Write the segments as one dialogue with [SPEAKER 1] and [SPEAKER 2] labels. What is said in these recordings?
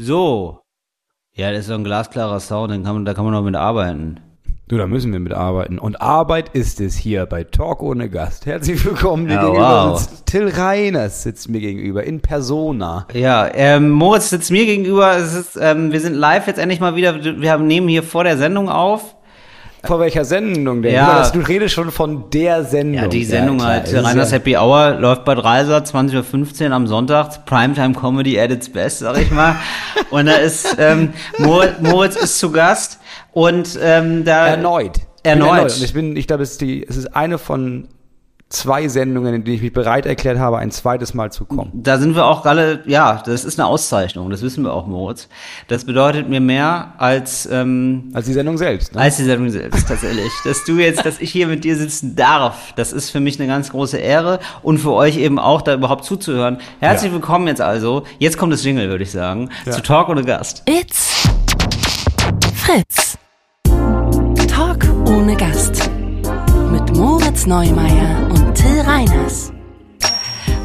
[SPEAKER 1] So. Ja, das ist doch ein glasklarer Sound, den kann man, da kann man noch mit arbeiten.
[SPEAKER 2] Du, da müssen wir mit arbeiten. Und Arbeit ist es hier bei Talk ohne Gast. Herzlich willkommen. Mir
[SPEAKER 1] Ja,
[SPEAKER 2] gegenüber
[SPEAKER 1] wow.
[SPEAKER 2] sitzt Till Reiners sitzt mir gegenüber in Persona.
[SPEAKER 1] Ja, ähm, Moritz sitzt mir gegenüber. Es ist, ähm, wir sind live jetzt endlich mal wieder. Wir haben, nehmen hier vor der Sendung auf.
[SPEAKER 2] Vor welcher Sendung denn?
[SPEAKER 1] Ja.
[SPEAKER 2] Du redest schon von der Sendung.
[SPEAKER 1] Ja, die Sendung
[SPEAKER 2] klar.
[SPEAKER 1] halt.
[SPEAKER 2] Es ist
[SPEAKER 1] Reiners
[SPEAKER 2] ja,
[SPEAKER 1] Happy Hour läuft bei Dreisat, 20.15 Uhr am Sonntag. Primetime Comedy at its best, sag ich mal. und da ist, ähm, Moritz, Moritz ist zu Gast. Und, ähm, da.
[SPEAKER 2] Erneut. Ich bin
[SPEAKER 1] Erneut.
[SPEAKER 2] Und ich bin, ich glaube, es ist die, es ist eine von zwei Sendungen, in denen ich mich bereit erklärt habe, ein zweites Mal zu kommen.
[SPEAKER 1] Da sind wir auch alle, ja, das ist eine Auszeichnung, das wissen wir auch, Moritz. Das bedeutet mir mehr als, ähm,
[SPEAKER 2] Als die Sendung selbst. Ne?
[SPEAKER 1] als die Sendung selbst, tatsächlich. dass du jetzt, dass ich hier mit dir sitzen darf, das ist für mich eine ganz große Ehre und für euch eben auch, da überhaupt zuzuhören. Herzlich
[SPEAKER 2] Ja.
[SPEAKER 1] willkommen jetzt also, jetzt kommt das Jingle, würde ich sagen,
[SPEAKER 2] Ja.
[SPEAKER 1] zu Talk ohne Gast.
[SPEAKER 3] It's Fritz. Talk ohne Gast. Mit Moritz Neumeier und Till Reiners.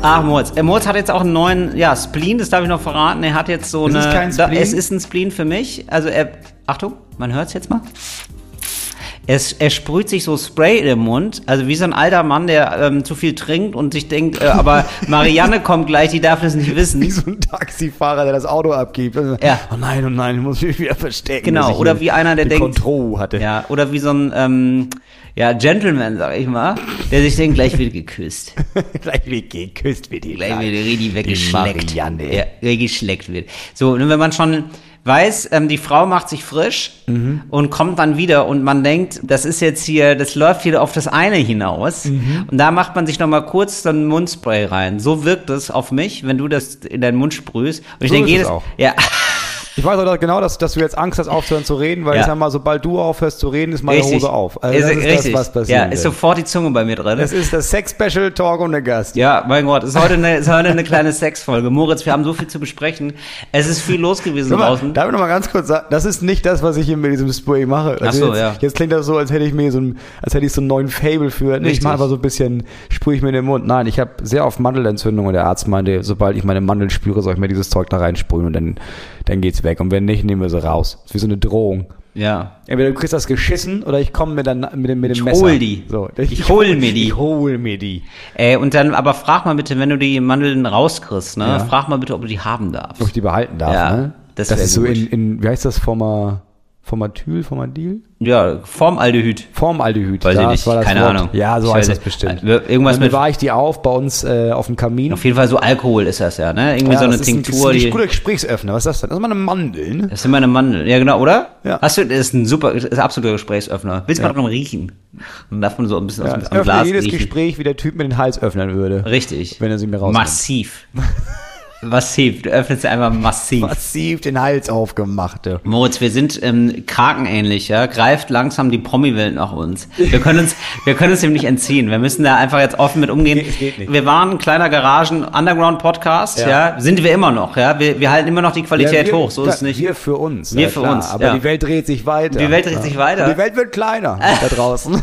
[SPEAKER 1] Ach, Moritz. Äh, Moritz hat jetzt auch einen neuen, ja, Spleen, das darf ich noch verraten, er hat jetzt so
[SPEAKER 2] Es
[SPEAKER 1] eine...
[SPEAKER 2] ist kein
[SPEAKER 1] da-
[SPEAKER 2] Spleen.
[SPEAKER 1] es ist ein Spleen für mich, also er, Achtung, man hört's jetzt mal. Es, er sprüht sich so Spray in den Mund, also wie so ein alter Mann, der ähm, zu viel trinkt und sich denkt, äh, aber Marianne kommt gleich, die darf das nicht wissen.
[SPEAKER 2] Wie so ein Taxifahrer, der das Auto abgibt.
[SPEAKER 1] Ja.
[SPEAKER 2] Oh nein, oh nein, ich muss mich wieder verstecken.
[SPEAKER 1] Genau,
[SPEAKER 2] dass ich
[SPEAKER 1] oder
[SPEAKER 2] hier
[SPEAKER 1] wie einer, der
[SPEAKER 2] die
[SPEAKER 1] denkt-
[SPEAKER 2] Kontrolle hatte.
[SPEAKER 1] Ja, oder wie so ein ähm, ja, Gentleman, sag ich mal, der sich denkt, gleich wird geküsst.
[SPEAKER 2] Gleich wie geküsst wird die.
[SPEAKER 1] Gleich wird richtig weggeschleckt.
[SPEAKER 2] Die Marianne.
[SPEAKER 1] Ja, weggeschleckt wird. So, und wenn man schon weiß, ähm, die Frau macht sich frisch
[SPEAKER 2] Mhm.
[SPEAKER 1] und kommt dann wieder und man denkt, das ist jetzt hier, das läuft hier auf das eine hinaus.
[SPEAKER 2] Mhm.
[SPEAKER 1] Und da macht man sich nochmal kurz so ein Mundspray rein. So wirkt es auf mich, wenn du das in deinen Mund sprühst. Und ich
[SPEAKER 2] So
[SPEAKER 1] denke,
[SPEAKER 2] ist es
[SPEAKER 1] jedes.
[SPEAKER 2] auch.
[SPEAKER 1] Ja.
[SPEAKER 2] Ich weiß auch genau, dass, dass du jetzt Angst hast, aufzuhören zu reden, weil
[SPEAKER 1] Ja.
[SPEAKER 2] ich sag mal, sobald du aufhörst zu reden, ist meine
[SPEAKER 1] Richtig.
[SPEAKER 2] Hose auf. Also das ist
[SPEAKER 1] richtig.
[SPEAKER 2] das, was passiert.
[SPEAKER 1] Ja, ist sofort die Zunge bei mir drin.
[SPEAKER 2] das ist das Sex-Special Talk ohne Gast.
[SPEAKER 1] Ja, mein Gott, ist heute eine, ist heute eine kleine Sexfolge. Moritz, wir haben so viel zu besprechen. Es ist viel los gewesen
[SPEAKER 2] Sag mal,
[SPEAKER 1] draußen.
[SPEAKER 2] darf ich noch mal ganz kurz sagen, das ist nicht das, was ich hier mit diesem Spray mache. Also
[SPEAKER 1] Ach so,
[SPEAKER 2] jetzt,
[SPEAKER 1] ja.
[SPEAKER 2] jetzt klingt das so, als hätte ich mir so, ein, als hätte ich so einen neuen Fable für. Nee, ich
[SPEAKER 1] Richtig.
[SPEAKER 2] mache einfach so ein bisschen, sprühe ich mir in den Mund. Nein, ich habe sehr oft Mandelentzündung und der Arzt meinte, sobald ich meine Mandel spüre, soll ich mir dieses Zeug da reinsprühen und dann, dann geht's weg. Und wenn nicht, nehmen wir sie raus. Das ist wie so eine Drohung.
[SPEAKER 1] Ja.
[SPEAKER 2] Entweder du kriegst das geschissen oder ich komme mit, der Na- mit dem, mit dem
[SPEAKER 1] Ich
[SPEAKER 2] Messer.
[SPEAKER 1] hol die.
[SPEAKER 2] So,
[SPEAKER 1] Ich hol mir die.
[SPEAKER 2] Ich hol mir die.
[SPEAKER 1] Ey, und dann, aber frag mal bitte, wenn du die Mandeln rauskriegst, ne? Frag mal bitte, ob du die haben
[SPEAKER 2] Ob
[SPEAKER 1] darfst.
[SPEAKER 2] ich die behalten darf,
[SPEAKER 1] Ja,
[SPEAKER 2] ne?
[SPEAKER 1] das wär
[SPEAKER 2] ist so
[SPEAKER 1] gut.
[SPEAKER 2] in, in, wie heißt das, Forma, Formatyl, Formadil?
[SPEAKER 1] Ja, Formaldehyd.
[SPEAKER 2] Formaldehyd.
[SPEAKER 1] Weiß ich
[SPEAKER 2] das
[SPEAKER 1] nicht,
[SPEAKER 2] war das
[SPEAKER 1] keine
[SPEAKER 2] Wort.
[SPEAKER 1] Ahnung.
[SPEAKER 2] Ja, so
[SPEAKER 1] Ich
[SPEAKER 2] heißt
[SPEAKER 1] weiß nicht.
[SPEAKER 2] das bestimmt.
[SPEAKER 1] Wir- irgendwas
[SPEAKER 2] Dann
[SPEAKER 1] mit-
[SPEAKER 2] bewahre ich die auf bei uns äh, auf dem Kamin.
[SPEAKER 1] Auf jeden Fall so Alkohol ist das ja, ne? Irgendwie
[SPEAKER 2] ja,
[SPEAKER 1] so eine
[SPEAKER 2] das ist ein-
[SPEAKER 1] Tinktur,
[SPEAKER 2] Das ist ein
[SPEAKER 1] die.
[SPEAKER 2] guter Gesprächsöffner. Was ist das denn? Das ist mal eine Mandel, ne?
[SPEAKER 1] Das sind meine Mandeln. Ja, genau, oder?
[SPEAKER 2] Ja.
[SPEAKER 1] Hast du, das ist ein super, das ist ein absoluter Gesprächsöffner. Willst du mal dran riechen? Dann darf man so ein bisschen
[SPEAKER 2] Ja,
[SPEAKER 1] aus
[SPEAKER 2] das
[SPEAKER 1] dem am
[SPEAKER 2] öffnet
[SPEAKER 1] Glas
[SPEAKER 2] jedes
[SPEAKER 1] riechen.
[SPEAKER 2] Gespräch, wie der Typ mit den Hals öffnen würde.
[SPEAKER 1] Richtig.
[SPEAKER 2] Wenn er sie mir rausnimmt.
[SPEAKER 1] Massiv. massiv. Du öffnest sie einfach massiv.
[SPEAKER 2] Massiv den Hals aufgemacht. ja.
[SPEAKER 1] Moritz, wir sind ähm, krakenähnlich, ja. Greift langsam die Promi-Welt nach uns. Wir können uns, wir können uns dem nicht entziehen. Wir müssen da einfach jetzt offen mit umgehen.
[SPEAKER 2] Geht- es geht nicht.
[SPEAKER 1] Wir waren ein kleiner Garagen-Underground-Podcast, ja.
[SPEAKER 2] Ja.
[SPEAKER 1] Sind wir immer noch, ja. Wir, wir halten immer noch die Qualität halt
[SPEAKER 2] wir,
[SPEAKER 1] hoch, so ist es nicht.
[SPEAKER 2] Wir für uns.
[SPEAKER 1] Wir
[SPEAKER 2] ja,
[SPEAKER 1] für
[SPEAKER 2] klar.
[SPEAKER 1] uns,
[SPEAKER 2] Aber
[SPEAKER 1] ja.
[SPEAKER 2] die Welt dreht sich weiter.
[SPEAKER 1] Die Welt dreht sich weiter.
[SPEAKER 2] Und die Welt wird kleiner da draußen.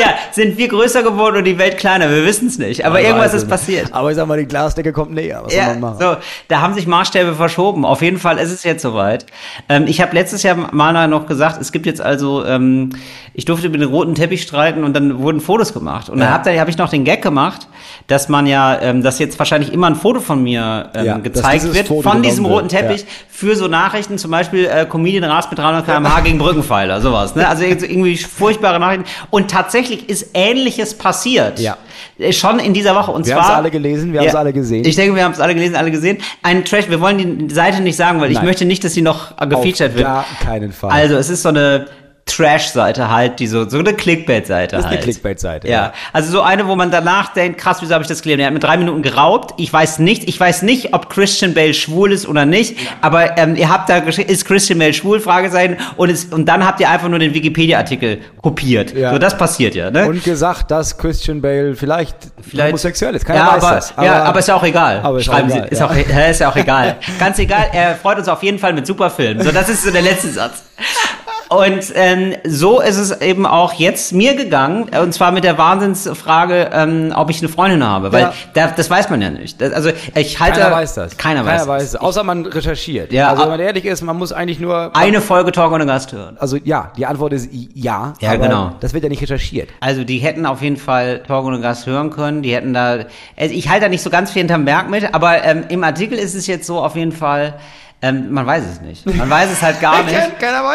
[SPEAKER 1] ja, sind wir größer geworden und die Welt kleiner. Wir wissen es nicht. Aber
[SPEAKER 2] Man
[SPEAKER 1] irgendwas
[SPEAKER 2] weiß es
[SPEAKER 1] ist
[SPEAKER 2] nicht.
[SPEAKER 1] passiert.
[SPEAKER 2] Aber ich sag mal, die Glasdecke kommt näher. Was soll man
[SPEAKER 1] Ja,
[SPEAKER 2] machen?
[SPEAKER 1] so, da haben sich Maßstäbe verschoben. Auf jeden Fall ist es jetzt soweit. Ähm, ich habe letztes Jahr mal noch gesagt, es gibt jetzt also, ähm, ich durfte über den roten Teppich streiten und dann wurden Fotos gemacht. Und dann
[SPEAKER 2] Ja.
[SPEAKER 1] habe da, hab ich noch den Gag gemacht, dass man ja, ähm, dass jetzt wahrscheinlich immer ein Foto von mir ähm,
[SPEAKER 2] Ja, dass
[SPEAKER 1] gezeigt
[SPEAKER 2] dieses
[SPEAKER 1] wird,
[SPEAKER 2] Foto
[SPEAKER 1] von
[SPEAKER 2] genommen
[SPEAKER 1] diesem
[SPEAKER 2] wird,
[SPEAKER 1] roten Teppich,
[SPEAKER 2] ja.
[SPEAKER 1] für so Nachrichten, zum Beispiel äh, Comedian rast mit 300 km/h gegen Brückenpfeiler, sowas. Ne? Also irgendwie furchtbare Nachrichten. Und tatsächlich ist Ähnliches passiert.
[SPEAKER 2] Ja.
[SPEAKER 1] Äh, Schon in dieser Woche. Und
[SPEAKER 2] Wir
[SPEAKER 1] zwar
[SPEAKER 2] haben's alle gelesen, wir haben's alle gesehen.
[SPEAKER 1] Ich denke, wir haben es alle gelesen, alle gesehen. Ein Trash, wir wollen die Seite nicht sagen, weil ich
[SPEAKER 2] Nein.
[SPEAKER 1] möchte nicht, dass sie noch äh, gefeatured
[SPEAKER 2] Auf
[SPEAKER 1] wird.
[SPEAKER 2] gar keinen Fall.
[SPEAKER 1] Also, es ist so eine Trash-Seite halt, die so, so eine Clickbait-Seite
[SPEAKER 2] Das ist
[SPEAKER 1] halt.
[SPEAKER 2] eine Clickbait-Seite,
[SPEAKER 1] Ja.
[SPEAKER 2] ja.
[SPEAKER 1] Also so eine, wo man danach denkt, krass, wieso habe ich das gelesen? Er hat mir drei Minuten geraubt. Ich weiß nicht, ich weiß nicht, ob Christian Bale schwul ist oder nicht. Aber ähm, ihr habt da geschrieben, ist Christian Bale schwul? Fragezeichen. Und, es, und dann habt ihr einfach nur den Wikipedia-Artikel kopiert.
[SPEAKER 2] Ja.
[SPEAKER 1] So, das passiert ja, ne?
[SPEAKER 2] Und gesagt, dass Christian Bale vielleicht,
[SPEAKER 1] Vielleicht-
[SPEAKER 2] homosexuell ist. Keiner
[SPEAKER 1] ja,
[SPEAKER 2] weiß
[SPEAKER 1] aber,
[SPEAKER 2] das.
[SPEAKER 1] ja, aber ist ja auch egal.
[SPEAKER 2] aber ist auch
[SPEAKER 1] Schreiben
[SPEAKER 2] egal,
[SPEAKER 1] Sie, ist,
[SPEAKER 2] ja.
[SPEAKER 1] auch, e- hä, ist ja auch egal. Ganz egal, er freut uns auf jeden Fall mit Superfilmen. So, das ist so der letzte Satz. Und ähm, so ist es eben auch jetzt mir gegangen, äh, und zwar mit der Wahnsinnsfrage, ähm, ob ich eine Freundin habe, weil
[SPEAKER 2] Ja.
[SPEAKER 1] da, das weiß man ja nicht. Das, also ich halte
[SPEAKER 2] Keiner weiß das.
[SPEAKER 1] Keiner weiß. das.
[SPEAKER 2] es. Außer man recherchiert.
[SPEAKER 1] Ja,
[SPEAKER 2] also wenn
[SPEAKER 1] ab-
[SPEAKER 2] man ehrlich ist, man muss eigentlich nur.
[SPEAKER 1] Eine Folge Talk ohne Gast hören.
[SPEAKER 2] also ja, die Antwort ist i- ja.
[SPEAKER 1] Ja,
[SPEAKER 2] aber
[SPEAKER 1] genau.
[SPEAKER 2] Das wird ja nicht recherchiert.
[SPEAKER 1] Also die hätten auf jeden Fall Talk ohne Gast hören können. Die hätten da, also ich halte da nicht so ganz viel hinterm Berg mit, aber ähm, im Artikel ist es jetzt so auf jeden Fall. Ähm, man weiß es nicht. Man weiß es halt gar nicht.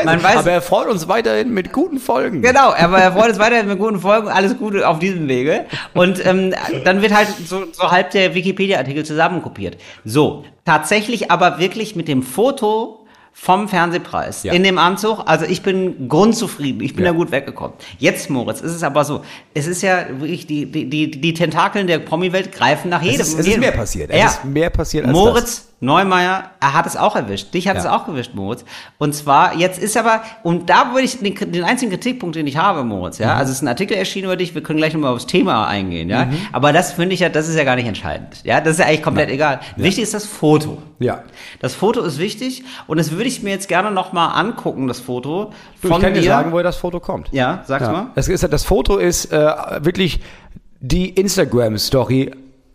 [SPEAKER 1] Man weiß
[SPEAKER 2] aber er freut uns weiterhin mit guten Folgen.
[SPEAKER 1] Genau, aber er freut uns weiterhin mit guten Folgen. Alles Gute auf diesem Wege. Und ähm, dann wird halt so, so halb der Wikipedia-Artikel zusammenkopiert. So, tatsächlich aber wirklich mit dem Foto vom Fernsehpreis
[SPEAKER 2] Ja.
[SPEAKER 1] in dem Anzug. Also ich bin grundzufrieden. Ich bin
[SPEAKER 2] Ja.
[SPEAKER 1] da gut weggekommen. Jetzt, Moritz, ist es aber so. Es ist ja wirklich, die, die, die, die Tentakeln der Promi-Welt greifen nach jedem.
[SPEAKER 2] Es ist, es ist
[SPEAKER 1] jedem.
[SPEAKER 2] mehr passiert.
[SPEAKER 1] Ja.
[SPEAKER 2] Es ist mehr passiert als
[SPEAKER 1] Moritz Neumeier, er hat es auch erwischt. Dich hat
[SPEAKER 2] Ja.
[SPEAKER 1] es auch erwischt, Moritz. Und zwar, jetzt ist aber, und da würde ich den, den einzigen Kritikpunkt, den ich habe, Moritz, ja,
[SPEAKER 2] Mhm.
[SPEAKER 1] also es ist ein Artikel erschienen über dich, wir können gleich nochmal aufs Thema eingehen, ja. Aber das finde ich ja, das ist ja gar nicht entscheidend. Ja, das ist ja eigentlich komplett egal. Wichtig ist das Foto.
[SPEAKER 2] das. Ja.
[SPEAKER 1] Das Foto ist wichtig und das würde ich mir jetzt gerne nochmal angucken, das Foto.
[SPEAKER 2] Du, ich kann dir sagen, woher das Foto kommt.
[SPEAKER 1] ja, sag's
[SPEAKER 2] Ja.
[SPEAKER 1] mal.
[SPEAKER 2] Das, ist, das Foto ist äh, wirklich die Instagram-Story,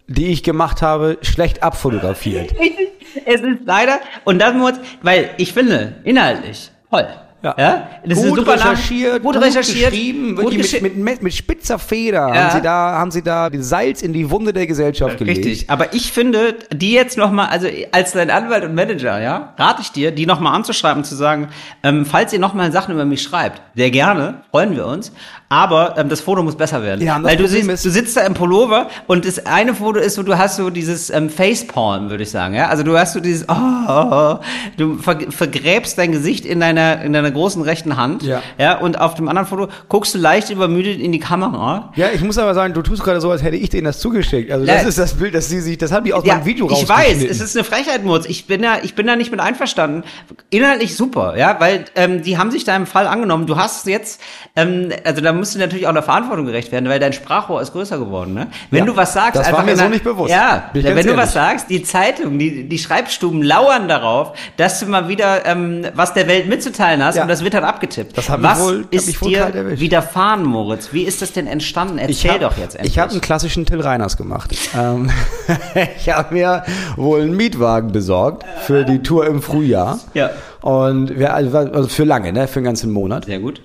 [SPEAKER 2] die ich gemacht habe, schlecht abfotografiert.
[SPEAKER 1] Richtig. Es ist leider, und das muss, weil ich finde, inhaltlich, toll. Ja. Das
[SPEAKER 2] gut
[SPEAKER 1] ist super nach-
[SPEAKER 2] recherchiert,
[SPEAKER 1] gut recherchiert,
[SPEAKER 2] geschrieben,
[SPEAKER 1] gut
[SPEAKER 2] wirklich
[SPEAKER 1] geschri-
[SPEAKER 2] mit, mit, mit spitzer Feder
[SPEAKER 1] Ja.
[SPEAKER 2] haben sie da, haben sie da die Salz in die Wunde der Gesellschaft gelegt.
[SPEAKER 1] Richtig, aber ich finde, die jetzt nochmal, also als dein Anwalt und Manager, ja, rate ich dir, die nochmal anzuschreiben und zu sagen, ähm, falls ihr nochmal Sachen über mich schreibt, sehr gerne, freuen wir uns, aber ähm, das Foto muss besser werden.
[SPEAKER 2] Ja, und das
[SPEAKER 1] Weil du,
[SPEAKER 2] Problem
[SPEAKER 1] siehst,
[SPEAKER 2] ist-
[SPEAKER 1] du sitzt da im Pullover und das eine Foto ist so, du hast so dieses ähm, Facepalm, würde ich sagen, ja, also du hast so dieses, oh, oh, oh. du ver vergräbst dein Gesicht in deiner, in deiner großen rechten Hand,
[SPEAKER 2] Ja.
[SPEAKER 1] ja, und auf dem anderen Foto guckst du leicht übermüdet in die Kamera,
[SPEAKER 2] Ja, ich muss aber sagen, du tust gerade so, als hätte ich denen das zugeschickt. Also das
[SPEAKER 1] Ja.
[SPEAKER 2] ist das Bild, das sie sich, das haben die aus meinem Video
[SPEAKER 1] Ich weiß,
[SPEAKER 2] rausgeschnitten.
[SPEAKER 1] es ist eine Frechheit, Murz. Ich bin da, ich bin da nicht mit einverstanden. Inhaltlich super, ja, weil ähm, die haben sich da im Fall angenommen. Du hast jetzt, ähm, also da musst du natürlich auch der Verantwortung gerecht werden, weil dein Sprachrohr ist größer geworden. Ne? Wenn
[SPEAKER 2] Ja,
[SPEAKER 1] du was sagst,
[SPEAKER 2] das war mir
[SPEAKER 1] in
[SPEAKER 2] so
[SPEAKER 1] der-
[SPEAKER 2] nicht bewusst.
[SPEAKER 1] Ja,
[SPEAKER 2] Bin ich
[SPEAKER 1] wenn
[SPEAKER 2] ganz
[SPEAKER 1] du was
[SPEAKER 2] ehrlich.
[SPEAKER 1] sagst, die Zeitung, die, die Schreibstuben lauern darauf, dass du mal wieder ähm, was der Welt mitzuteilen hast
[SPEAKER 2] Ja.
[SPEAKER 1] und das wird dann abgetippt.
[SPEAKER 2] Das hat mich
[SPEAKER 1] was
[SPEAKER 2] wohl- hat
[SPEAKER 1] ist
[SPEAKER 2] mich wohl kalt
[SPEAKER 1] dir
[SPEAKER 2] erwischt.
[SPEAKER 1] widerfahren, Moritz? Wie ist das denn entstanden? Erzähl
[SPEAKER 2] hab-
[SPEAKER 1] doch jetzt endlich.
[SPEAKER 2] Ich habe einen klassischen Till Reiners gemacht. Ähm, ich habe mir wohl einen Mietwagen besorgt für die Tour im Frühjahr.
[SPEAKER 1] Ja.
[SPEAKER 2] Und wir, also also für lange, ne? Für einen ganzen Monat.
[SPEAKER 1] sehr gut.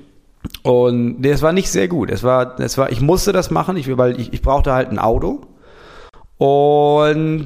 [SPEAKER 2] Und nee, es war nicht sehr gut. Es war, es war, ich musste das machen, ich, weil ich, ich brauchte halt ein Auto. Und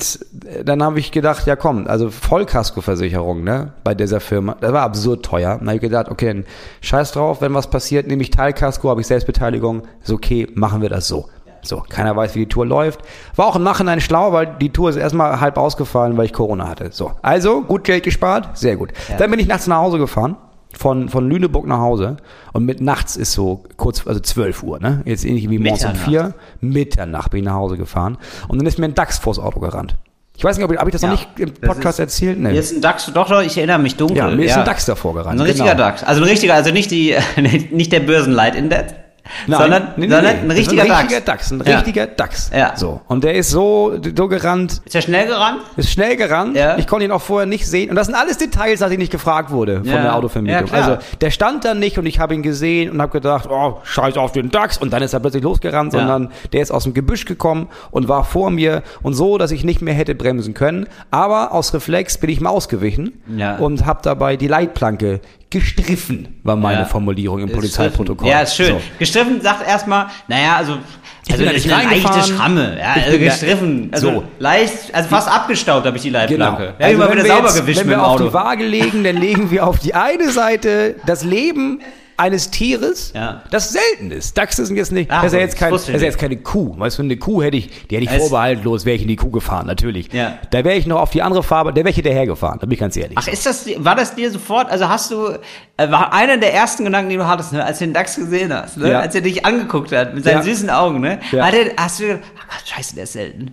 [SPEAKER 2] dann habe ich gedacht, ja komm, also Vollkaskoversicherung, ne, bei dieser Firma, das war absurd teuer. Dann habe ich gedacht, okay, dann scheiß drauf, wenn was passiert, nehme ich Teilkasko, habe ich Selbstbeteiligung, ist okay, machen wir das so. So, keiner weiß, wie die Tour läuft. War auch im Nachhinein schlau, weil die Tour ist erstmal halb ausgefallen, weil ich Corona hatte. So, also gut Geld gespart, sehr gut. Dann bin ich nachts nach Hause gefahren von, von Lüneburg nach Hause und mit nachts ist so kurz, also 12 Uhr, ne? Jetzt ähnlich wie morgens um
[SPEAKER 1] Mitternacht.
[SPEAKER 2] 4, Mitternacht bin ich nach Hause gefahren und dann ist mir ein Dachs vors Auto gerannt. Ich weiß nicht, ob ich, hab ich das
[SPEAKER 1] Ja,
[SPEAKER 2] noch nicht im
[SPEAKER 1] das
[SPEAKER 2] Podcast
[SPEAKER 1] ist-
[SPEAKER 2] erzählt? Nee.
[SPEAKER 1] Mir ist ein Dachs, doch, doch, ich erinnere mich dunkel.
[SPEAKER 2] ja, mir ist ein Dachs davor
[SPEAKER 1] Ein
[SPEAKER 2] gerannt.
[SPEAKER 1] richtiger
[SPEAKER 2] genau.
[SPEAKER 1] Dachs. Also ein richtiger, also nicht die, nicht der Börsenleitindex,
[SPEAKER 2] Nein,
[SPEAKER 1] sondern,
[SPEAKER 2] nee, nee,
[SPEAKER 1] sondern
[SPEAKER 2] nee.
[SPEAKER 1] ein
[SPEAKER 2] Das ist
[SPEAKER 1] richtiger Dachs.
[SPEAKER 2] Ein richtiger Dachs, ein
[SPEAKER 1] Ja.
[SPEAKER 2] richtiger Dachs.
[SPEAKER 1] Ja.
[SPEAKER 2] So. Und der ist so, so gerannt,
[SPEAKER 1] Ist er schnell gerannt?
[SPEAKER 2] Ist schnell gerannt.
[SPEAKER 1] Ja.
[SPEAKER 2] Ich konnte ihn auch vorher nicht sehen. Und das sind alles Details, nach denen ich gefragt wurde von
[SPEAKER 1] Ja.
[SPEAKER 2] der Autovermietung.
[SPEAKER 1] Ja, klar.
[SPEAKER 2] also der stand da nicht und ich habe ihn gesehen und habe gedacht, oh, scheiß auf den Dachs. Und dann ist er plötzlich losgerannt,
[SPEAKER 1] Ja.
[SPEAKER 2] sondern der ist aus dem Gebüsch gekommen und war vor mir und so, dass ich nicht mehr hätte bremsen können. Aber aus Reflex bin ich mal ausgewichen
[SPEAKER 1] Ja.
[SPEAKER 2] und habe dabei die Leitplanke gestriffen, war meine
[SPEAKER 1] Ja.
[SPEAKER 2] Formulierung im Polizeiprotokoll.
[SPEAKER 1] Ja, ist schön.
[SPEAKER 2] So.
[SPEAKER 1] Gestriffen sagt erstmal, naja, also, also
[SPEAKER 2] bin da
[SPEAKER 1] das
[SPEAKER 2] nicht
[SPEAKER 1] ist eine leichte
[SPEAKER 2] reingefahren.
[SPEAKER 1] Schramme. Ja,
[SPEAKER 2] Ich
[SPEAKER 1] also
[SPEAKER 2] bin da-
[SPEAKER 1] gestriffen. Also
[SPEAKER 2] So.
[SPEAKER 1] leicht, also fast abgestaubt habe ich die
[SPEAKER 2] Genau.
[SPEAKER 1] Leitplanke. Ja, immer
[SPEAKER 2] wenn
[SPEAKER 1] wieder
[SPEAKER 2] wir
[SPEAKER 1] sauber
[SPEAKER 2] jetzt-
[SPEAKER 1] gewischt
[SPEAKER 2] wenn
[SPEAKER 1] mit
[SPEAKER 2] wir
[SPEAKER 1] dem
[SPEAKER 2] auf
[SPEAKER 1] Auto.
[SPEAKER 2] die Waage legen, dann legen wir auf die eine Seite das Leben eines Tieres,
[SPEAKER 1] Ja.
[SPEAKER 2] das selten ist. Dachse sind jetzt nicht,
[SPEAKER 1] Ach,
[SPEAKER 2] das ist ja jetzt, kein, das
[SPEAKER 1] wusste ich
[SPEAKER 2] ist ja
[SPEAKER 1] nicht.
[SPEAKER 2] jetzt keine Kuh. Weißt du, eine Kuh hätte ich, die hätte ich
[SPEAKER 1] Es-
[SPEAKER 2] vorbehaltlos, wäre ich in die Kuh gefahren, natürlich.
[SPEAKER 1] Ja.
[SPEAKER 2] Da wäre ich noch auf die andere Farbe, der wäre ich hinterher gefahren, da bin ich ganz ehrlich.
[SPEAKER 1] Ach, ist das, war das dir sofort, also hast du, äh, war einer der ersten Gedanken, die du hattest, ne, als du den Dachs gesehen hast, ne?
[SPEAKER 2] Ja.
[SPEAKER 1] als er dich angeguckt hat, mit seinen
[SPEAKER 2] Ja.
[SPEAKER 1] süßen Augen, ne?
[SPEAKER 2] Ja.
[SPEAKER 1] Hat er, hast du gedacht, oh Gott, scheiße, der ist selten.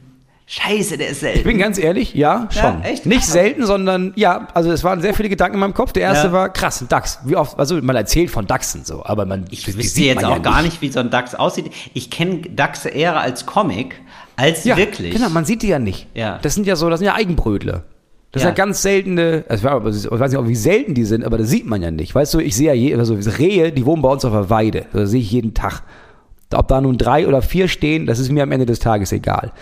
[SPEAKER 1] Scheiße, der ist selten.
[SPEAKER 2] Ich bin ganz ehrlich, ja, schon.
[SPEAKER 1] echt?
[SPEAKER 2] Nicht selten, sondern ja, also es waren sehr viele Gedanken in meinem Kopf. Der erste
[SPEAKER 1] Ja.
[SPEAKER 2] war krass, ein Dachs. Wie oft, also man erzählt von Dachsen so, aber man
[SPEAKER 1] ich
[SPEAKER 2] die
[SPEAKER 1] wüsste
[SPEAKER 2] sieht
[SPEAKER 1] jetzt
[SPEAKER 2] man
[SPEAKER 1] auch
[SPEAKER 2] ja
[SPEAKER 1] gar nicht, wie so ein Dachs aussieht. Ich kenne Dachse eher als Comic, als
[SPEAKER 2] Ja,
[SPEAKER 1] wirklich.
[SPEAKER 2] Genau, man sieht die ja nicht.
[SPEAKER 1] Ja.
[SPEAKER 2] Das sind ja so, das sind ja Eigenbrötler. Das
[SPEAKER 1] Ja.
[SPEAKER 2] sind ganz seltene, also ich weiß nicht, ich weiß nicht, wie selten die sind, aber das sieht man ja nicht. Weißt du, ich sehe ja je, also Rehe, die wohnen bei uns auf der Weide. Also Das sehe ich jeden Tag. Ob da nun drei oder vier stehen, das ist mir am Ende des Tages egal.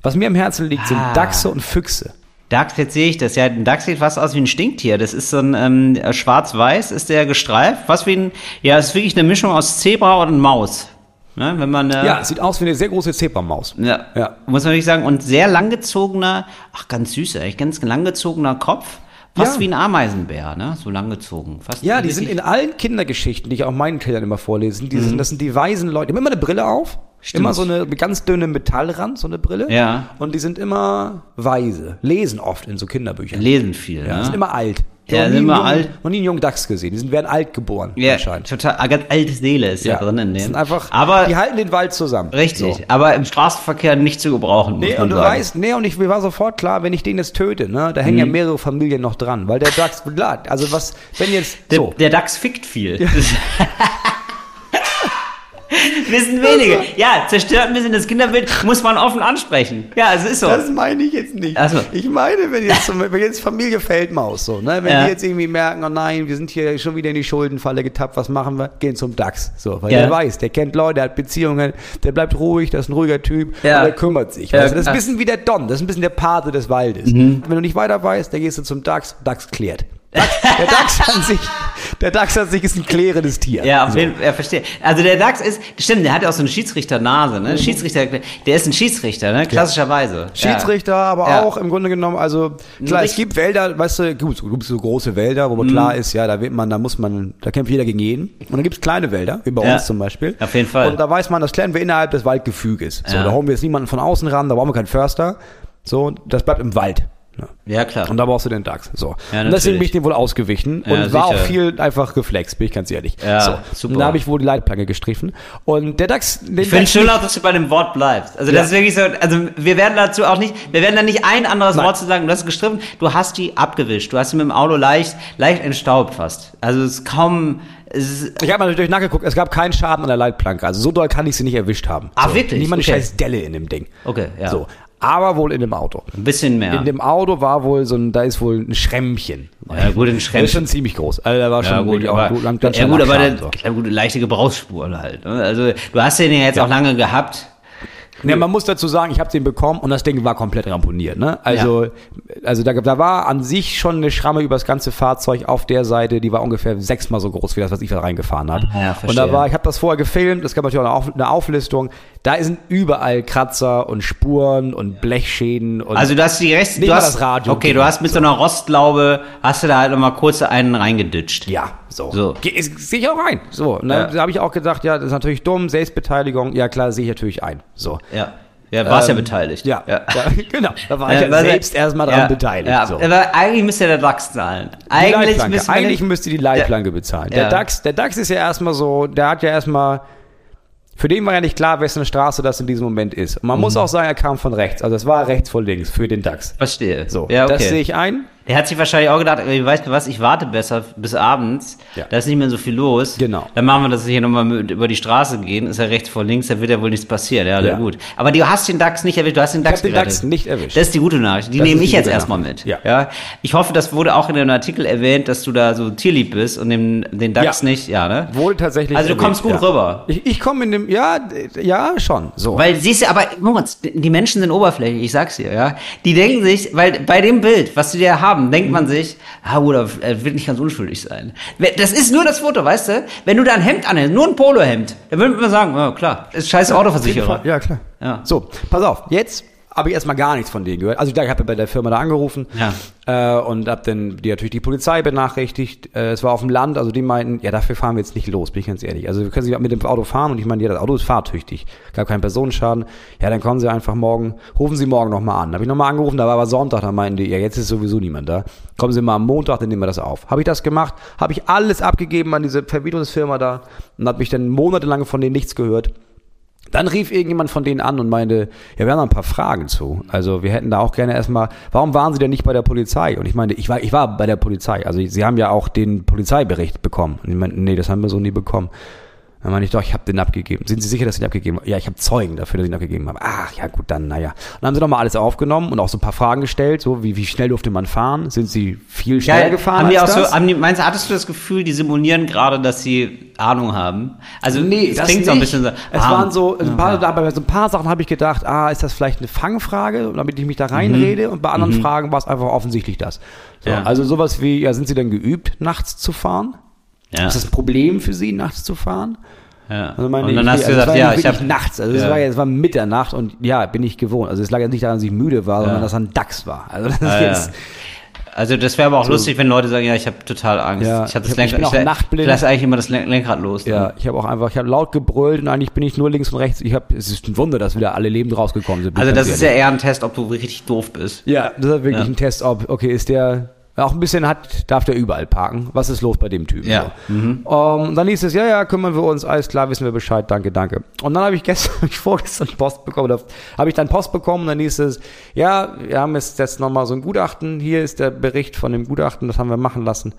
[SPEAKER 2] Was mir am Herzen liegt, sind
[SPEAKER 1] Ah.
[SPEAKER 2] Dachse und Füchse.
[SPEAKER 1] Dachs, jetzt sehe ich das. Ja, ein Dachs sieht fast aus wie ein Stinktier. Das ist so ein ähm, schwarz-weiß, ist der gestreift. Was wie ein, ja, ist wirklich eine Mischung aus Zebra und Maus. Ne? Wenn man, äh,
[SPEAKER 2] Ja, es sieht aus wie eine sehr große Zebramaus.
[SPEAKER 1] Ja.
[SPEAKER 2] Ja.
[SPEAKER 1] Muss man wirklich sagen. Und sehr langgezogener, ach ganz süß eigentlich, ganz langgezogener Kopf. Fast
[SPEAKER 2] Ja.
[SPEAKER 1] wie ein Ameisenbär, ne? So langgezogen. Fast
[SPEAKER 2] Ja, die sind
[SPEAKER 1] richtig-
[SPEAKER 2] in allen Kindergeschichten, die ich auch meinen Kindern immer vorlese, die sind, das sind die weisen Leute. Die haben immer eine Brille auf,
[SPEAKER 1] Mhm. Stimmt.
[SPEAKER 2] immer so eine ganz dünne Metallrand, so eine Brille.
[SPEAKER 1] Ja.
[SPEAKER 2] Und die sind immer weise, lesen oft in so Kinderbüchern.
[SPEAKER 1] lesen viel,
[SPEAKER 2] ja.
[SPEAKER 1] ne?
[SPEAKER 2] Sind immer alt. Ich
[SPEAKER 1] Ja,
[SPEAKER 2] hab noch
[SPEAKER 1] sind
[SPEAKER 2] nie einen
[SPEAKER 1] immer
[SPEAKER 2] jungen,
[SPEAKER 1] alt.
[SPEAKER 2] Noch nie einen jungen Dachs gesehen. Die sind, werden alt geboren,
[SPEAKER 1] ja,
[SPEAKER 2] anscheinend.
[SPEAKER 1] total, ah, ganz alte Seele ist ja, drin in
[SPEAKER 2] das
[SPEAKER 1] dem.
[SPEAKER 2] Sind einfach,
[SPEAKER 1] aber
[SPEAKER 2] die halten den Wald zusammen.
[SPEAKER 1] richtig,
[SPEAKER 2] So.
[SPEAKER 1] aber im Straßenverkehr nicht zu gebrauchen, muss
[SPEAKER 2] Nee,
[SPEAKER 1] man
[SPEAKER 2] und du
[SPEAKER 1] sagen. Mhm.
[SPEAKER 2] weißt, nee, und ich, mir war sofort klar, wenn ich den jetzt töte, ne, da hängen ja mehrere Familien noch dran, weil der Dachs, also was, wenn jetzt,
[SPEAKER 1] Der,
[SPEAKER 2] so.
[SPEAKER 1] der DAX fickt viel. Wissen wenige. Ja, zerstört ein bisschen das Kinderbild, muss man offen ansprechen. Ja, es ist so.
[SPEAKER 2] Das meine ich jetzt nicht.
[SPEAKER 1] Ach so.
[SPEAKER 2] Ich meine, wenn jetzt, zum, wenn jetzt Familie Feldmaus so, ne? wenn
[SPEAKER 1] Ja.
[SPEAKER 2] die jetzt irgendwie merken, oh nein, wir sind hier schon wieder in die Schuldenfalle getappt, was machen wir? Gehen zum DAX. So, weil
[SPEAKER 1] Ja.
[SPEAKER 2] der weiß, der kennt Leute, der hat Beziehungen, der bleibt ruhig, der ist ein ruhiger Typ
[SPEAKER 1] Ja.
[SPEAKER 2] und der kümmert sich.
[SPEAKER 1] Ja,
[SPEAKER 2] weißt du? das ist ein
[SPEAKER 1] ach. Mhm.
[SPEAKER 2] bisschen wie der Don, das ist ein bisschen der Pate des Waldes. Wenn du nicht weiter weißt, dann gehst du zum DAX, DAX klärt. DAX, der DAX an sich, der DAX an sich ist ein klärendes Tier.
[SPEAKER 1] Ja, auf
[SPEAKER 2] so.
[SPEAKER 1] jeden Fall, ja, verstehe. Also der DAX ist, stimmt, der hat ja auch so eine Schiedsrichternase,
[SPEAKER 2] Mhm.
[SPEAKER 1] ne? Schiedsrichter, der ist ein Schiedsrichter, ne? Klassischerweise. Ja.
[SPEAKER 2] Schiedsrichter, aber
[SPEAKER 1] Ja.
[SPEAKER 2] auch im Grunde genommen, also klar, es gibt Wälder, weißt du, gut, es gibt so große Wälder, wo
[SPEAKER 1] Mhm.
[SPEAKER 2] man klar ist, ja, da wird man, da muss man, da kämpft jeder gegen jeden. Und dann gibt es kleine Wälder, wie bei
[SPEAKER 1] Ja.
[SPEAKER 2] uns zum Beispiel.
[SPEAKER 1] Auf jeden Fall.
[SPEAKER 2] Und da weiß man, das klären wir innerhalb des Waldgefüges. So,
[SPEAKER 1] Ja.
[SPEAKER 2] da holen wir jetzt niemanden von außen ran, da brauchen wir keinen Förster. So, das bleibt im Wald. Ja.
[SPEAKER 1] Ja, klar.
[SPEAKER 2] Und da brauchst du den DAX. So.
[SPEAKER 1] Ja,
[SPEAKER 2] und deswegen
[SPEAKER 1] natürlich.
[SPEAKER 2] bin ich dem wohl ausgewichen
[SPEAKER 1] Ja,
[SPEAKER 2] und war auch
[SPEAKER 1] sicher.
[SPEAKER 2] viel einfach geflext, bin ich ganz ehrlich.
[SPEAKER 1] Ja,
[SPEAKER 2] so.
[SPEAKER 1] super.
[SPEAKER 2] Und da habe ich wohl die Leitplanke gestrichen. Und der DAX, den
[SPEAKER 1] Ich finde es schön auch, dass du bei dem Wort bleibst. Also
[SPEAKER 2] Ja.
[SPEAKER 1] das ist wirklich so, also wir werden dazu auch nicht, wir werden da nicht ein anderes
[SPEAKER 2] Nein.
[SPEAKER 1] Wort zu sagen, du hast gestriffen, du hast die abgewischt, du hast sie mit dem Auto leicht, leicht entstaubt fast. Also es ist kaum, es ist,
[SPEAKER 2] Ich habe mal natürlich nachgeguckt, es gab keinen Schaden an der Leitplanke. Also so doll kann ich sie nicht erwischt haben.
[SPEAKER 1] Ah,
[SPEAKER 2] so.
[SPEAKER 1] wirklich?
[SPEAKER 2] Niemand
[SPEAKER 1] Okay.
[SPEAKER 2] scheiß Delle in dem Ding.
[SPEAKER 1] okay, ja.
[SPEAKER 2] So. Aber wohl in dem Auto.
[SPEAKER 1] Ein bisschen mehr.
[SPEAKER 2] In dem Auto war wohl so ein, da ist wohl ein Schrämmchen.
[SPEAKER 1] Ja, gut, ein
[SPEAKER 2] Das ist
[SPEAKER 1] Schrämmchen.
[SPEAKER 2] schon ziemlich groß. Also da war schon wirklich auch gut, lang, ganz
[SPEAKER 1] ja,
[SPEAKER 2] schön
[SPEAKER 1] gut, aber
[SPEAKER 2] Abschaden,
[SPEAKER 1] eine ja, gut, leichte Gebrauchsspuren halt. ne? Also du hast den ja jetzt auch lange gehabt.
[SPEAKER 2] Ne, man muss dazu sagen, ich habe den bekommen und das Ding war komplett ramponiert. Ne? Also, also da, da war an sich schon eine Schramme über das ganze Fahrzeug auf der Seite, die war ungefähr sechsmal so groß wie das, was ich da reingefahren habe.
[SPEAKER 1] Ah, ja,
[SPEAKER 2] und
[SPEAKER 1] verstehe.
[SPEAKER 2] da war, ich habe das vorher gefilmt, es gab natürlich auch eine, auf, eine Auflistung. Da sind überall Kratzer und Spuren und Blechschäden und
[SPEAKER 1] Also du hast die Rest,
[SPEAKER 2] Nicht
[SPEAKER 1] du
[SPEAKER 2] mal
[SPEAKER 1] hast
[SPEAKER 2] das Radio.
[SPEAKER 1] Okay, du hast mit so einer Rostlaube hast du da halt nochmal kurz einen reingeditscht.
[SPEAKER 2] ja, so.
[SPEAKER 1] So.
[SPEAKER 2] Ge- es- Sehe ich auch ein. So, ne?
[SPEAKER 1] Ja.
[SPEAKER 2] da habe ich auch gedacht, ja, das ist natürlich dumm, Selbstbeteiligung. Ja klar, sehe ich natürlich ein. So.
[SPEAKER 1] Ja. Ja, warst ja
[SPEAKER 2] Ähm,
[SPEAKER 1] beteiligt.
[SPEAKER 2] Ja, ja. genau. Da war
[SPEAKER 1] Ja,
[SPEAKER 2] ich ja
[SPEAKER 1] warst ja-
[SPEAKER 2] selbst erstmal dran
[SPEAKER 1] ja,
[SPEAKER 2] beteiligt.
[SPEAKER 1] Ja,
[SPEAKER 2] so.
[SPEAKER 1] aber eigentlich müsste der DAX zahlen.
[SPEAKER 2] Die
[SPEAKER 1] Eigentlich
[SPEAKER 2] Leitplanke.
[SPEAKER 1] müsste
[SPEAKER 2] Eigentlich müsste die Leitplanke bezahlen. Der,
[SPEAKER 1] Ja.
[SPEAKER 2] DAX, der DAX ist ja erstmal so, der hat ja erstmal. Für den war ja nicht klar, wessen Straße das in diesem Moment ist. Und man muss
[SPEAKER 1] Mhm.
[SPEAKER 2] auch sagen, er kam von rechts. Also es war rechts vor links für den DAX.
[SPEAKER 1] Verstehe.
[SPEAKER 2] So,
[SPEAKER 1] ja, okay.
[SPEAKER 2] das sehe ich ein.
[SPEAKER 1] Der hat sich wahrscheinlich auch gedacht, ey, weißt du was, ich warte besser bis abends,
[SPEAKER 2] Ja.
[SPEAKER 1] da ist nicht mehr so viel los.
[SPEAKER 2] Genau.
[SPEAKER 1] Dann machen wir das hier nochmal mit- über die Straße gehen, ist ja rechts vor links, da wird ja wohl nichts passieren. Ja,
[SPEAKER 2] Ja.
[SPEAKER 1] gut. Aber du hast den DAX nicht erwischt, du hast den
[SPEAKER 2] Ich
[SPEAKER 1] DAX
[SPEAKER 2] habe den
[SPEAKER 1] gerettet.
[SPEAKER 2] DAX nicht erwischt.
[SPEAKER 1] Das ist die gute Nachricht, die
[SPEAKER 2] Das
[SPEAKER 1] nehme
[SPEAKER 2] ist die
[SPEAKER 1] ich jetzt
[SPEAKER 2] gute
[SPEAKER 1] erstmal
[SPEAKER 2] Nachricht.
[SPEAKER 1] mit.
[SPEAKER 2] Ja.
[SPEAKER 1] Ich hoffe, das wurde auch in dem Artikel erwähnt, dass du da so tierlieb bist und den, den DAX
[SPEAKER 2] Ja.
[SPEAKER 1] nicht, ja, ne?
[SPEAKER 2] Wurde tatsächlich.
[SPEAKER 1] Also du
[SPEAKER 2] erwähnt,
[SPEAKER 1] kommst gut
[SPEAKER 2] ja.
[SPEAKER 1] rüber.
[SPEAKER 2] Ich, ich komme in dem, ja, d- ja, schon. So.
[SPEAKER 1] Weil siehst du, aber Moritz, die Menschen sind oberflächlich, ich sag's dir, ja. Die denken sich, weil bei dem Bild, was sie da haben, denkt
[SPEAKER 2] Mhm.
[SPEAKER 1] man sich, ah, oder er wird nicht ganz unschuldig sein. Wenn- Das ist nur das Foto, weißt du? Wenn du da ein Hemd anhältst, nur ein Polohemd, dann würde man sagen, ja, klar, ist scheiß Autoversicherer.
[SPEAKER 2] Ja, klar.
[SPEAKER 1] Ja.
[SPEAKER 2] So, pass auf, jetzt habe ich erstmal gar nichts von denen gehört. Also ich habe bei der Firma da angerufen äh, und habe dann die, natürlich die Polizei benachrichtigt. Äh, es war auf dem Land, also die meinten, ja, dafür fahren wir jetzt nicht los, bin ich ganz ehrlich. Also wir können sie mit dem Auto fahren und ich meine, ja, das Auto ist fahrtüchtig, gab keinen Personenschaden. Ja, dann kommen sie einfach morgen, rufen sie morgen nochmal an. Habe ich nochmal angerufen, da war aber Sonntag, da meinten die, ja, jetzt ist sowieso niemand da. Kommen sie mal am Montag, dann nehmen wir das auf. Habe ich das gemacht, habe ich alles abgegeben an diese Vermietungsfirma da und habe mich dann monatelang von denen nichts gehört. Dann rief irgendjemand von denen an und meinte, ja, wir haben da ein paar Fragen zu. Also wir hätten da auch gerne erstmal, warum waren Sie denn nicht bei der Polizei? Und ich meinte, ich war, ich war bei der Polizei. Also Sie haben ja auch den Polizeibericht bekommen. Und ich meinte, nee, das haben wir so nie bekommen. Dann meine ich, doch, ich habe den abgegeben. Sind Sie sicher, dass Sie den abgegeben haben? Ja, ich habe Zeugen dafür, dass ich ihn abgegeben habe. Ach, ja, gut, dann, naja. Dann haben sie nochmal alles aufgenommen und auch so ein paar Fragen gestellt, so wie, wie schnell durfte man fahren? Sind Sie viel schneller
[SPEAKER 1] Ja,
[SPEAKER 2] gefahren
[SPEAKER 1] haben die auch
[SPEAKER 2] als
[SPEAKER 1] so,
[SPEAKER 2] das?
[SPEAKER 1] haben die, meinst du, hattest du das Gefühl, die simulieren gerade, dass sie Ahnung haben? Also, es klingt so ein
[SPEAKER 2] nicht.
[SPEAKER 1] bisschen so.
[SPEAKER 2] Es
[SPEAKER 1] ah,
[SPEAKER 2] waren so ein paar, da- bei so ein paar Sachen habe ich gedacht, ah, ist das vielleicht eine Fangfrage, damit ich mich da
[SPEAKER 1] Mhm.
[SPEAKER 2] reinrede? Und bei anderen Fragen war es einfach offensichtlich das. So,
[SPEAKER 1] Ja.
[SPEAKER 2] Also sowas wie, ja, sind Sie denn geübt, nachts zu fahren?
[SPEAKER 1] Ja,
[SPEAKER 2] Ist das ein Problem für Sie, nachts zu fahren?
[SPEAKER 1] ja.
[SPEAKER 2] Also meine
[SPEAKER 1] und dann
[SPEAKER 2] ich,
[SPEAKER 1] hast du
[SPEAKER 2] also es
[SPEAKER 1] gesagt,
[SPEAKER 2] war
[SPEAKER 1] ja,
[SPEAKER 2] nicht
[SPEAKER 1] ich habe
[SPEAKER 2] wirklich nachts, also es
[SPEAKER 1] ja.
[SPEAKER 2] war, es war Mitternacht und ja, bin ich gewohnt. Also es lag jetzt nicht daran, dass ich müde war, sondern dass ein Dachs war. Also das ist
[SPEAKER 1] Ah, ja.
[SPEAKER 2] jetzt,
[SPEAKER 1] Also das wäre aber auch lustig, wenn Leute sagen, ja, ich habe total Angst.
[SPEAKER 2] Ja,
[SPEAKER 1] ich habe
[SPEAKER 2] ich
[SPEAKER 1] das
[SPEAKER 2] hab- ich
[SPEAKER 1] Lenkrad.
[SPEAKER 2] bin auch nachtblind.
[SPEAKER 1] lasse eigentlich immer das Len- Lenkrad los. ne?
[SPEAKER 2] ja, ich habe auch einfach, ich habe laut gebrüllt und eigentlich bin ich nur links und rechts. Ich habe, es ist ein Wunder, dass wieder alle lebend rausgekommen sind. bin
[SPEAKER 1] Also
[SPEAKER 2] ich
[SPEAKER 1] das
[SPEAKER 2] ganz
[SPEAKER 1] ist ja
[SPEAKER 2] ehrlich.
[SPEAKER 1] eher ein Test, ob du richtig doof bist.
[SPEAKER 2] ja, das ist wirklich
[SPEAKER 1] Ja.
[SPEAKER 2] ein Test, ob okay, ist der auch ein bisschen hat, darf der überall parken. Was ist los bei dem Typen?
[SPEAKER 1] Ja.
[SPEAKER 2] So. Ähm, dann hieß es, ja, ja, kümmern wir uns, alles klar, wissen wir Bescheid, danke, danke. Und dann habe ich gestern, hab ich vorgestern Post bekommen, oder habe ich dann Post bekommen, dann hieß es, ja, wir haben jetzt, jetzt nochmal so ein Gutachten, hier ist der Bericht von dem Gutachten, das haben wir machen lassen.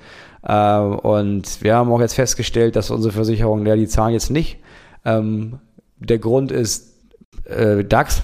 [SPEAKER 2] Ähm, und wir haben auch jetzt festgestellt, dass unsere Versicherung, ja, die zahlen jetzt nicht. Ähm, der Grund ist äh, DAX.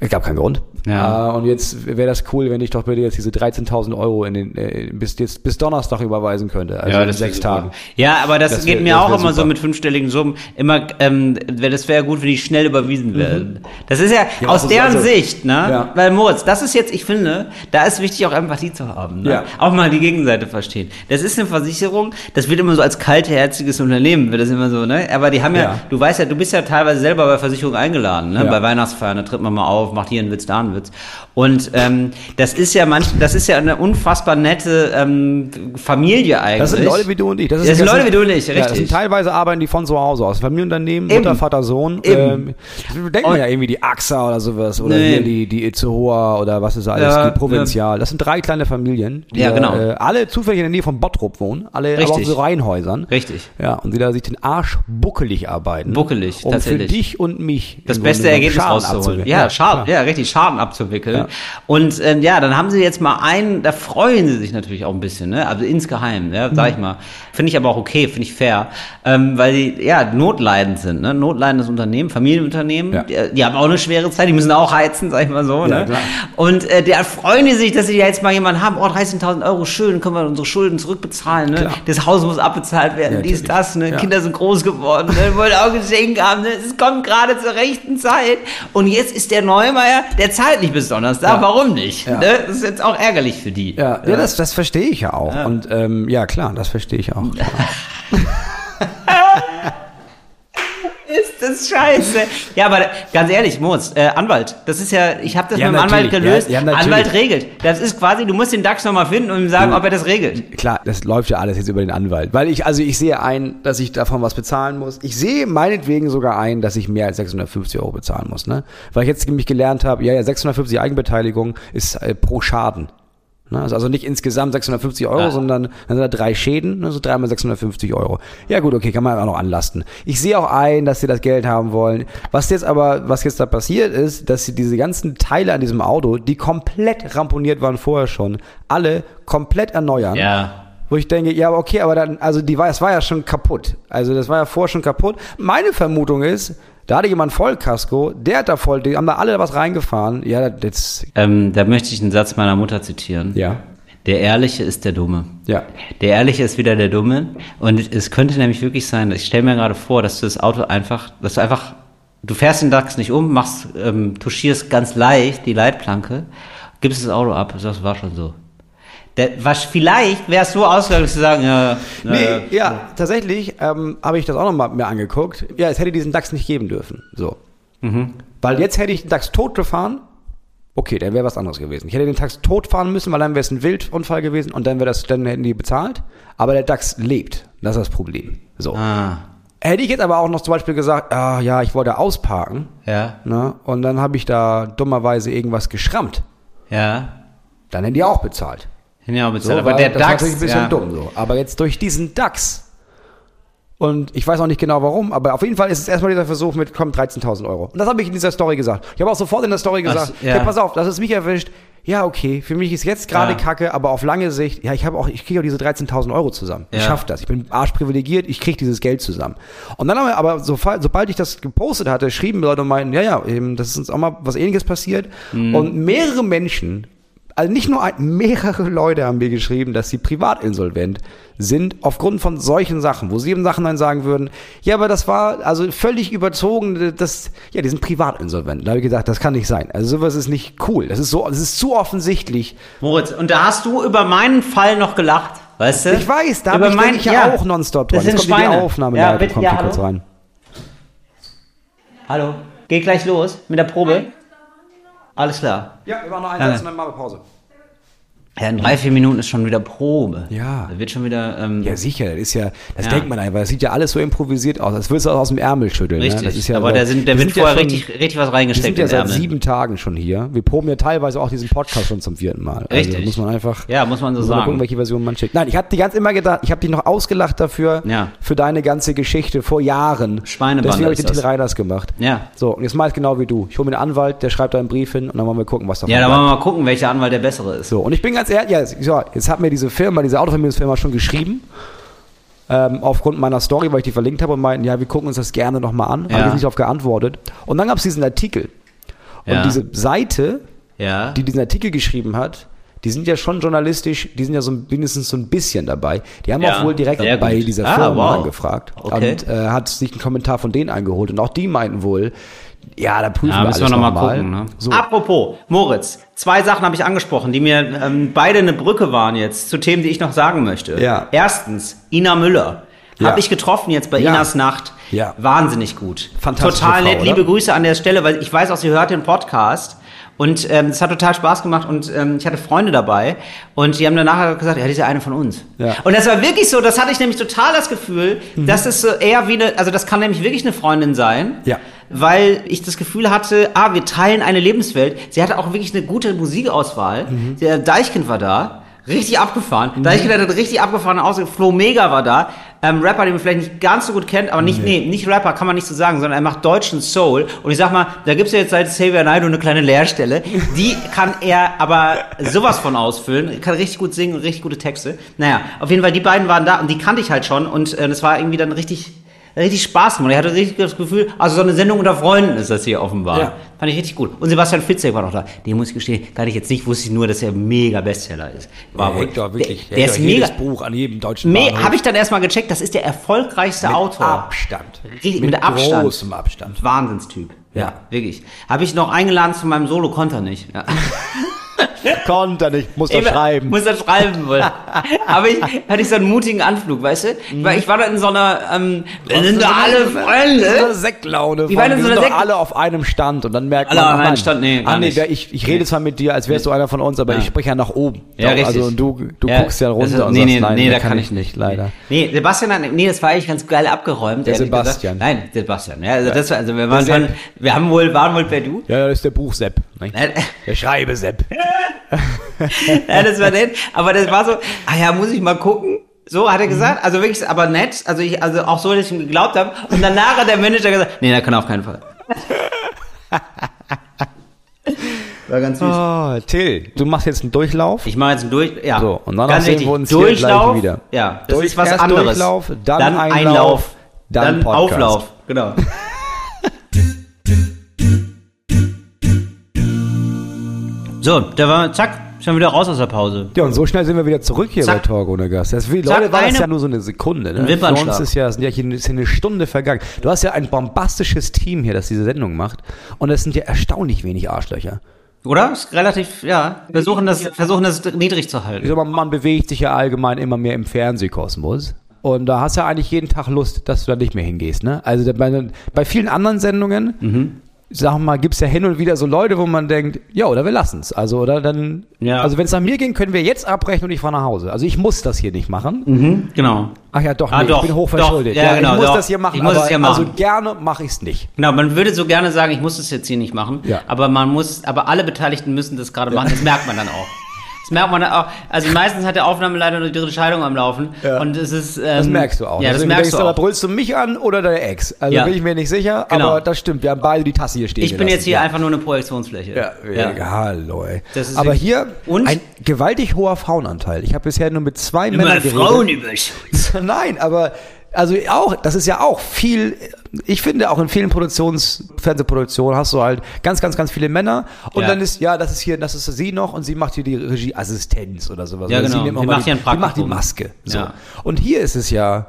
[SPEAKER 2] Es gab keinen Grund.
[SPEAKER 1] Ja.
[SPEAKER 2] Äh, und jetzt wäre das cool, wenn ich doch bitte jetzt diese 13.000 Euro in den, äh, bis, jetzt, bis Donnerstag überweisen könnte. Also in sechs
[SPEAKER 1] wär super.
[SPEAKER 2] Tagen.
[SPEAKER 1] Ja, aber das,
[SPEAKER 2] Das wär-
[SPEAKER 1] geht mir
[SPEAKER 2] das
[SPEAKER 1] auch
[SPEAKER 2] wär
[SPEAKER 1] immer so
[SPEAKER 2] super.
[SPEAKER 1] mit fünfstelligen Summen. Immer, ähm, wär, das wäre gut, wenn die schnell überwiesen werden. Das ist ja,
[SPEAKER 2] Mhm. Ja,
[SPEAKER 1] aus
[SPEAKER 2] also-
[SPEAKER 1] deren
[SPEAKER 2] also-
[SPEAKER 1] Sicht, ne?
[SPEAKER 2] Ja.
[SPEAKER 1] Weil Moritz, das ist jetzt, ich finde, da ist wichtig auch Empathie zu haben. Ne?
[SPEAKER 2] Ja.
[SPEAKER 1] Auch mal die Gegenseite verstehen. Das ist eine Versicherung, das wird immer so als kaltherziges Unternehmen, wird das immer so, ne? Aber die haben ja,
[SPEAKER 2] Ja.
[SPEAKER 1] du weißt ja, du bist ja teilweise selber bei Versicherungen eingeladen, ne?
[SPEAKER 2] Ja.
[SPEAKER 1] Bei Weihnachtsfeiern, da tritt man mal auf, macht hier einen Witz, da einen Witz. Und ähm, das ist ja manch, das ist ja eine unfassbar nette ähm, Familie eigentlich.
[SPEAKER 2] Das sind Leute wie du und ich.
[SPEAKER 1] Das sind
[SPEAKER 2] das
[SPEAKER 1] Leute wie du und ich,
[SPEAKER 2] Ja, das sind
[SPEAKER 1] richtig.
[SPEAKER 2] teilweise arbeiten die von zu Hause aus. Familienunternehmen,
[SPEAKER 1] Eben.
[SPEAKER 2] Mutter, Vater, Sohn.
[SPEAKER 1] Eben.
[SPEAKER 2] Ähm, denken wir ja irgendwie die AXA oder sowas oder
[SPEAKER 1] Nee.
[SPEAKER 2] hier die, die Itzehoa oder was ist alles,
[SPEAKER 1] Ja,
[SPEAKER 2] die Provinzial. Das sind drei kleine Familien, die
[SPEAKER 1] Ja,
[SPEAKER 2] da,
[SPEAKER 1] genau.
[SPEAKER 2] äh, alle zufällig in der Nähe von Bottrop wohnen, alle aber
[SPEAKER 1] Richtig.
[SPEAKER 2] auf so Reihenhäusern.
[SPEAKER 1] Richtig.
[SPEAKER 2] Ja, und die da sich den Arsch buckelig arbeiten.
[SPEAKER 1] Buckelig,
[SPEAKER 2] um
[SPEAKER 1] tatsächlich.
[SPEAKER 2] für dich und mich
[SPEAKER 1] das
[SPEAKER 2] im Grunde
[SPEAKER 1] beste
[SPEAKER 2] genommen
[SPEAKER 1] Ergebnis
[SPEAKER 2] Schaden
[SPEAKER 1] rauszuholen.
[SPEAKER 2] abzuwenden.
[SPEAKER 1] Ja, Schaden,
[SPEAKER 2] klar.
[SPEAKER 1] ja, richtig, Schaden abzuwickeln.
[SPEAKER 2] Ja.
[SPEAKER 1] Und ähm, ja, dann haben sie jetzt mal einen, da freuen sie sich natürlich auch ein bisschen, ne? Also insgeheim, ja, sag
[SPEAKER 2] Mhm.
[SPEAKER 1] ich mal. Finde ich aber auch okay, finde ich fair. Ähm, weil die, ja, notleidend sind, ne? Notleidendes Unternehmen, Familienunternehmen,
[SPEAKER 2] Ja.
[SPEAKER 1] die, die haben auch eine schwere Zeit, die müssen auch heizen, sag ich mal so.
[SPEAKER 2] Ja,
[SPEAKER 1] ne?
[SPEAKER 2] klar.
[SPEAKER 1] Und äh, da freuen die sich, dass sie jetzt mal jemanden haben, oh, 13.000 Euro, schön, können wir unsere Schulden zurückbezahlen, ne?
[SPEAKER 2] Klar.
[SPEAKER 1] Das Haus muss abbezahlt werden,
[SPEAKER 2] Ja,
[SPEAKER 1] dies,
[SPEAKER 2] natürlich.
[SPEAKER 1] das, ne?
[SPEAKER 2] Ja.
[SPEAKER 1] Kinder sind groß geworden, ne? wollen auch Geschenke haben, ne? es kommt gerade zur rechten Zeit. Und jetzt ist der Neumeier, der zahlt nicht bis Donnerstag,
[SPEAKER 2] Ja.
[SPEAKER 1] warum nicht?
[SPEAKER 2] Ja.
[SPEAKER 1] Ne? Das ist jetzt auch ärgerlich für die.
[SPEAKER 2] Ja, ja, das, das verstehe ich ja auch. Und ähm, ja, klar, das verstehe ich auch.
[SPEAKER 1] Ist das scheiße. Ja, aber ganz ehrlich, Moritz, äh, Anwalt, das ist ja, ich habe das
[SPEAKER 2] Ja,
[SPEAKER 1] mit dem Anwalt
[SPEAKER 2] natürlich.
[SPEAKER 1] gelöst.
[SPEAKER 2] Ja, ja, natürlich.
[SPEAKER 1] Anwalt regelt. Das ist quasi, du musst den DAX nochmal finden und ihm sagen,
[SPEAKER 2] Ja.
[SPEAKER 1] ob er das regelt.
[SPEAKER 2] Klar, das läuft ja alles jetzt über den Anwalt. Weil ich, also ich sehe ein, dass ich davon was bezahlen muss. Ich sehe meinetwegen sogar ein, dass ich mehr als 650 Euro bezahlen muss, ne? Weil ich jetzt nämlich gelernt habe, ja, ja, 650 Eigenbeteiligung ist äh, pro Schaden. Ne? Also also nicht insgesamt 650 Euro,
[SPEAKER 1] Ah.
[SPEAKER 2] sondern dann sind da drei Schäden, ne? so dreimal 650 Euro. Ja gut, okay, kann man auch noch anlasten. Ich sehe auch ein, dass sie das Geld haben wollen. Was jetzt aber, was jetzt da passiert ist, dass sie diese ganzen Teile an diesem Auto, die komplett ramponiert waren vorher schon, alle komplett erneuern.
[SPEAKER 1] Ja.
[SPEAKER 2] Wo ich denke, ja, aber okay, aber dann, also die war, es war ja schon kaputt. Also das war ja vorher schon kaputt. Meine Vermutung ist, da hatte jemand Vollkasko, der hat da voll, die haben da alle was reingefahren. Ja, das,
[SPEAKER 1] Ähm, da möchte ich einen Satz meiner Mutter zitieren.
[SPEAKER 2] ja,
[SPEAKER 1] Der Ehrliche ist der Dumme.
[SPEAKER 2] ja.
[SPEAKER 1] Der Ehrliche ist wieder der Dumme. Und es könnte nämlich wirklich sein, ich stelle mir gerade vor, dass du das Auto einfach, dass du einfach, du fährst den DAX nicht um, machst, ähm, touchierst ganz leicht die Leitplanke, gibst das Auto ab, das war schon so. Der, was, vielleicht wäre es so ausgegangen zu sagen, ja,
[SPEAKER 2] Nee,
[SPEAKER 1] äh,
[SPEAKER 2] ja, tatsächlich ähm, habe ich das auch nochmal mir angeguckt. Ja, es hätte diesen DAX nicht geben dürfen. So. Weil jetzt hätte ich den DAX tot gefahren. Okay, dann wäre was anderes gewesen. Ich hätte den DAX tot fahren müssen, weil dann wäre es ein Wildunfall gewesen und dann, wäre das, dann hätten die bezahlt. Aber der DAX lebt. Das ist das Problem. So.
[SPEAKER 1] ah,
[SPEAKER 2] Hätte ich jetzt aber auch noch zum Beispiel gesagt, ah, ja, ich wollte ausparken.
[SPEAKER 1] ja,
[SPEAKER 2] Ne? Und dann habe ich da dummerweise irgendwas geschrammt.
[SPEAKER 1] ja,
[SPEAKER 2] Dann hätten die auch bezahlt.
[SPEAKER 1] ja, aber
[SPEAKER 2] So,
[SPEAKER 1] halt aber
[SPEAKER 2] weil
[SPEAKER 1] der
[SPEAKER 2] das war
[SPEAKER 1] DAX,
[SPEAKER 2] natürlich ein bisschen
[SPEAKER 1] ja.
[SPEAKER 2] dumm so. Aber jetzt durch diesen DAX Und ich weiß auch nicht genau warum, aber auf jeden Fall ist es erstmal dieser Versuch mit, komm, 13.000 Euro. Und das habe ich in dieser Story gesagt. Ich habe auch sofort in der Story gesagt,
[SPEAKER 1] ja.
[SPEAKER 2] hey, pass auf, das ist mich erwischt. Ja, okay, für mich ist jetzt gerade
[SPEAKER 1] Ja.
[SPEAKER 2] Kacke, aber auf lange Sicht, ja, ich habe auch, ich kriege auch diese 13.000 Euro zusammen. Ich
[SPEAKER 1] Ja.
[SPEAKER 2] schaffe das. Ich bin arschprivilegiert, ich kriege dieses Geld zusammen. Und dann haben wir aber, sobald, sobald ich das gepostet hatte, schrieben Leute und meinten, ja, ja, eben, das ist uns auch mal was ähnliches passiert. Und mehrere Menschen, also nicht nur ein, mehrere Leute haben mir geschrieben, dass sie privat insolvent sind aufgrund von solchen Sachen, wo sie im Nachhinein sagen würden, ja, aber das war also völlig überzogen, das, ja, die sind privat insolvent. Da habe ich gedacht, das kann nicht sein. Also sowas ist nicht cool. Das ist so, das ist zu offensichtlich.
[SPEAKER 1] Moritz, und da hast du über meinen Fall noch gelacht, weißt du?
[SPEAKER 2] Ich weiß, da habe ich, denke ich ja, auch nonstop dran.
[SPEAKER 1] Das sind
[SPEAKER 2] Jetzt kommt hier
[SPEAKER 1] Schweine.
[SPEAKER 2] die Aufnahme,
[SPEAKER 1] ja,
[SPEAKER 2] Leitung,
[SPEAKER 1] bitte,
[SPEAKER 2] kommt
[SPEAKER 1] ja,
[SPEAKER 2] hier kurz
[SPEAKER 1] hallo.
[SPEAKER 2] rein.
[SPEAKER 1] hallo, geht gleich los mit der Probe. Alles klar.
[SPEAKER 2] Ja, wir machen noch einen
[SPEAKER 1] Danke. Satz und
[SPEAKER 2] dann machen wir Pause.
[SPEAKER 1] Ja, in drei, vier Minuten ist schon wieder Probe.
[SPEAKER 2] Ja.
[SPEAKER 1] Da wird schon wieder, ähm,
[SPEAKER 2] Ja, ne, sicher, das ist ja, das
[SPEAKER 1] Ja.
[SPEAKER 2] denkt man einfach, das sieht ja alles so improvisiert aus, als würdest du das aus dem Ärmel schütteln.
[SPEAKER 1] richtig.
[SPEAKER 2] ne? das ist ja
[SPEAKER 1] Aber da, sind, da
[SPEAKER 2] wir
[SPEAKER 1] wird
[SPEAKER 2] sind ja
[SPEAKER 1] vorher
[SPEAKER 2] schon-
[SPEAKER 1] richtig, richtig was
[SPEAKER 2] Wir sind
[SPEAKER 1] reingesteckt
[SPEAKER 2] ja
[SPEAKER 1] in
[SPEAKER 2] seit
[SPEAKER 1] Ärmel.
[SPEAKER 2] sieben Tagen schon hier. Wir proben ja teilweise auch diesen Podcast schon zum vierten Mal.
[SPEAKER 1] Richtig.
[SPEAKER 2] Also muss man einfach.
[SPEAKER 1] Ja, muss man so
[SPEAKER 2] mal
[SPEAKER 1] sagen.
[SPEAKER 2] gucken, welche Version man schickt. Nein, ich habe die ganz immer gedacht, ich habe dich noch ausgelacht dafür,
[SPEAKER 1] Ja.
[SPEAKER 2] für deine ganze Geschichte vor Jahren.
[SPEAKER 1] Schweinebande
[SPEAKER 2] Deswegen habe ich
[SPEAKER 1] ist
[SPEAKER 2] den Till
[SPEAKER 1] das.
[SPEAKER 2] Reiners gemacht.
[SPEAKER 1] Ja.
[SPEAKER 2] So, und jetzt mal genau wie du. Ich hole mir einen Anwalt, der schreibt da einen Brief hin und dann wollen wir gucken, was da
[SPEAKER 1] ja, da wollen wir mal gucken, welcher Anwalt der bessere ist.
[SPEAKER 2] so, und ich bin ganz ehrlich, ja, so, jetzt hat mir diese Firma, diese Autovermögensfirma schon geschrieben, ähm, aufgrund meiner Story, weil ich die verlinkt habe und meinten, ja, wir gucken uns das gerne nochmal an.
[SPEAKER 1] Ja.
[SPEAKER 2] Habe ich nicht darauf geantwortet. Und dann gab es diesen Artikel. Und
[SPEAKER 1] Ja.
[SPEAKER 2] diese Seite,
[SPEAKER 1] Ja.
[SPEAKER 2] die diesen Artikel geschrieben hat, die sind ja schon journalistisch, die sind ja so mindestens so ein bisschen dabei. Die haben
[SPEAKER 1] Ja,
[SPEAKER 2] auch wohl direkt
[SPEAKER 1] sehr
[SPEAKER 2] bei
[SPEAKER 1] gut.
[SPEAKER 2] dieser
[SPEAKER 1] Ah,
[SPEAKER 2] Firma
[SPEAKER 1] wow.
[SPEAKER 2] angefragt
[SPEAKER 1] Okay.
[SPEAKER 2] und äh, hat sich einen Kommentar von denen eingeholt. Und auch die meinten wohl, ja, da prüfen
[SPEAKER 1] Ja,
[SPEAKER 2] wir
[SPEAKER 1] müssen
[SPEAKER 2] alles
[SPEAKER 1] wir nochmal
[SPEAKER 2] nochmal.
[SPEAKER 1] gucken. Ne?
[SPEAKER 2] So.
[SPEAKER 1] Apropos, Moritz, zwei Sachen habe ich angesprochen, die mir ähm, beide eine Brücke waren jetzt zu Themen, die ich noch sagen möchte.
[SPEAKER 2] Ja.
[SPEAKER 1] Erstens, Ina Müller.
[SPEAKER 2] Ja.
[SPEAKER 1] Habe ich getroffen jetzt bei
[SPEAKER 2] Ja.
[SPEAKER 1] Inas Nacht.
[SPEAKER 2] Ja.
[SPEAKER 1] Wahnsinnig gut.
[SPEAKER 2] Fantastische
[SPEAKER 1] Total
[SPEAKER 2] Frau,
[SPEAKER 1] nett.
[SPEAKER 2] oder?
[SPEAKER 1] Liebe Grüße an der Stelle, weil ich weiß auch, sie hört den Podcast. Und ähm, es hat total Spaß gemacht und ähm, ich hatte Freunde dabei und die haben dann nachher gesagt, ja, die ist ja eine von uns.
[SPEAKER 2] Ja. Mhm.
[SPEAKER 1] Und das war wirklich so, das hatte ich nämlich total das Gefühl, das ist so eher wie eine, also das kann nämlich wirklich eine Freundin sein
[SPEAKER 2] Ja.
[SPEAKER 1] weil ich das Gefühl hatte, ah, wir teilen eine Lebenswelt. Sie hatte auch wirklich eine gute Musikauswahl. Der Deichkind war da, richtig abgefahren. Deichkind hatte eine richtig abgefahrene Auswahl. Flo Mega war da. Ähm, Rapper, den man vielleicht nicht ganz so gut kennt, aber nicht, nee. nicht Rapper, kann man nicht so sagen, sondern er macht deutschen Soul. Und ich sag mal, da gibt's ja jetzt seit Xavier Naidoo eine kleine Leerstelle. Die kann er aber sowas von ausfüllen. Kann richtig gut singen und richtig gute Texte. Naja, auf jeden Fall, die beiden waren da und die kannte ich halt schon. Und äh, das war irgendwie dann richtig richtig Spaß gemacht. Ich hatte richtig das Gefühl, also so eine Sendung unter Freunden ist das hier offenbar.
[SPEAKER 2] Ja.
[SPEAKER 1] Fand ich richtig gut. Und Sebastian Fitzek war noch da. Den muss ich gestehen, kann ich jetzt nicht, wusste ich nur, dass er mega Bestseller ist. War
[SPEAKER 2] Der
[SPEAKER 1] wohl-
[SPEAKER 2] hängt doch wirklich,
[SPEAKER 1] Der, der
[SPEAKER 2] hängt
[SPEAKER 1] ist
[SPEAKER 2] doch jedes
[SPEAKER 1] mega.
[SPEAKER 2] Buch an jedem deutschen
[SPEAKER 1] Me
[SPEAKER 2] Bahnhof.
[SPEAKER 1] habe ich dann erstmal gecheckt, das ist der erfolgreichste
[SPEAKER 2] mit
[SPEAKER 1] Autor.
[SPEAKER 2] Abstand.
[SPEAKER 1] Richtig, mit Abstand.
[SPEAKER 2] großem Abstand.
[SPEAKER 1] Wahnsinnstyp.
[SPEAKER 2] Ja.
[SPEAKER 1] Wirklich. Habe ich noch eingeladen zu meinem Solo, konnte er nicht. Ja.
[SPEAKER 2] Konnte nicht, muss
[SPEAKER 1] Immer- Muss das schreiben wollen. Aber ich hatte ich so einen mutigen Anflug, weißt du?
[SPEAKER 2] Mhm.
[SPEAKER 1] Weil ich war da in so einer, ähm, wir sind da alle Freunde.
[SPEAKER 2] Sektlaune.
[SPEAKER 1] Die waren in
[SPEAKER 2] von-
[SPEAKER 1] so
[SPEAKER 2] wir
[SPEAKER 1] einer
[SPEAKER 2] sind doch
[SPEAKER 1] Sekt-
[SPEAKER 2] alle auf einem Stand und dann merkt
[SPEAKER 1] Alle
[SPEAKER 2] man,
[SPEAKER 1] auf
[SPEAKER 2] ach
[SPEAKER 1] einem
[SPEAKER 2] nein.
[SPEAKER 1] Stand, nee, gar
[SPEAKER 2] ah, nee,
[SPEAKER 1] nicht.
[SPEAKER 2] wer- ich, ich rede zwar mit dir, als wärst du einer von uns, aber
[SPEAKER 1] Ja.
[SPEAKER 2] ich spreche ja nach oben.
[SPEAKER 1] Ja,
[SPEAKER 2] Doch,
[SPEAKER 1] richtig.
[SPEAKER 2] Also und du, du
[SPEAKER 1] Ja,
[SPEAKER 2] guckst ja
[SPEAKER 1] das
[SPEAKER 2] runter
[SPEAKER 1] ist-
[SPEAKER 2] und
[SPEAKER 1] nee,
[SPEAKER 2] sagst,
[SPEAKER 1] nee,
[SPEAKER 2] nein,
[SPEAKER 1] nee,
[SPEAKER 2] da
[SPEAKER 1] da
[SPEAKER 2] kann,
[SPEAKER 1] kann
[SPEAKER 2] ich
[SPEAKER 1] ich
[SPEAKER 2] nicht, leider.
[SPEAKER 1] Nee, Sebastian hat, nee, das war eigentlich ganz geil abgeräumt. ehrlich
[SPEAKER 2] Sebastian.
[SPEAKER 1] Gesagt. Nein, Sebastian. Ja, also das war, also wir waren
[SPEAKER 2] Der
[SPEAKER 1] schon,
[SPEAKER 2] Sepp.
[SPEAKER 1] wir haben wohl, waren wohl per Du.
[SPEAKER 2] Ja, das ist der Buchsepp. ne?
[SPEAKER 1] Nein,
[SPEAKER 2] Der Schreibesepp.
[SPEAKER 1] ja, das war nett. Aber das war so, ah ja, muss ich mal gucken. So
[SPEAKER 2] Mhm.
[SPEAKER 1] hat er gesagt, also wirklich, aber nett, also ich, also auch so, dass ich ihm geglaubt habe. Und danach hat der Manager gesagt, nee, der kann auf keinen Fall. War ganz süß.
[SPEAKER 2] Oh, Till, du machst jetzt einen Durchlauf.
[SPEAKER 1] Ich mache jetzt einen Durch, ja.
[SPEAKER 2] So, und danach
[SPEAKER 1] Ganz
[SPEAKER 2] sehen
[SPEAKER 1] wichtig,
[SPEAKER 2] wir uns hier
[SPEAKER 1] Durchlauf,
[SPEAKER 2] gleich wieder.
[SPEAKER 1] Ja, das
[SPEAKER 2] Durch-
[SPEAKER 1] ist was
[SPEAKER 2] erst
[SPEAKER 1] anderes.
[SPEAKER 2] Durchlauf, dann Einlauf, dann
[SPEAKER 1] dann
[SPEAKER 2] Podcast.
[SPEAKER 1] Auflauf, genau. so, da war, zack, schon wieder raus aus der Pause.
[SPEAKER 2] Ja, und so schnell sind wir wieder zurück hier
[SPEAKER 1] Zack.
[SPEAKER 2] bei Talk ohne Gast. Das, für die
[SPEAKER 1] Zack,
[SPEAKER 2] Leute war das
[SPEAKER 1] eine-
[SPEAKER 2] ja nur so eine Sekunde.
[SPEAKER 1] Ein
[SPEAKER 2] Ne? Für
[SPEAKER 1] Wimpernschlag.
[SPEAKER 2] uns ist ja, sind ja hier, ist hier eine Stunde vergangen. Du hast ja ein bombastisches Team hier, das diese Sendung macht. Und es sind ja erstaunlich wenig Arschlöcher.
[SPEAKER 1] Oder? Ist relativ, ja, versuchen das, versuchen das niedrig zu halten.
[SPEAKER 2] Ich sag mal, man bewegt sich ja allgemein immer mehr im Fernsehkosmos. Und da hast du ja eigentlich jeden Tag Lust, dass du da nicht mehr hingehst. Ne? Also bei, bei vielen anderen Sendungen,
[SPEAKER 1] Mhm.
[SPEAKER 2] sagen wir mal, gibt's ja hin und wieder so Leute, wo man denkt, ja, oder wir lassen's. Also, oder dann,
[SPEAKER 1] Ja.
[SPEAKER 2] also wenn es nach mir ging, können wir jetzt abbrechen und ich fahre nach Hause. Also ich muss das hier nicht machen.
[SPEAKER 1] Mhm, genau.
[SPEAKER 2] Ach ja, doch,
[SPEAKER 1] Ah,
[SPEAKER 2] nee,
[SPEAKER 1] doch,
[SPEAKER 2] ich bin hochverschuldet.
[SPEAKER 1] doch, ja, genau,
[SPEAKER 2] ich muss
[SPEAKER 1] doch.
[SPEAKER 2] das hier machen,
[SPEAKER 1] Ich muss
[SPEAKER 2] aber
[SPEAKER 1] es hier machen.
[SPEAKER 2] also gerne mache ich es nicht.
[SPEAKER 1] Genau, man würde so gerne sagen, ich muss das jetzt hier nicht machen,
[SPEAKER 2] Ja.
[SPEAKER 1] aber man muss, aber alle Beteiligten müssen das gerade machen, das merkt man dann auch. Das merkt man auch. Also meistens hat der Aufnahmeleiter nur die dritte Scheidung am Laufen.
[SPEAKER 2] Ja.
[SPEAKER 1] Und es ist. Ähm,
[SPEAKER 2] Das merkst du auch.
[SPEAKER 1] Ja, das
[SPEAKER 2] Deswegen
[SPEAKER 1] merkst
[SPEAKER 2] denkst
[SPEAKER 1] du
[SPEAKER 2] Aber
[SPEAKER 1] auch.
[SPEAKER 2] brüllst du mich an oder deine Ex? Also
[SPEAKER 1] Ja.
[SPEAKER 2] bin ich mir nicht sicher,
[SPEAKER 1] Genau.
[SPEAKER 2] aber das stimmt. Wir haben beide die Tasse hier stehen
[SPEAKER 1] Ich bin
[SPEAKER 2] gelassen.
[SPEAKER 1] jetzt hier
[SPEAKER 2] ja.
[SPEAKER 1] einfach nur eine Projektionsfläche.
[SPEAKER 2] Ja, ja. hallo ey.
[SPEAKER 1] Das ist
[SPEAKER 2] aber
[SPEAKER 1] wirklich-
[SPEAKER 2] hier
[SPEAKER 1] Und?
[SPEAKER 2] ein gewaltig hoher Frauenanteil. Ich habe bisher nur mit zwei
[SPEAKER 1] Immer
[SPEAKER 2] Männern geredet.
[SPEAKER 1] Frauen übrig.
[SPEAKER 2] Nein, aber also auch, das ist ja auch viel, ich finde auch in vielen Produktions, Fernsehproduktionen hast du halt ganz, ganz, ganz viele Männer und
[SPEAKER 1] Ja.
[SPEAKER 2] dann ist, ja, das ist hier, das ist sie noch und sie macht hier die Regieassistenz oder sowas.
[SPEAKER 1] Ja,
[SPEAKER 2] Oder
[SPEAKER 1] genau.
[SPEAKER 2] Sie nimmt auch
[SPEAKER 1] Sie
[SPEAKER 2] mal
[SPEAKER 1] macht
[SPEAKER 2] die,
[SPEAKER 1] ja ein
[SPEAKER 2] die macht die
[SPEAKER 1] Praktikum.
[SPEAKER 2] Maske. So.
[SPEAKER 1] Ja.
[SPEAKER 2] Und hier ist es ja,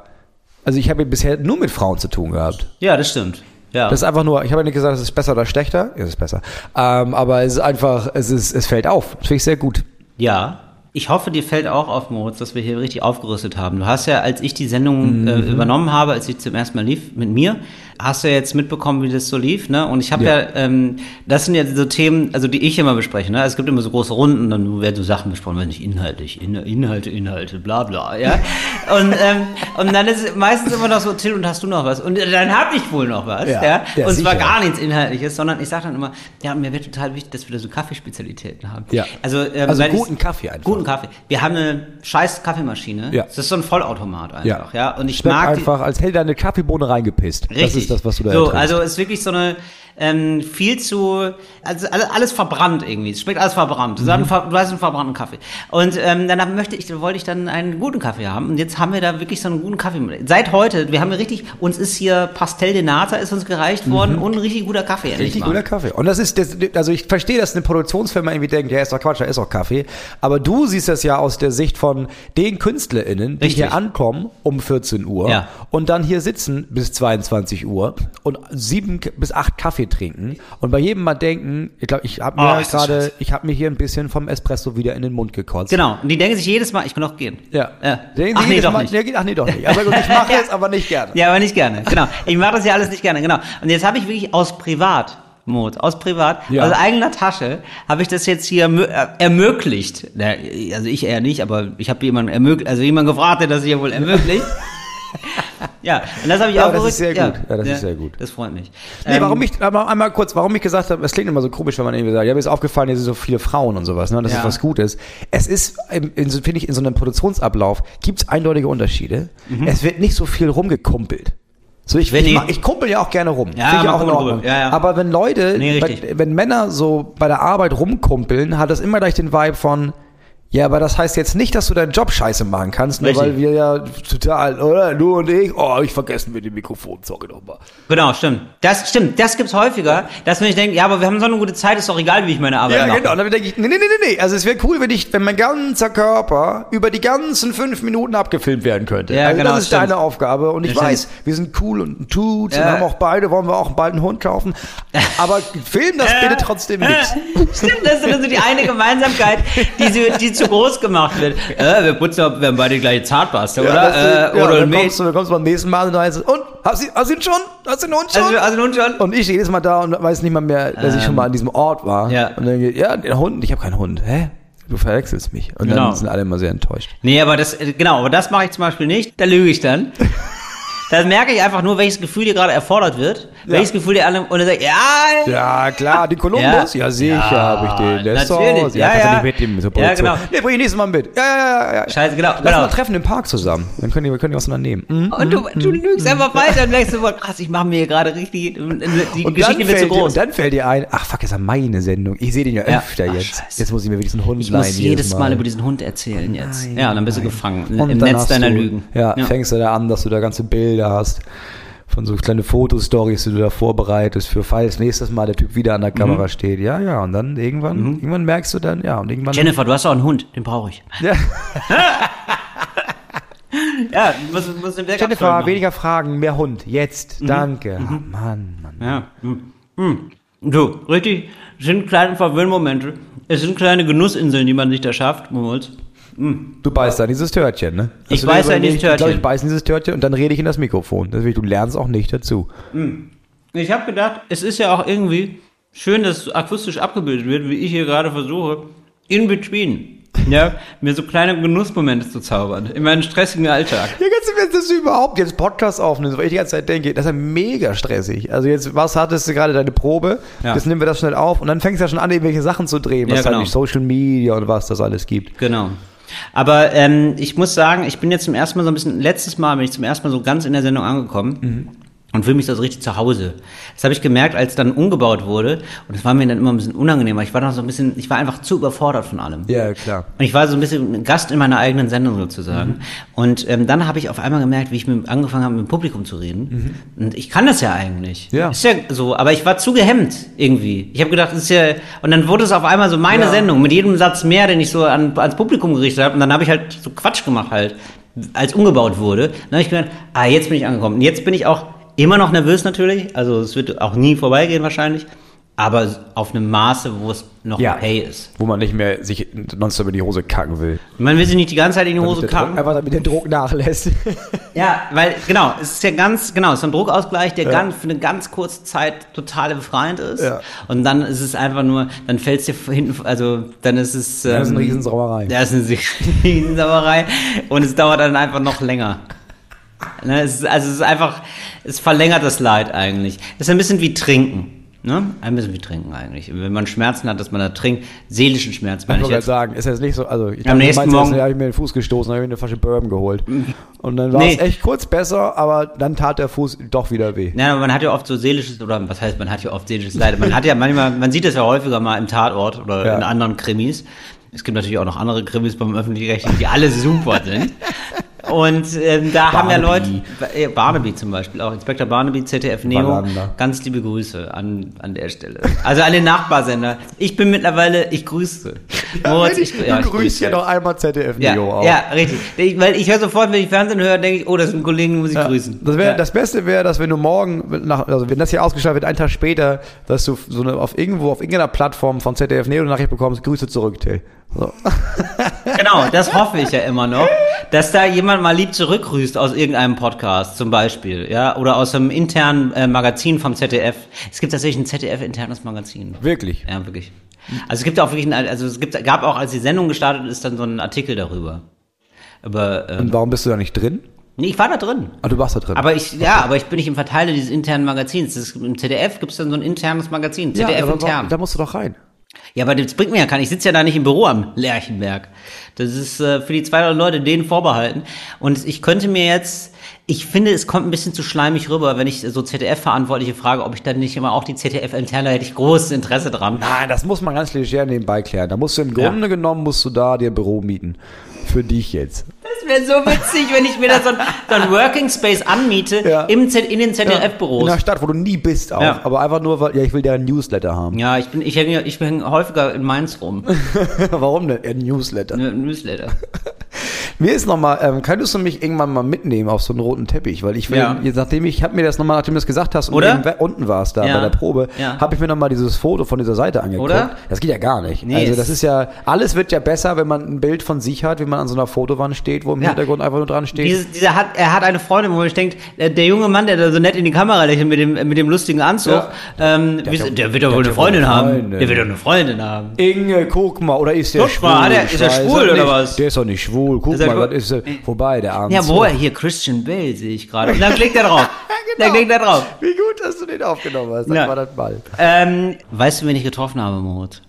[SPEAKER 2] also ich habe ja bisher nur mit Frauen zu tun gehabt.
[SPEAKER 1] Ja, das stimmt. Ja.
[SPEAKER 2] Das ist einfach nur, ich habe ja nicht gesagt, es ist besser oder schlechter, es ist besser. Ähm, aber es ist einfach, es ist, es fällt auf. Das finde ich sehr gut.
[SPEAKER 1] Ja. Ich hoffe, dir fällt auch auf, Moritz, dass wir hier richtig aufgerüstet haben. Du hast ja, als ich die Sendung äh, übernommen habe, als sie zum ersten Mal lief mit mir, hast du ja jetzt mitbekommen, wie das so lief. Ne? Und ich habe ja,
[SPEAKER 2] Ja.
[SPEAKER 1] ähm, das sind ja so Themen, also die ich immer bespreche. Ne? Es gibt immer so große Runden, dann werden so Sachen besprochen, wenn nicht inhaltlich, in, Inhalte, Inhalte, bla bla. Ja? und, ähm, und dann ist meistens immer noch so, Till, und hast du noch was? Und dann habe ich wohl noch was. Ja,
[SPEAKER 2] Ja, ja,
[SPEAKER 1] und es war
[SPEAKER 2] sicher.
[SPEAKER 1] gar nichts Inhaltliches, sondern ich sage dann immer, ja, mir wird total wichtig, dass wir da so Kaffeespezialitäten haben.
[SPEAKER 2] Ja.
[SPEAKER 1] Also, ähm,
[SPEAKER 2] Also
[SPEAKER 1] weil ich-
[SPEAKER 2] guten Kaffee einfach.
[SPEAKER 1] Guten Kaffee. Wir haben eine scheiß Kaffeemaschine.
[SPEAKER 2] Ja.
[SPEAKER 1] Das ist so ein Vollautomat einfach, ja. Und ich
[SPEAKER 2] Schmeckt
[SPEAKER 1] mag die-
[SPEAKER 2] einfach, als hätte da eine Kaffeebohne reingepisst.
[SPEAKER 1] Richtig.
[SPEAKER 2] Das ist das, was du da
[SPEAKER 1] So,
[SPEAKER 2] erträgst.
[SPEAKER 1] also ist wirklich so eine ähm, viel zu also alle- alles verbrannt irgendwie. Es schmeckt alles verbrannt. Du, hast
[SPEAKER 2] Mhm.
[SPEAKER 1] einen, ver- du hast einen verbrannten Kaffee. Und ähm, dann hab- möchte ich, wollte ich dann einen guten Kaffee haben. Und jetzt haben wir da wirklich so einen guten Kaffee. Seit heute, wir haben hier richtig, uns ist hier Pastel de Nata ist uns gereicht worden und ein richtig guter Kaffee. endlich
[SPEAKER 2] Mhm. Richtig
[SPEAKER 1] mal.
[SPEAKER 2] guter Kaffee. Und das ist, das, also ich verstehe, dass eine Produktionsfirma irgendwie denkt, ja, ist doch Quatsch, da ist doch Kaffee. Aber du siehst das ja aus der Sicht von den KünstlerInnen, die
[SPEAKER 1] Richtig.
[SPEAKER 2] hier ankommen um 14 Uhr
[SPEAKER 1] Ja.
[SPEAKER 2] und dann hier sitzen bis 22 Uhr und sieben K- bis acht Kaffee trinken und bei jedem mal denken, ich glaube, ich habe
[SPEAKER 1] Oh,
[SPEAKER 2] mir
[SPEAKER 1] ist das
[SPEAKER 2] gerade,
[SPEAKER 1] scheiße.
[SPEAKER 2] ich habe mir hier ein bisschen vom Espresso wieder in den Mund gekotzt.
[SPEAKER 1] Genau. Und die denken sich jedes Mal, ich kann doch gehen.
[SPEAKER 2] Ja.
[SPEAKER 1] ja.
[SPEAKER 2] Denken Sie
[SPEAKER 1] Ach nee,
[SPEAKER 2] jedes
[SPEAKER 1] doch
[SPEAKER 2] mal,
[SPEAKER 1] nicht.
[SPEAKER 2] Ja, geht- ach nee, doch nicht. Aber gut, ich mache es, aber nicht gerne.
[SPEAKER 1] Ja, aber nicht gerne. Genau. Ich mache das ja alles nicht gerne. Genau. Und jetzt habe ich wirklich aus Privatmod, aus Privat,
[SPEAKER 2] Ja.
[SPEAKER 1] aus eigener Tasche, habe ich das jetzt hier mö- äh, ermöglicht. Na, Also ich eher nicht, aber ich habe jemanden ermöglicht, also jemanden gefragt, der das hier wohl ermöglicht. ja. Und das habe ich
[SPEAKER 2] Ja,
[SPEAKER 1] auch
[SPEAKER 2] das ist
[SPEAKER 1] gerückt.
[SPEAKER 2] sehr gut. Ja, das ist sehr gut.
[SPEAKER 1] Das freut mich.
[SPEAKER 2] Nee,
[SPEAKER 1] Ähm,
[SPEAKER 2] warum ich, aber einmal kurz, warum ich gesagt habe, es klingt immer so komisch, wenn man irgendwie sagt, ja, mir ist aufgefallen, hier sind so viele Frauen und sowas, ne, und das
[SPEAKER 1] Ja.
[SPEAKER 2] ist was Gutes. Es ist, im- in so- finde ich, in so einem Produktionsablauf gibt es eindeutige Unterschiede. Es wird nicht so viel rumgekumpelt. So, ich,
[SPEAKER 1] Mhm. Wenn
[SPEAKER 2] ich,
[SPEAKER 1] die-
[SPEAKER 2] mag- ich kumpel ja auch gerne rum.
[SPEAKER 1] Ja,
[SPEAKER 2] Finde ich
[SPEAKER 1] man
[SPEAKER 2] auch in
[SPEAKER 1] kumpelt rum.
[SPEAKER 2] Ordnung.
[SPEAKER 1] Ja, ja.
[SPEAKER 2] Aber wenn Leute,
[SPEAKER 1] Nee, richtig.
[SPEAKER 2] wenn, wenn Männer so bei der Arbeit rumkumpeln, hat das immer gleich den Vibe von, ja, aber das heißt jetzt nicht, dass du deinen Job scheiße machen kannst, nur
[SPEAKER 1] Richtig.
[SPEAKER 2] weil wir ja total, oder? Du und ich, oh, ich vergessen wir die Mikrofon, sorry nochmal.
[SPEAKER 1] Genau, stimmt. Das stimmt. Das gibt's häufiger, dass wenn ich denke, ja, aber wir haben so eine gute Zeit, ist doch egal, wie ich meine Arbeit
[SPEAKER 2] Ja,
[SPEAKER 1] mache.
[SPEAKER 2] genau. Und dann denke ich, nee, nee, nee, nee. Also es wäre cool, wenn ich, wenn mein ganzer Körper über die ganzen fünf Minuten abgefilmt werden könnte.
[SPEAKER 1] Ja,
[SPEAKER 2] also
[SPEAKER 1] genau,
[SPEAKER 2] das ist
[SPEAKER 1] stimmt.
[SPEAKER 2] deine Aufgabe. Und ich
[SPEAKER 1] Ja,
[SPEAKER 2] weiß, wir sind cool und tut und
[SPEAKER 1] Ja.
[SPEAKER 2] haben auch beide, wollen wir auch bald einen Hund kaufen. Aber film das bitte trotzdem nicht.
[SPEAKER 1] Stimmt, das ist also die eine Gemeinsamkeit, die, sie, die zu groß gemacht wird. Äh, wir putzen, ab, wir haben beide die gleiche Zahnpasta,
[SPEAKER 2] Ja,
[SPEAKER 1] oder?
[SPEAKER 2] das ist-
[SPEAKER 1] äh,
[SPEAKER 2] ja,
[SPEAKER 1] oder ein
[SPEAKER 2] dann,
[SPEAKER 1] Milch.
[SPEAKER 2] kommst du, dann kommst du beim nächsten Mal und dann heißt es, und? Hast du, hast du ihn schon? Hast du den Hund schon?
[SPEAKER 1] Also, also nun schon.
[SPEAKER 2] und ich jedes Mal da und weiß nicht mal mehr, dass ich schon mal an diesem Ort war.
[SPEAKER 1] ja.
[SPEAKER 2] Und dann geht, ja, den Hund, ich habe keinen Hund. Hä? Du verwechselst mich. Und
[SPEAKER 1] Genau.
[SPEAKER 2] dann sind alle immer sehr enttäuscht.
[SPEAKER 1] Nee, aber das, äh, genau, aber das mache ich zum Beispiel nicht, da lüge ich dann. Da merke ich einfach nur, welches Gefühl dir gerade erfordert wird. Welches Gefühl dir alle, und dann sag ich, ja,
[SPEAKER 2] Ja, klar, den Kolumbus?
[SPEAKER 1] Ja.
[SPEAKER 2] Ja, sicher
[SPEAKER 1] Ja,
[SPEAKER 2] habe ich den. Der ist
[SPEAKER 1] natürlich.
[SPEAKER 2] zu Hause.
[SPEAKER 1] Ja,
[SPEAKER 2] kannst du
[SPEAKER 1] ja.
[SPEAKER 2] nicht mitnehmen, so
[SPEAKER 1] Ja,
[SPEAKER 2] Produktion.
[SPEAKER 1] genau.
[SPEAKER 2] Nee, bring ich nächstes Mal mit. Ja, ja, ja, ja.
[SPEAKER 1] Scheiße, genau,
[SPEAKER 2] Lass
[SPEAKER 1] genau.
[SPEAKER 2] mal treffen im Park zusammen. Dann können die, wir können die auseinandernehmen. Mhm.
[SPEAKER 1] und du, du lügst einfach weiter und merkst sofort, krass, ich mache mir hier gerade richtig, äh, die
[SPEAKER 2] Und dann,
[SPEAKER 1] Geschichte wird zu
[SPEAKER 2] fällt dir,
[SPEAKER 1] groß.
[SPEAKER 2] und dann fällt dir ein, ach fuck, ist ja meine Sendung. Ich sehe den ja,
[SPEAKER 1] Ja.
[SPEAKER 2] öfter
[SPEAKER 1] Ach,
[SPEAKER 2] jetzt.
[SPEAKER 1] scheiße.
[SPEAKER 2] Jetzt muss ich mir wieder diesen Hund
[SPEAKER 1] Ich
[SPEAKER 2] leihen.
[SPEAKER 1] muss jedes Mal über diesen Hund erzählen jetzt. ja, und dann bist du gefangen
[SPEAKER 2] Und
[SPEAKER 1] im
[SPEAKER 2] dann
[SPEAKER 1] Netz
[SPEAKER 2] hast
[SPEAKER 1] deiner
[SPEAKER 2] du,
[SPEAKER 1] Lügen.
[SPEAKER 2] Ja, fängst du da an, dass du da ganze Bilder hast von so kleine Fotostories, die du da vorbereitest für falls nächstes Mal der Typ wieder an der Kamera
[SPEAKER 1] Mhm.
[SPEAKER 2] steht. Ja, ja, und dann irgendwann, irgendwann merkst du dann, ja, und irgendwann
[SPEAKER 1] Jennifer, du hast auch einen Hund, den brauche ich.
[SPEAKER 2] Ja.
[SPEAKER 1] ja, muss, muss den Backup
[SPEAKER 2] Jennifer,
[SPEAKER 1] machen.
[SPEAKER 2] weniger Fragen, mehr Hund. Jetzt. Danke. Ah, Mann, Mann.
[SPEAKER 1] Mhm. Ja. Hm. Hm. Du, richtig, es sind kleine Verwöhnmomente. Es sind kleine Genussinseln, die man sich da schafft, Moritz.
[SPEAKER 2] Du beißt an dieses Törtchen, ne? Hast
[SPEAKER 1] Ich
[SPEAKER 2] du dir
[SPEAKER 1] beiß an dieses
[SPEAKER 2] überlegt, Ich, glaub,
[SPEAKER 1] Törtchen.
[SPEAKER 2] ich beiß an dieses Törtchen und dann rede ich in das Mikrofon. Deswegen, du lernst auch nicht dazu.
[SPEAKER 1] Ich habe gedacht, es ist ja auch irgendwie schön, dass es akustisch abgebildet wird, wie ich hier gerade versuche, in between. ja, mir so kleine Genussmomente zu zaubern. In meinem stressigen Alltag.
[SPEAKER 2] Ja, kannst du mir das überhaupt jetzt Podcast aufnehmen, weil ich die ganze Zeit denke, das ist ja mega stressig. Also jetzt, was hattest du gerade deine Probe?
[SPEAKER 1] Ja.
[SPEAKER 2] Jetzt nehmen wir das schnell auf und dann fängst du ja schon an, irgendwelche Sachen zu drehen, was
[SPEAKER 1] Ja, genau.
[SPEAKER 2] halt durch Social Media und was das alles gibt.
[SPEAKER 1] Genau. Aber ähm, ich muss sagen, ich bin jetzt zum ersten Mal so ein bisschen, letztes Mal bin ich zum ersten Mal so ganz in der Sendung angekommen. Und fühle mich da so richtig zu Hause. Das habe ich gemerkt, als dann umgebaut wurde. Und das war mir dann immer ein bisschen unangenehm, weil ich war noch so ein bisschen, ich war einfach zu überfordert von allem.
[SPEAKER 2] Ja, klar. Mhm.
[SPEAKER 1] Und ich war so ein bisschen Gast in meiner eigenen Sendung sozusagen. Und ähm, dann habe ich auf einmal gemerkt, wie ich mit, angefangen habe, mit dem Publikum zu reden. Und ich kann das ja eigentlich.
[SPEAKER 2] Mhm. Ja.
[SPEAKER 1] Ist ja so, aber ich war zu gehemmt irgendwie. Ich habe gedacht, das ist ja. Und dann wurde es auf einmal so meine
[SPEAKER 2] Ja.
[SPEAKER 1] Sendung mit jedem Satz mehr, den ich so an, ans Publikum gerichtet habe. Und dann habe ich halt so Quatsch gemacht halt, als umgebaut wurde. Dann habe ich gedacht, ah, jetzt bin ich angekommen. Und jetzt bin ich auch immer noch nervös natürlich. Also es wird auch nie vorbeigehen wahrscheinlich. Aber auf einem Maße, wo es noch
[SPEAKER 2] Ja.
[SPEAKER 1] okay ist.
[SPEAKER 2] Wo man nicht mehr sich nonstop in die Hose kacken will.
[SPEAKER 1] Man will sich nicht die ganze Zeit in die Hose kacken.
[SPEAKER 2] Einfach damit der Druck nachlässt.
[SPEAKER 1] Ja, weil, genau, es ist ja ganz, genau, es ist ein Druckausgleich, der
[SPEAKER 2] Ja.
[SPEAKER 1] ganz, für eine ganz kurze Zeit total befreiend ist.
[SPEAKER 2] Ja.
[SPEAKER 1] Und dann ist es einfach nur, dann fällt es dir hinten, also dann ist es. Ähm,
[SPEAKER 2] das ist eine Riesensauerei.
[SPEAKER 1] Das ist eine Riesensauerei. Und es dauert dann einfach noch länger. Ne, es ist, also es ist einfach, es verlängert das Leid eigentlich. Es ist ein bisschen wie trinken. Ne? Ein bisschen wie trinken eigentlich. Wenn man Schmerzen hat, dass man da trinkt, seelischen Schmerz
[SPEAKER 2] Ich
[SPEAKER 1] meine ich
[SPEAKER 2] wollte gerade
[SPEAKER 1] jetzt.
[SPEAKER 2] sagen, ist jetzt nicht so, also ich
[SPEAKER 1] Am
[SPEAKER 2] dachte, du
[SPEAKER 1] nächsten
[SPEAKER 2] meinst,
[SPEAKER 1] Morgen- Mhm.
[SPEAKER 2] da habe ich mir den Fuß gestoßen, habe ich mir eine Flasche Bourbon geholt. Und dann war
[SPEAKER 1] Nee.
[SPEAKER 2] es echt kurz besser, aber dann tat der Fuß doch wieder weh.
[SPEAKER 1] Ja, aber man hat ja oft so seelisches, oder was heißt, man hat ja oft seelisches Leid. Man hat ja manchmal, man sieht das ja häufiger mal im Tatort oder
[SPEAKER 2] Ja.
[SPEAKER 1] in anderen Krimis. Es gibt natürlich auch noch andere Krimis beim Öffentlich-Rechtlichen, die alle super sind. Und ähm, da haben ja Leute,
[SPEAKER 2] Barnaby.
[SPEAKER 1] äh, Barnaby zum Beispiel, auch Inspektor Barnaby, ZDF Neo,
[SPEAKER 2] Wallander.
[SPEAKER 1] ganz liebe Grüße an, an der Stelle. Also an den Nachbarsender. Ich bin mittlerweile, ich grüße. Moritz, ich- ja, ich
[SPEAKER 2] du grüßt ja
[SPEAKER 1] grüße.
[SPEAKER 2] noch einmal ZDF
[SPEAKER 1] Ja,
[SPEAKER 2] Neo auch.
[SPEAKER 1] ja, richtig. Ich, weil ich höre sofort, wenn ich Fernsehen höre, denke ich, oh, das ist ein Kollegen, den muss ich
[SPEAKER 2] Ja,
[SPEAKER 1] grüßen.
[SPEAKER 2] Das, wär,
[SPEAKER 1] ja.
[SPEAKER 2] das Beste wäre, dass wenn du morgen, mit nach, also wenn das hier ausgestrahlt wird, einen Tag später, dass du so eine, auf irgendwo, auf irgendeiner Plattform von ZDF Neo eine Nachricht bekommst, Grüße zurück, Till. So.
[SPEAKER 1] Genau, das hoffe ich ja immer noch, dass da jemand mal lieb zurückgrüßt aus irgendeinem Podcast zum Beispiel, ja, oder aus einem internen äh, Magazin vom ZDF. Es gibt tatsächlich ein ZDF-internes Magazin.
[SPEAKER 2] Wirklich.
[SPEAKER 1] Ja, wirklich. Also es gibt auch wirklich, ein, also es gibt, gab auch, als die Sendung gestartet ist, dann so einen Artikel darüber. Aber ähm,
[SPEAKER 2] Und warum bist du da nicht drin?
[SPEAKER 1] nee, ich war da drin.
[SPEAKER 2] Ah, du warst da drin.
[SPEAKER 1] Aber ich, ja, aber ich bin nicht im Verteiler dieses internen Magazins. Das, Im ZDF gibt es dann so ein internes Magazin,
[SPEAKER 2] ja, aber warum-
[SPEAKER 1] ZDF-intern.
[SPEAKER 2] da musst du doch rein.
[SPEAKER 1] Ja, aber das bringt mir ja keinen. Ich sitze ja da nicht im Büro am Lerchenberg. Das ist äh, für die 200 Leute denen vorbehalten. Und ich könnte mir jetzt, ich finde, es kommt ein bisschen zu schleimig rüber, wenn ich so ZDF-Verantwortliche frage, ob ich dann nicht immer auch die ZDF-Interne hätte ich großes Interesse dran.
[SPEAKER 2] Nein, Ah, das muss man ganz leger nebenbei klären. Da musst du im Grunde genommen, musst du da dir ein Büro mieten. Für dich jetzt.
[SPEAKER 1] Das wäre so witzig, wenn ich mir da so ein, so ein Working Space anmiete
[SPEAKER 2] Ja.
[SPEAKER 1] im Z, in den
[SPEAKER 2] In
[SPEAKER 1] ZDF-Büros.
[SPEAKER 2] einer Stadt, wo du nie bist auch.
[SPEAKER 1] Ja.
[SPEAKER 2] Aber einfach nur, weil, ja, ich will deren Newsletter haben.
[SPEAKER 1] Ja, ich bin, ich hänge, ich hänge häufiger in Mainz rum.
[SPEAKER 2] Warum denn? Ja, Newsletter.
[SPEAKER 1] Im Newsletter.
[SPEAKER 2] Mir ist nochmal, ähm, könntest du mich irgendwann mal mitnehmen auf so einen roten Teppich? Weil ich will,
[SPEAKER 1] Ja.
[SPEAKER 2] jetzt, nachdem ich, hab mir das nochmal, nachdem du das gesagt hast, und
[SPEAKER 1] Oder?
[SPEAKER 2] eben we- unten war es da
[SPEAKER 1] Ja.
[SPEAKER 2] bei der Probe,
[SPEAKER 1] Ja.
[SPEAKER 2] hab habe ich mir nochmal dieses Foto von dieser Seite angeguckt.
[SPEAKER 1] Oder?
[SPEAKER 2] Das geht ja gar nicht.
[SPEAKER 1] Nee,
[SPEAKER 2] also
[SPEAKER 1] es-
[SPEAKER 2] das ist ja, alles wird ja besser, wenn man ein Bild von sich hat, wie man an so einer Fotowand steht, wo im
[SPEAKER 1] Ja.
[SPEAKER 2] Hintergrund einfach nur dran steht.
[SPEAKER 1] Dieses, dieser hat, er hat eine Freundin, wo ich denke, der, äh, der junge Mann, der da so nett in die Kamera lächelt mit dem, mit dem lustigen Anzug,
[SPEAKER 2] Ja.
[SPEAKER 1] ähm, der,
[SPEAKER 2] doch-
[SPEAKER 1] der wird doch wohl eine
[SPEAKER 2] der hat doch wohl
[SPEAKER 1] Freundin
[SPEAKER 2] eine
[SPEAKER 1] haben.
[SPEAKER 2] Freundin.
[SPEAKER 1] Der wird doch eine Freundin haben.
[SPEAKER 2] Inge, guck mal, oder ist der
[SPEAKER 1] Guck
[SPEAKER 2] schwul?
[SPEAKER 1] mal, hat er- ist er
[SPEAKER 2] Ich weiß
[SPEAKER 1] schwul
[SPEAKER 2] es
[SPEAKER 1] oder
[SPEAKER 2] nicht.
[SPEAKER 1] was?
[SPEAKER 2] Der ist doch nicht schwul. Guck
[SPEAKER 1] Ist er
[SPEAKER 2] mal,
[SPEAKER 1] schwul?
[SPEAKER 2] was ist er? Wobei, der Arme.
[SPEAKER 1] Ja, wo er hier Christian Bale sehe ich gerade. Und dann klickt er drauf. Dann klickt er drauf.
[SPEAKER 2] genau. Wie gut, dass du den aufgenommen hast. Das
[SPEAKER 1] Ja.
[SPEAKER 2] war das Ball.
[SPEAKER 1] Ähm, weißt du, wen ich getroffen habe, Moritz?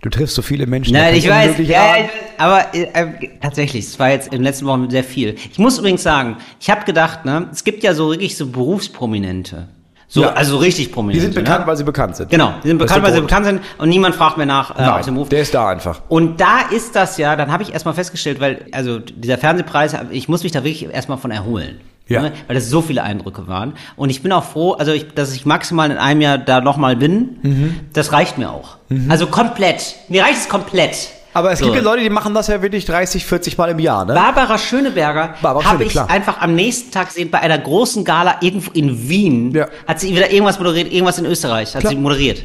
[SPEAKER 2] Du triffst so viele Menschen. da
[SPEAKER 1] Nein,
[SPEAKER 2] kannst
[SPEAKER 1] ich
[SPEAKER 2] du
[SPEAKER 1] weiß,
[SPEAKER 2] wirklich
[SPEAKER 1] ja,
[SPEAKER 2] raten.
[SPEAKER 1] ich, aber äh, äh, tatsächlich, es war jetzt in den letzten Wochen sehr viel. Ich muss übrigens sagen, ich habe gedacht, ne, es gibt ja so wirklich so Berufsprominente. So,
[SPEAKER 2] Ja.
[SPEAKER 1] also richtig
[SPEAKER 2] Die
[SPEAKER 1] Prominente.
[SPEAKER 2] sind bekannt,
[SPEAKER 1] ne?
[SPEAKER 2] weil sie bekannt sind.
[SPEAKER 1] Genau, die sind
[SPEAKER 2] Das ist
[SPEAKER 1] bekannt,
[SPEAKER 2] der
[SPEAKER 1] weil sie
[SPEAKER 2] Grund.
[SPEAKER 1] bekannt sind und niemand fragt mehr nach äh,
[SPEAKER 2] Nein,
[SPEAKER 1] auf dem Ruf.
[SPEAKER 2] Der ist da einfach.
[SPEAKER 1] Und da ist das ja, dann habe ich erstmal festgestellt, weil, also dieser Fernsehpreis, ich muss mich da wirklich erstmal von erholen.
[SPEAKER 2] Ja.
[SPEAKER 1] Ne? Weil das so viele Eindrücke waren. Und ich bin auch froh, also ich, dass ich maximal in einem Jahr da nochmal bin.
[SPEAKER 2] Mhm.
[SPEAKER 1] Das reicht mir auch. Also komplett. Mir reicht es komplett.
[SPEAKER 2] Aber es
[SPEAKER 1] So.
[SPEAKER 2] gibt ja Leute, die machen das ja wirklich 30, 40 Mal im Jahr, ne?
[SPEAKER 1] Barbara Schöneberger
[SPEAKER 2] Barbara
[SPEAKER 1] habe
[SPEAKER 2] Schöne,
[SPEAKER 1] ich
[SPEAKER 2] klar.
[SPEAKER 1] einfach am nächsten Tag gesehen bei einer großen Gala irgendwo in Wien.
[SPEAKER 2] Ja.
[SPEAKER 1] Hat sie wieder irgendwas moderiert, irgendwas in Österreich hat
[SPEAKER 2] Klar.
[SPEAKER 1] sie moderiert.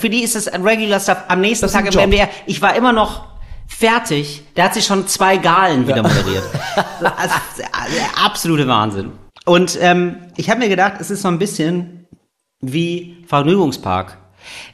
[SPEAKER 1] Für die ist das ein Regular Stuff. Am nächsten
[SPEAKER 2] Das ist ein
[SPEAKER 1] Tag im
[SPEAKER 2] Job.
[SPEAKER 1] MDR. Ich war immer noch fertig. Da hat sie schon zwei Galen wieder moderiert. Das ist der absolute Wahnsinn. Und ähm, ich habe mir gedacht, es ist so ein bisschen wie Vergnügungspark.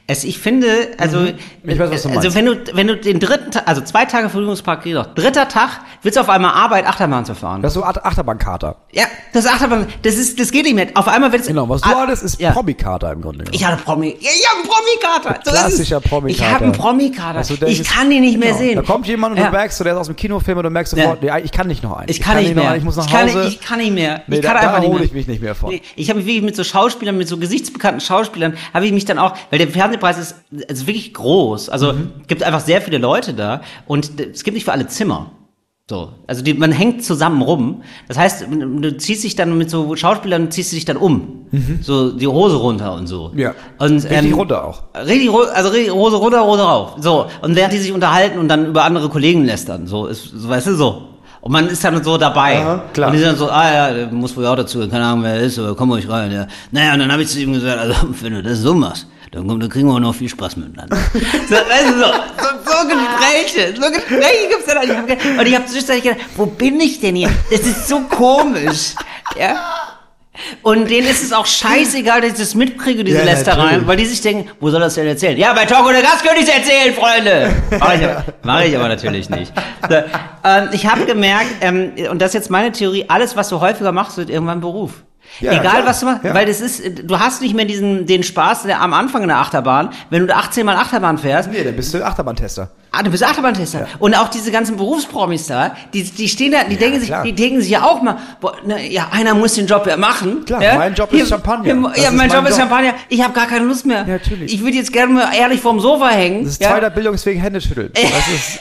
[SPEAKER 1] Es, ich finde, also,
[SPEAKER 2] Mhm. Ich weiß, was du
[SPEAKER 1] also
[SPEAKER 2] meinst.
[SPEAKER 1] wenn du, wenn du den dritten Tag, also zwei Tage Vergnügungspark geht doch, dritter Tag, willst du auf einmal Arbeit, Achterbahn zu fahren.
[SPEAKER 2] Das ist so Ach- Achterbahnkater.
[SPEAKER 1] ja, das Achterbahn, das ist, das geht nicht mehr. Auf einmal wird's.
[SPEAKER 2] Genau, was du
[SPEAKER 1] Ah,
[SPEAKER 2] hattest, ist
[SPEAKER 1] ja.
[SPEAKER 2] Promi-Kater im Grunde.
[SPEAKER 1] Ich hatte Promi. Ja, Ich habe einen Promi-Kater. So ist es.
[SPEAKER 2] Klassischer Promi-Kater. Also,
[SPEAKER 1] Ich habe einen
[SPEAKER 2] Dass du
[SPEAKER 1] Promi-Kater.
[SPEAKER 2] denkst,
[SPEAKER 1] Ich kann den nicht mehr sehen.
[SPEAKER 2] genau. Da kommt jemand und
[SPEAKER 1] Ja.
[SPEAKER 2] du merkst, so, der ist aus dem Kinofilm und du merkst sofort, nee, ich kann nicht noch einen.
[SPEAKER 1] Ich kann, nicht
[SPEAKER 2] noch
[SPEAKER 1] mehr.
[SPEAKER 2] einen, Ich muss nach
[SPEAKER 1] kann,
[SPEAKER 2] Hause.
[SPEAKER 1] Ich kann nicht mehr.
[SPEAKER 2] Nee,
[SPEAKER 1] ich
[SPEAKER 2] da-
[SPEAKER 1] kann
[SPEAKER 2] da
[SPEAKER 1] einfach nicht
[SPEAKER 2] erhole
[SPEAKER 1] mehr.
[SPEAKER 2] ich mich nicht mehr von.
[SPEAKER 1] Nee, Ich habe mich wirklich mit so Schauspielern, mit so gesichtsbekannten Schauspielern, habe ich mich dann auch, weil der Fernsehpreis ist, ist wirklich groß. Also
[SPEAKER 2] Mhm.
[SPEAKER 1] gibt einfach sehr viele Leute da und d- es gibt nicht für alle Zimmer. So, also die, man hängt zusammen rum. Das heißt, du ziehst dich dann mit so Schauspielern ziehst du dich dann um, so die Hose runter und so.
[SPEAKER 2] Mhm. Ja.
[SPEAKER 1] Und ähm,
[SPEAKER 2] Richtig runter auch.
[SPEAKER 1] Richtig, ru- also richtig Hose runter, Hose rauf. So. Und während die sich unterhalten und dann über andere Kollegen lästern. So, ist, so weißt du, so. Und man ist dann so dabei.
[SPEAKER 2] Aha, klar.
[SPEAKER 1] Und die sind dann so, ah ja, der muss wohl auch dazu, keine Ahnung, wer er ist, aber komm ruhig rein. Ja. Naja, und dann habe ich zu ihm gesagt, also wenn du das so machst, dann, kommt, dann kriegen wir auch noch viel Spaß miteinander. so, weißt du, so, so, so Gespräche, so Gespräche gibt's dann. Ich hab ge- Und ich habe zwischendurch gedacht, wo bin ich denn hier? Das ist so komisch. ja. Und denen ist es auch scheißegal, dass ich das mitkriege, diese
[SPEAKER 2] Ja,
[SPEAKER 1] Lästereien,
[SPEAKER 2] natürlich.
[SPEAKER 1] weil die sich denken, wo soll das denn erzählen? Ja, bei Talk ohne Gast könnte ich es erzählen, Freunde! Mach ich, aber- mach ich aber natürlich nicht. So, ähm, ich habe gemerkt, ähm, und das ist jetzt meine Theorie, alles, was du häufiger machst, wird irgendwann Beruf.
[SPEAKER 2] Ja,
[SPEAKER 1] Egal,
[SPEAKER 2] klar.
[SPEAKER 1] was du machst,
[SPEAKER 2] Ja.
[SPEAKER 1] weil das ist, du hast nicht mehr diesen, den Spaß der, am Anfang in der Achterbahn. Wenn du da 18 Mal Achterbahn fährst,
[SPEAKER 2] Nee, dann bist du Achterbahntester.
[SPEAKER 1] Ah, du bist Achterbahntester. Und auch diese ganzen Berufspromis da, die, die stehen da, die denken sich,
[SPEAKER 2] klar.
[SPEAKER 1] die denken sich ja auch mal, boah, ne, ja, einer muss den Job ja machen.
[SPEAKER 2] Klar,
[SPEAKER 1] ja?
[SPEAKER 2] mein Job ist Champagner.
[SPEAKER 1] Hier,
[SPEAKER 2] Das
[SPEAKER 1] ja,
[SPEAKER 2] ist
[SPEAKER 1] mein
[SPEAKER 2] mein
[SPEAKER 1] Job ist
[SPEAKER 2] Job.
[SPEAKER 1] Champagner. Ich habe gar keine Lust mehr.
[SPEAKER 2] Ja, natürlich.
[SPEAKER 1] Ich würde jetzt gerne mal ehrlich vorm Sofa hängen.
[SPEAKER 2] Das ist
[SPEAKER 1] ja?
[SPEAKER 2] zweiter Bildungsweg Händeschütteln. Das ist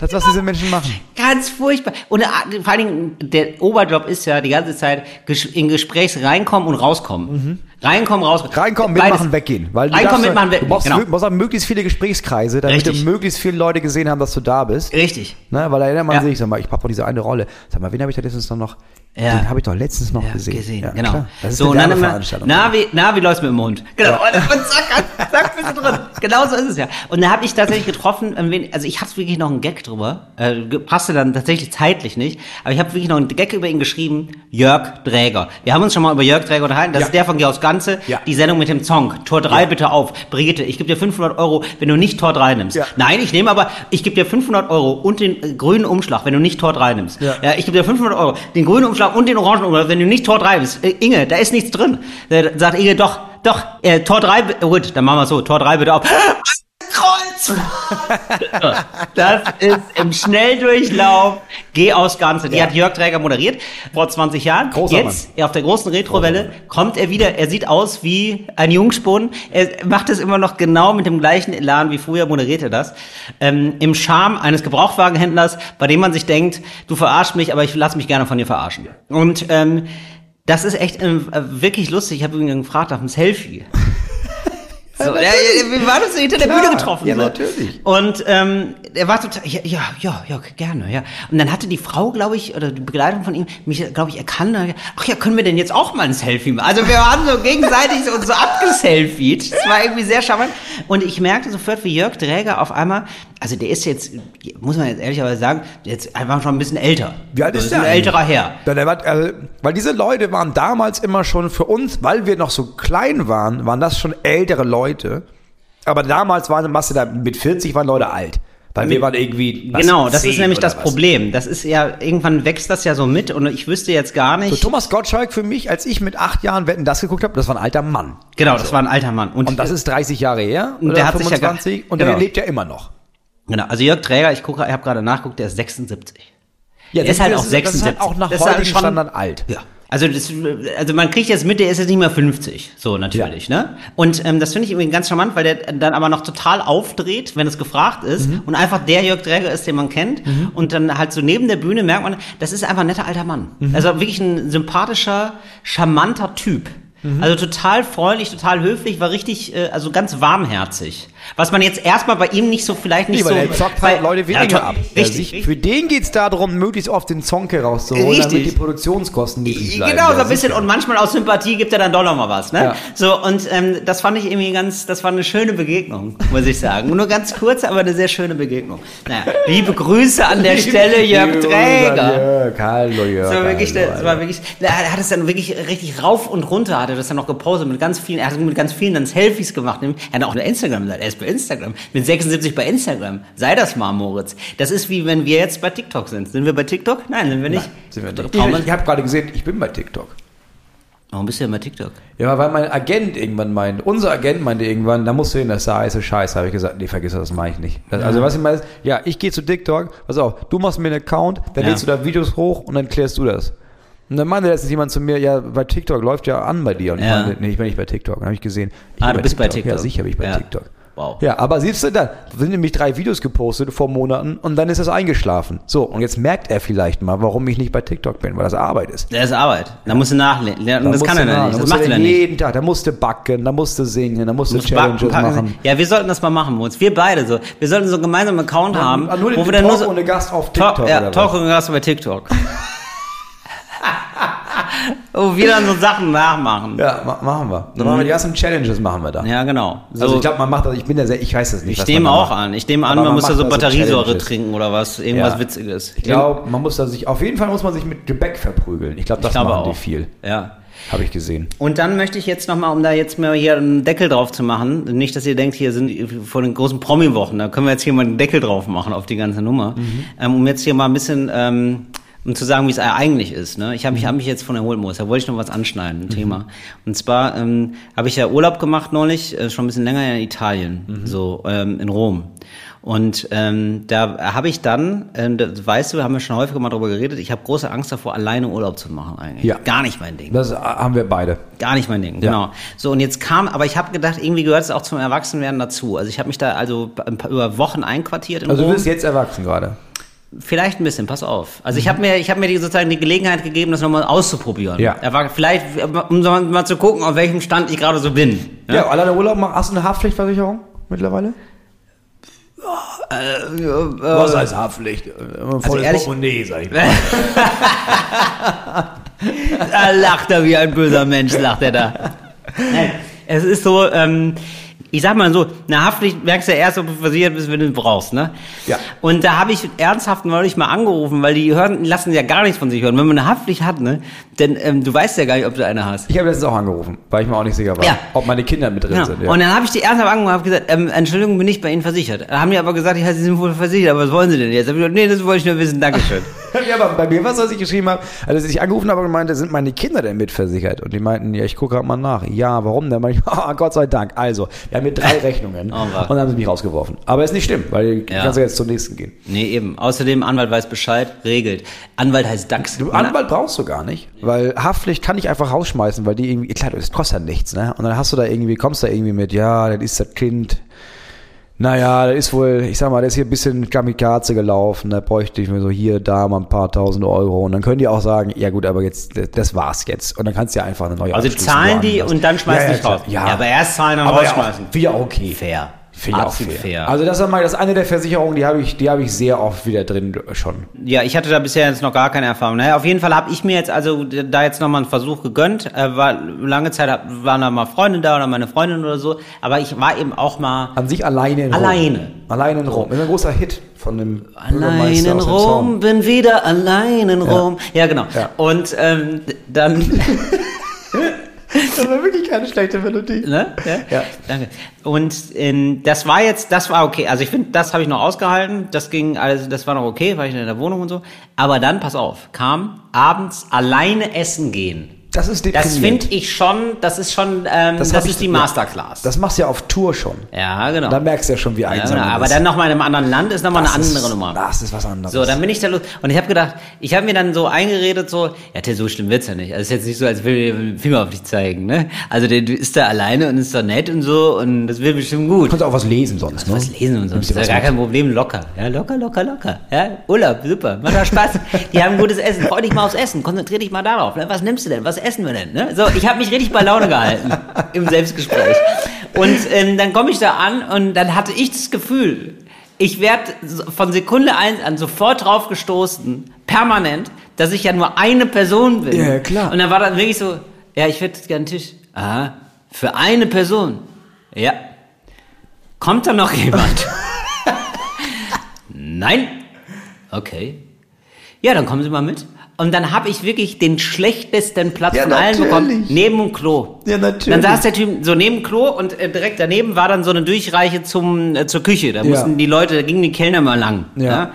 [SPEAKER 2] das, was diese Menschen machen.
[SPEAKER 1] Ganz furchtbar. Und äh, vor allen Dingen, der Oberjob ist ja die ganze Zeit ges- in Gesprächs reinkommen und rauskommen. Reinkommen, rauskommen.
[SPEAKER 2] Mhm. Reinkommen,
[SPEAKER 1] Beides.
[SPEAKER 2] mitmachen, weggehen. Weil du
[SPEAKER 1] Reinkommen,
[SPEAKER 2] darfst-
[SPEAKER 1] mitmachen, weggehen,
[SPEAKER 2] Du brauchst,
[SPEAKER 1] genau.
[SPEAKER 2] du brauchst auch möglichst viele Gesprächskreise, damit
[SPEAKER 1] Richtig.
[SPEAKER 2] du möglichst viele Leute gesehen haben, dass du da bist.
[SPEAKER 1] Richtig.
[SPEAKER 2] Ne, weil da erinnert man
[SPEAKER 1] Ja.
[SPEAKER 2] sich, sag mal, ich hab doch diese eine Rolle. Sag mal, wen habe ich da letztens noch?
[SPEAKER 1] Ja.
[SPEAKER 2] Den habe ich doch letztens noch
[SPEAKER 1] Ja,
[SPEAKER 2] gesehen. Ja,
[SPEAKER 1] genau.
[SPEAKER 2] klar. Das ist
[SPEAKER 1] so,
[SPEAKER 2] eine
[SPEAKER 1] und dann immer,
[SPEAKER 2] Veranstaltung.
[SPEAKER 1] na, wie, na, wie läuft's mit dem Hund? Genau. Und, und zack, zack, bist du drin. Genau so ist es ja. Und da habe ich tatsächlich getroffen, ähm, wen- also ich hatte wirklich noch einen Gag drüber, äh, ge- passte dann tatsächlich zeitlich nicht, aber ich habe wirklich noch einen Gag über ihn geschrieben, Jörg Dräger. Wir haben uns schon mal über Jörg Dräger unterhalten, das
[SPEAKER 2] Ja.
[SPEAKER 1] ist der von Georg Ganze,
[SPEAKER 2] Ja.
[SPEAKER 1] die Sendung mit dem Song, Tor 3 bitte auf. Brigitte, ich gebe dir 500 Euro, wenn du nicht Tor 3 nimmst.
[SPEAKER 2] Ja.
[SPEAKER 1] Nein, ich nehme aber, ich gebe dir 500 Euro und den äh, grünen Umschlag, wenn du nicht Tor 3 nimmst.
[SPEAKER 2] Ja.
[SPEAKER 1] Ja, ich gebe dir 500 Euro, den grünen Umschlag und den orangen Umschlag, wenn du nicht Tor 3 bist. Äh, Inge, da ist nichts drin. Äh, sagt Inge, doch, doch, äh, Tor 3, bi- äh, gut, dann machen wir so, Tor 3 bitte auf. Kreuz! Das ist im Schnelldurchlauf. Geh aus Ganze. Die hat Jörg Träger moderiert vor 20 Jahren.
[SPEAKER 2] Großer
[SPEAKER 1] Jetzt, auf der großen Retrowelle, kommt er wieder. Er sieht aus wie ein Jungspund. Er macht es immer noch genau mit dem gleichen Elan wie früher moderiert er das. Ähm, Im Charme eines Gebrauchtwagenhändlers, bei dem man sich denkt, du verarschst mich, aber ich lass mich gerne von dir verarschen. Und ähm, das ist echt ähm, äh, wirklich lustig. Ich habe ihn gefragt nach einem Selfie. So, ja, ja, wir waren uns hinter der
[SPEAKER 2] Klar,
[SPEAKER 1] Bühne getroffen. ne?
[SPEAKER 2] ja,
[SPEAKER 1] so.
[SPEAKER 2] natürlich.
[SPEAKER 1] Und ähm, er war total, ja, ja, ja, ja, gerne, ja. Und dann hatte die Frau, glaube ich, oder die Begleitung von ihm, mich, glaube ich, erkannt. und hat gesagt, Ach ja, können wir denn jetzt auch mal ein Selfie machen? Also wir haben so gegenseitig so- uns so abgeselfied. Das war irgendwie sehr charmant. Und ich merkte sofort, wie Jörg Dräger auf einmal, also der ist jetzt, muss man jetzt ehrlicherweise sagen, jetzt einfach schon ein bisschen älter.
[SPEAKER 2] Wie alt
[SPEAKER 1] Das
[SPEAKER 2] ist der
[SPEAKER 1] Ein
[SPEAKER 2] eigentlich?
[SPEAKER 1] älterer Herr.
[SPEAKER 2] Dann, er war, also, weil diese Leute waren damals immer schon für uns, weil wir noch so klein waren, waren das schon ältere Leute. Aber damals waren eine Masse da, mit 40 waren Leute alt. Weil wir waren irgendwie. was,
[SPEAKER 1] Genau, das
[SPEAKER 2] 10
[SPEAKER 1] ist nämlich
[SPEAKER 2] oder
[SPEAKER 1] das
[SPEAKER 2] was.
[SPEAKER 1] Problem. Das ist ja, irgendwann wächst das ja so mit und ich wüsste jetzt gar nicht.
[SPEAKER 2] So, Thomas Gottschalk für mich, als ich mit acht Jahren Wetten das geguckt habe, das war ein alter Mann.
[SPEAKER 1] Genau, das war ein alter Mann. Und,
[SPEAKER 2] Und das ist 30 Jahre her.
[SPEAKER 1] Und der hat sich ja gar-
[SPEAKER 2] und
[SPEAKER 1] genau.
[SPEAKER 2] der lebt ja immer noch.
[SPEAKER 1] genau, also Jörg Träger, ich gucke, ich habe gerade nachgeguckt, der ist 76.
[SPEAKER 2] Ja,
[SPEAKER 1] Der ist halt auch
[SPEAKER 2] Das ist
[SPEAKER 1] 76.
[SPEAKER 2] halt auch nach
[SPEAKER 1] Das ist halt
[SPEAKER 2] heutigem
[SPEAKER 1] schon-
[SPEAKER 2] Standard alt.
[SPEAKER 1] Ja. Also, das, also man kriegt jetzt mit, der ist jetzt nicht mehr 50, so natürlich, ne? Und ähm, das finde ich irgendwie ganz charmant, weil der dann aber noch total aufdreht, wenn es gefragt ist
[SPEAKER 2] Mhm.
[SPEAKER 1] und einfach der Jörg Dräger ist, den man kennt und dann halt so neben der Bühne merkt man, das ist einfach ein netter alter Mann.
[SPEAKER 2] Mhm.
[SPEAKER 1] Also wirklich ein sympathischer,
[SPEAKER 2] Mhm.
[SPEAKER 1] charmanter Typ. Also total freundlich, total höflich, war richtig, äh, also ganz warmherzig. Was man jetzt erstmal bei ihm nicht so vielleicht nicht
[SPEAKER 2] Nee, weil
[SPEAKER 1] so.
[SPEAKER 2] der zockt
[SPEAKER 1] bei-
[SPEAKER 2] halt Leute
[SPEAKER 1] Ja,
[SPEAKER 2] weniger
[SPEAKER 1] to-
[SPEAKER 2] ab. Der
[SPEAKER 1] Richtig,
[SPEAKER 2] sich,
[SPEAKER 1] richtig.
[SPEAKER 2] Für den geht's darum, möglichst oft den Zonke rauszuholen, damit
[SPEAKER 1] Richtig.
[SPEAKER 2] die Produktionskosten niedrig bleiben.
[SPEAKER 1] Genau, so
[SPEAKER 2] Ja,
[SPEAKER 1] ein bisschen. Und manchmal aus Sympathie gibt er dann doch noch mal was. Ne?
[SPEAKER 2] Ja.
[SPEAKER 1] So, und ähm, das fand ich irgendwie ganz, das war eine schöne Begegnung, muss ich sagen. Nur ganz kurz, aber eine sehr schöne Begegnung. Naja, liebe Grüße an der Stelle, Jörg Träger.
[SPEAKER 2] Jörg, hallo Jörg.
[SPEAKER 1] Das war wirklich,
[SPEAKER 2] hallo,
[SPEAKER 1] das war
[SPEAKER 2] hallo.
[SPEAKER 1] wirklich, na, er hat es dann wirklich richtig rauf und runter, hat er das dann noch gepostet mit ganz vielen, er hat mit ganz vielen dann Selfies gemacht. Er hat auch eine Instagram, er ist bei Instagram, mit 76 bei Instagram. Sei das mal, Moritz. Das ist wie wenn wir jetzt bei TikTok sind. Sind wir bei TikTok? Nein, sind wir nicht.
[SPEAKER 2] Sind wir
[SPEAKER 1] Traum-
[SPEAKER 2] drin. Ich, ich habe gerade gesehen, ich bin bei TikTok.
[SPEAKER 1] Warum bist du denn bei TikTok?
[SPEAKER 2] Ja, weil mein Agent irgendwann meint, unser Agent meinte irgendwann, da musst du hin, das sei heiße Scheiße. Habe ich gesagt, nee, vergiss das, das mache ich nicht. Das, also was ich meine ist, ja, ich gehe zu TikTok, pass auf, du machst mir einen Account, dann
[SPEAKER 1] Ja.
[SPEAKER 2] lädst du da Videos hoch und dann klärst du das. Und dann meinte letztens jemand zu mir, ja, bei TikTok läuft ja an bei dir. Und ich
[SPEAKER 1] Ja.
[SPEAKER 2] meinte, nee, ich bin nicht bei TikTok. Dann habe ich gesehen, ich
[SPEAKER 1] Ah,
[SPEAKER 2] bin
[SPEAKER 1] du bist bei TikTok.
[SPEAKER 2] Ja, sicher bin ich bei
[SPEAKER 1] Ja.
[SPEAKER 2] TikTok.
[SPEAKER 1] Wow.
[SPEAKER 2] Ja, aber siehst du, da sind nämlich drei Videos gepostet vor Monaten und dann ist das eingeschlafen. So, und jetzt merkt er vielleicht mal, warum ich nicht bei TikTok bin, weil das Arbeit ist.
[SPEAKER 1] Das ist Arbeit. Da musst du nachlesen. Ja, und
[SPEAKER 2] Da
[SPEAKER 1] das kann
[SPEAKER 2] musste
[SPEAKER 1] er dann nicht.
[SPEAKER 2] nach, da
[SPEAKER 1] Das
[SPEAKER 2] musste
[SPEAKER 1] macht er dann nicht.
[SPEAKER 2] Jeden Tag, da musste backen, da musste singen, da musste
[SPEAKER 1] Muss backen,
[SPEAKER 2] Challenges
[SPEAKER 1] packen.
[SPEAKER 2] machen.
[SPEAKER 1] Ja, wir sollten das mal machen, Moritz. Wir beide so. Wir sollten so einen gemeinsamen Account haben,
[SPEAKER 2] Ah, nur den-
[SPEAKER 1] wo wir
[SPEAKER 2] den
[SPEAKER 1] dann nur
[SPEAKER 2] Talk
[SPEAKER 1] so
[SPEAKER 2] ohne Gast auf
[SPEAKER 1] Talk-
[SPEAKER 2] TikTok
[SPEAKER 1] ja,
[SPEAKER 2] oder was?
[SPEAKER 1] Talk ohne Gast bei TikTok. Wo wir dann so Sachen nachmachen. Ja,
[SPEAKER 2] Ja, ma machen wir. Dann machen wir die ersten Challenges machen wir da.
[SPEAKER 1] genau. So,
[SPEAKER 2] Also ich glaube, man macht das, ich bin ja sehr, ich weiß das nicht.
[SPEAKER 1] ich
[SPEAKER 2] was
[SPEAKER 1] nehme
[SPEAKER 2] man da
[SPEAKER 1] auch
[SPEAKER 2] macht.
[SPEAKER 1] an. Ich nehme an,
[SPEAKER 2] Aber
[SPEAKER 1] man, muss
[SPEAKER 2] macht
[SPEAKER 1] da so Batteriesäure
[SPEAKER 2] Challenges.
[SPEAKER 1] trinken oder was. Irgendwas
[SPEAKER 2] Ja.
[SPEAKER 1] Witziges.
[SPEAKER 2] Ich glaube, man muss da sich, auf jeden Fall muss man sich mit Gebäck verprügeln. Ich glaube, das machen die viel.
[SPEAKER 1] Ja.
[SPEAKER 2] Habe ich gesehen.
[SPEAKER 1] Und dann möchte ich jetzt nochmal, um da jetzt mal hier einen Deckel drauf zu machen, nicht, dass ihr denkt, hier sind vor den großen Promi-Wochen, da können wir jetzt hier mal einen Deckel drauf machen auf die ganze Nummer, ähm, um jetzt hier mal ein bisschen, ähm, um zu sagen, wie es eigentlich ist. Ne? Ich habe mich, hab mich jetzt von erholt, muss. Da wollte ich noch was anschneiden, ein Thema. Und zwar ähm, habe ich ja Urlaub gemacht neulich, äh, schon ein bisschen länger her in Italien, so ähm, in Rom. Und ähm, da habe ich dann, ähm, das weißt du, haben wir schon häufiger mal drüber geredet, ich habe große Angst davor, alleine Urlaub zu machen eigentlich.
[SPEAKER 2] Ja.
[SPEAKER 1] Gar nicht mein Ding.
[SPEAKER 2] Das äh, haben wir beide.
[SPEAKER 1] Gar nicht mein Ding,
[SPEAKER 2] Ja.
[SPEAKER 1] genau. So, und jetzt kam, aber ich habe gedacht, irgendwie gehört es auch zum Erwachsenwerden dazu. Also ich habe mich da also ein paar, über Wochen einquartiert in
[SPEAKER 2] Also du
[SPEAKER 1] Rom.
[SPEAKER 2] bist jetzt Mhm. erwachsen gerade.
[SPEAKER 1] Vielleicht ein bisschen, pass auf. Also ich habe mir, ich habe mir die, sozusagen die Gelegenheit gegeben, das nochmal auszuprobieren.
[SPEAKER 2] Ja.
[SPEAKER 1] Er war vielleicht, um so mal zu gucken, auf welchem Stand ich gerade so bin.
[SPEAKER 2] Ja, alleine Urlaub machen. Hast du eine Haftpflichtversicherung mittlerweile?
[SPEAKER 1] Äh,
[SPEAKER 2] Was heißt Haftpflicht? Volles
[SPEAKER 1] Also ehrlich-
[SPEAKER 2] Portemonnaie, sag ich mal.
[SPEAKER 1] Da lacht er wie ein böser Mensch, lacht er da. Nein, es ist so, ähm, ich sag mal so, eine Haftpflicht merkst du ja erst, ob du versichert bist, wenn du sie brauchst, ne?
[SPEAKER 2] Ja.
[SPEAKER 1] Und da habe ich ernsthaft neulich mal angerufen, weil die hören, lassen ja gar nichts von sich hören. Wenn man eine Haftpflicht hat, ne? Denn ähm, du weißt ja gar nicht, ob du eine hast.
[SPEAKER 2] Ich habe letztens auch angerufen, weil ich mir auch nicht sicher war,
[SPEAKER 1] Ja.
[SPEAKER 2] ob meine Kinder mit drin
[SPEAKER 1] Genau.
[SPEAKER 2] sind. Ja.
[SPEAKER 1] Und dann habe ich die ernsthaft angerufen und habe gesagt, ähm, Entschuldigung, bin ich bei Ihnen versichert. Dann haben die aber gesagt, ja, Sie sind wohl versichert, aber was wollen Sie denn jetzt? Hab ich gesagt, nee, das wollte ich nur wissen, Dankeschön.
[SPEAKER 2] ja, aber bei mir war es, was ich geschrieben habe, also dass ich angerufen habe und meinte, sind meine Kinder denn mitversichert? Und die meinten, ja, ich gucke gerade mal nach. Ja, warum denn? Meinte ich, ah, Gott sei Dank. Also, wir haben hier drei Rechnungen
[SPEAKER 1] Oh,
[SPEAKER 2] und
[SPEAKER 1] Mann.
[SPEAKER 2] dann haben sie mich rausgeworfen. Aber ist nicht schlimm, weil du
[SPEAKER 1] Ja.
[SPEAKER 2] kannst ja jetzt zum nächsten gehen.
[SPEAKER 1] nee, eben. Außerdem, Anwalt weiß Bescheid, regelt. Anwalt heißt DAX.
[SPEAKER 2] Du, Anwalt brauchst du gar nicht, weil Haftpflicht kann ich einfach rausschmeißen, weil die irgendwie, klar, das kostet ja nichts, ne? Und dann hast du da irgendwie, kommst da irgendwie mit, ja, das ist das Kind. Naja, das ist wohl, ich sag mal, das ist hier ein bisschen Kamikaze gelaufen, da bräuchte ich mir so hier, da mal ein paar tausend Euro. Und dann können die auch sagen, ja gut, aber jetzt, das- das war's jetzt. Und dann kannst du ja einfach eine neue
[SPEAKER 1] Also
[SPEAKER 2] abschließen,
[SPEAKER 1] zahlen die
[SPEAKER 2] woanders.
[SPEAKER 1] und dann schmeißen
[SPEAKER 2] ja,
[SPEAKER 1] dich
[SPEAKER 2] ja,
[SPEAKER 1] raus.
[SPEAKER 2] Ja.
[SPEAKER 1] aber erst zahlen, dann
[SPEAKER 2] aber ja,
[SPEAKER 1] rausschmeißen.
[SPEAKER 2] auch- wieder okay.
[SPEAKER 1] Fair.
[SPEAKER 2] Finde ich auch
[SPEAKER 1] Absolut
[SPEAKER 2] fair.
[SPEAKER 1] fair.
[SPEAKER 2] Also das ist mal das eine der Versicherungen, die habe ich, die habe ich sehr oft wieder drin schon.
[SPEAKER 1] ja, ich hatte da bisher jetzt noch gar keine Erfahrung. Naja, auf jeden Fall habe ich mir jetzt also da jetzt nochmal einen Versuch gegönnt. Äh, war, lange Zeit hab- waren da mal Freunde da oder meine Freundin oder so. Aber ich war eben auch mal
[SPEAKER 2] An sich alleine in
[SPEAKER 1] Alleine.
[SPEAKER 2] Rom. Alleine in Rom. Ist ein großer Hit von dem
[SPEAKER 1] allein
[SPEAKER 2] Bürgermeister
[SPEAKER 1] in
[SPEAKER 2] Also aus dem
[SPEAKER 1] Rom,
[SPEAKER 2] Zaun.
[SPEAKER 1] bin wieder allein in Rom. Ja, genau.
[SPEAKER 2] Ja.
[SPEAKER 1] Und ähm, dann...
[SPEAKER 2] Das war wirklich keine schlechte Melodie.
[SPEAKER 1] Ne?
[SPEAKER 2] Ja.
[SPEAKER 1] Danke. Und ähm, das war jetzt, das war okay. Also ich finde, das habe ich noch ausgehalten. Das ging, also das war noch okay, war ich in der Wohnung und so. Aber dann, pass auf, kam abends alleine essen gehen.
[SPEAKER 2] Das ist
[SPEAKER 1] Das
[SPEAKER 2] deprimierend.
[SPEAKER 1] finde ich schon, das ist schon, ähm, das,
[SPEAKER 2] hab
[SPEAKER 1] ist
[SPEAKER 2] ich-
[SPEAKER 1] die Masterclass.
[SPEAKER 2] Das machst du ja auf Tour schon.
[SPEAKER 1] ja, genau.
[SPEAKER 2] Da merkst du ja schon, wie
[SPEAKER 1] ja,
[SPEAKER 2] einsam
[SPEAKER 1] genau.
[SPEAKER 2] du
[SPEAKER 1] Aber
[SPEAKER 2] bist.
[SPEAKER 1] dann nochmal in einem anderen Land ist nochmal eine
[SPEAKER 2] Das
[SPEAKER 1] andere
[SPEAKER 2] ist,
[SPEAKER 1] Nummer.
[SPEAKER 2] Das ist was anderes.
[SPEAKER 1] So, dann bin ich da los. Und ich habe gedacht, ich habe mir dann so eingeredet, so, ja, Till, so schlimm wird's ja nicht. Also ist jetzt nicht so, als will ich mit dem Finger auf dich zeigen, ne? Also der du ist da alleine und ist doch nett und so und das wird bestimmt
[SPEAKER 2] du
[SPEAKER 1] gut.
[SPEAKER 2] kannst auch was lesen sonst, ne?
[SPEAKER 1] Was lesen und so.
[SPEAKER 2] Nimmst
[SPEAKER 1] Das
[SPEAKER 2] dir
[SPEAKER 1] ist ja
[SPEAKER 2] was
[SPEAKER 1] gar kein
[SPEAKER 2] mit.
[SPEAKER 1] Problem, locker. Ja, locker, locker, locker. Ja, Urlaub, super. Macht doch Spaß. Die haben gutes Essen. Freu dich mal aufs Essen. Konzentrier dich mal darauf. ne? Was nimmst du denn? Was essen wir denn? Ne? So, ich habe mich richtig bei Laune gehalten im Selbstgespräch. Und ähm, dann komme ich da an und dann hatte ich das Gefühl, ich werde von Sekunde eins an sofort drauf gestoßen, permanent, dass ich ja nur eine Person bin.
[SPEAKER 2] Ja, klar.
[SPEAKER 1] Und dann war dann wirklich so, ja, ich würde gerne einen Tisch. Aha, für eine Person. Ja. Kommt da noch jemand? Nein. Okay. Ja, dann kommen Sie mal mit. Und dann habe ich wirklich den schlechtesten Platz
[SPEAKER 2] Ja,
[SPEAKER 1] von allen
[SPEAKER 2] natürlich.
[SPEAKER 1] bekommen, neben dem Klo.
[SPEAKER 2] Ja, natürlich.
[SPEAKER 1] Dann saß der Typ so neben dem Klo und äh, direkt daneben war dann so eine Durchreiche zum, äh, zur Küche. Da
[SPEAKER 2] Ja.
[SPEAKER 1] mussten die Leute, da gingen die Kellner mal lang. ne?
[SPEAKER 2] Ja.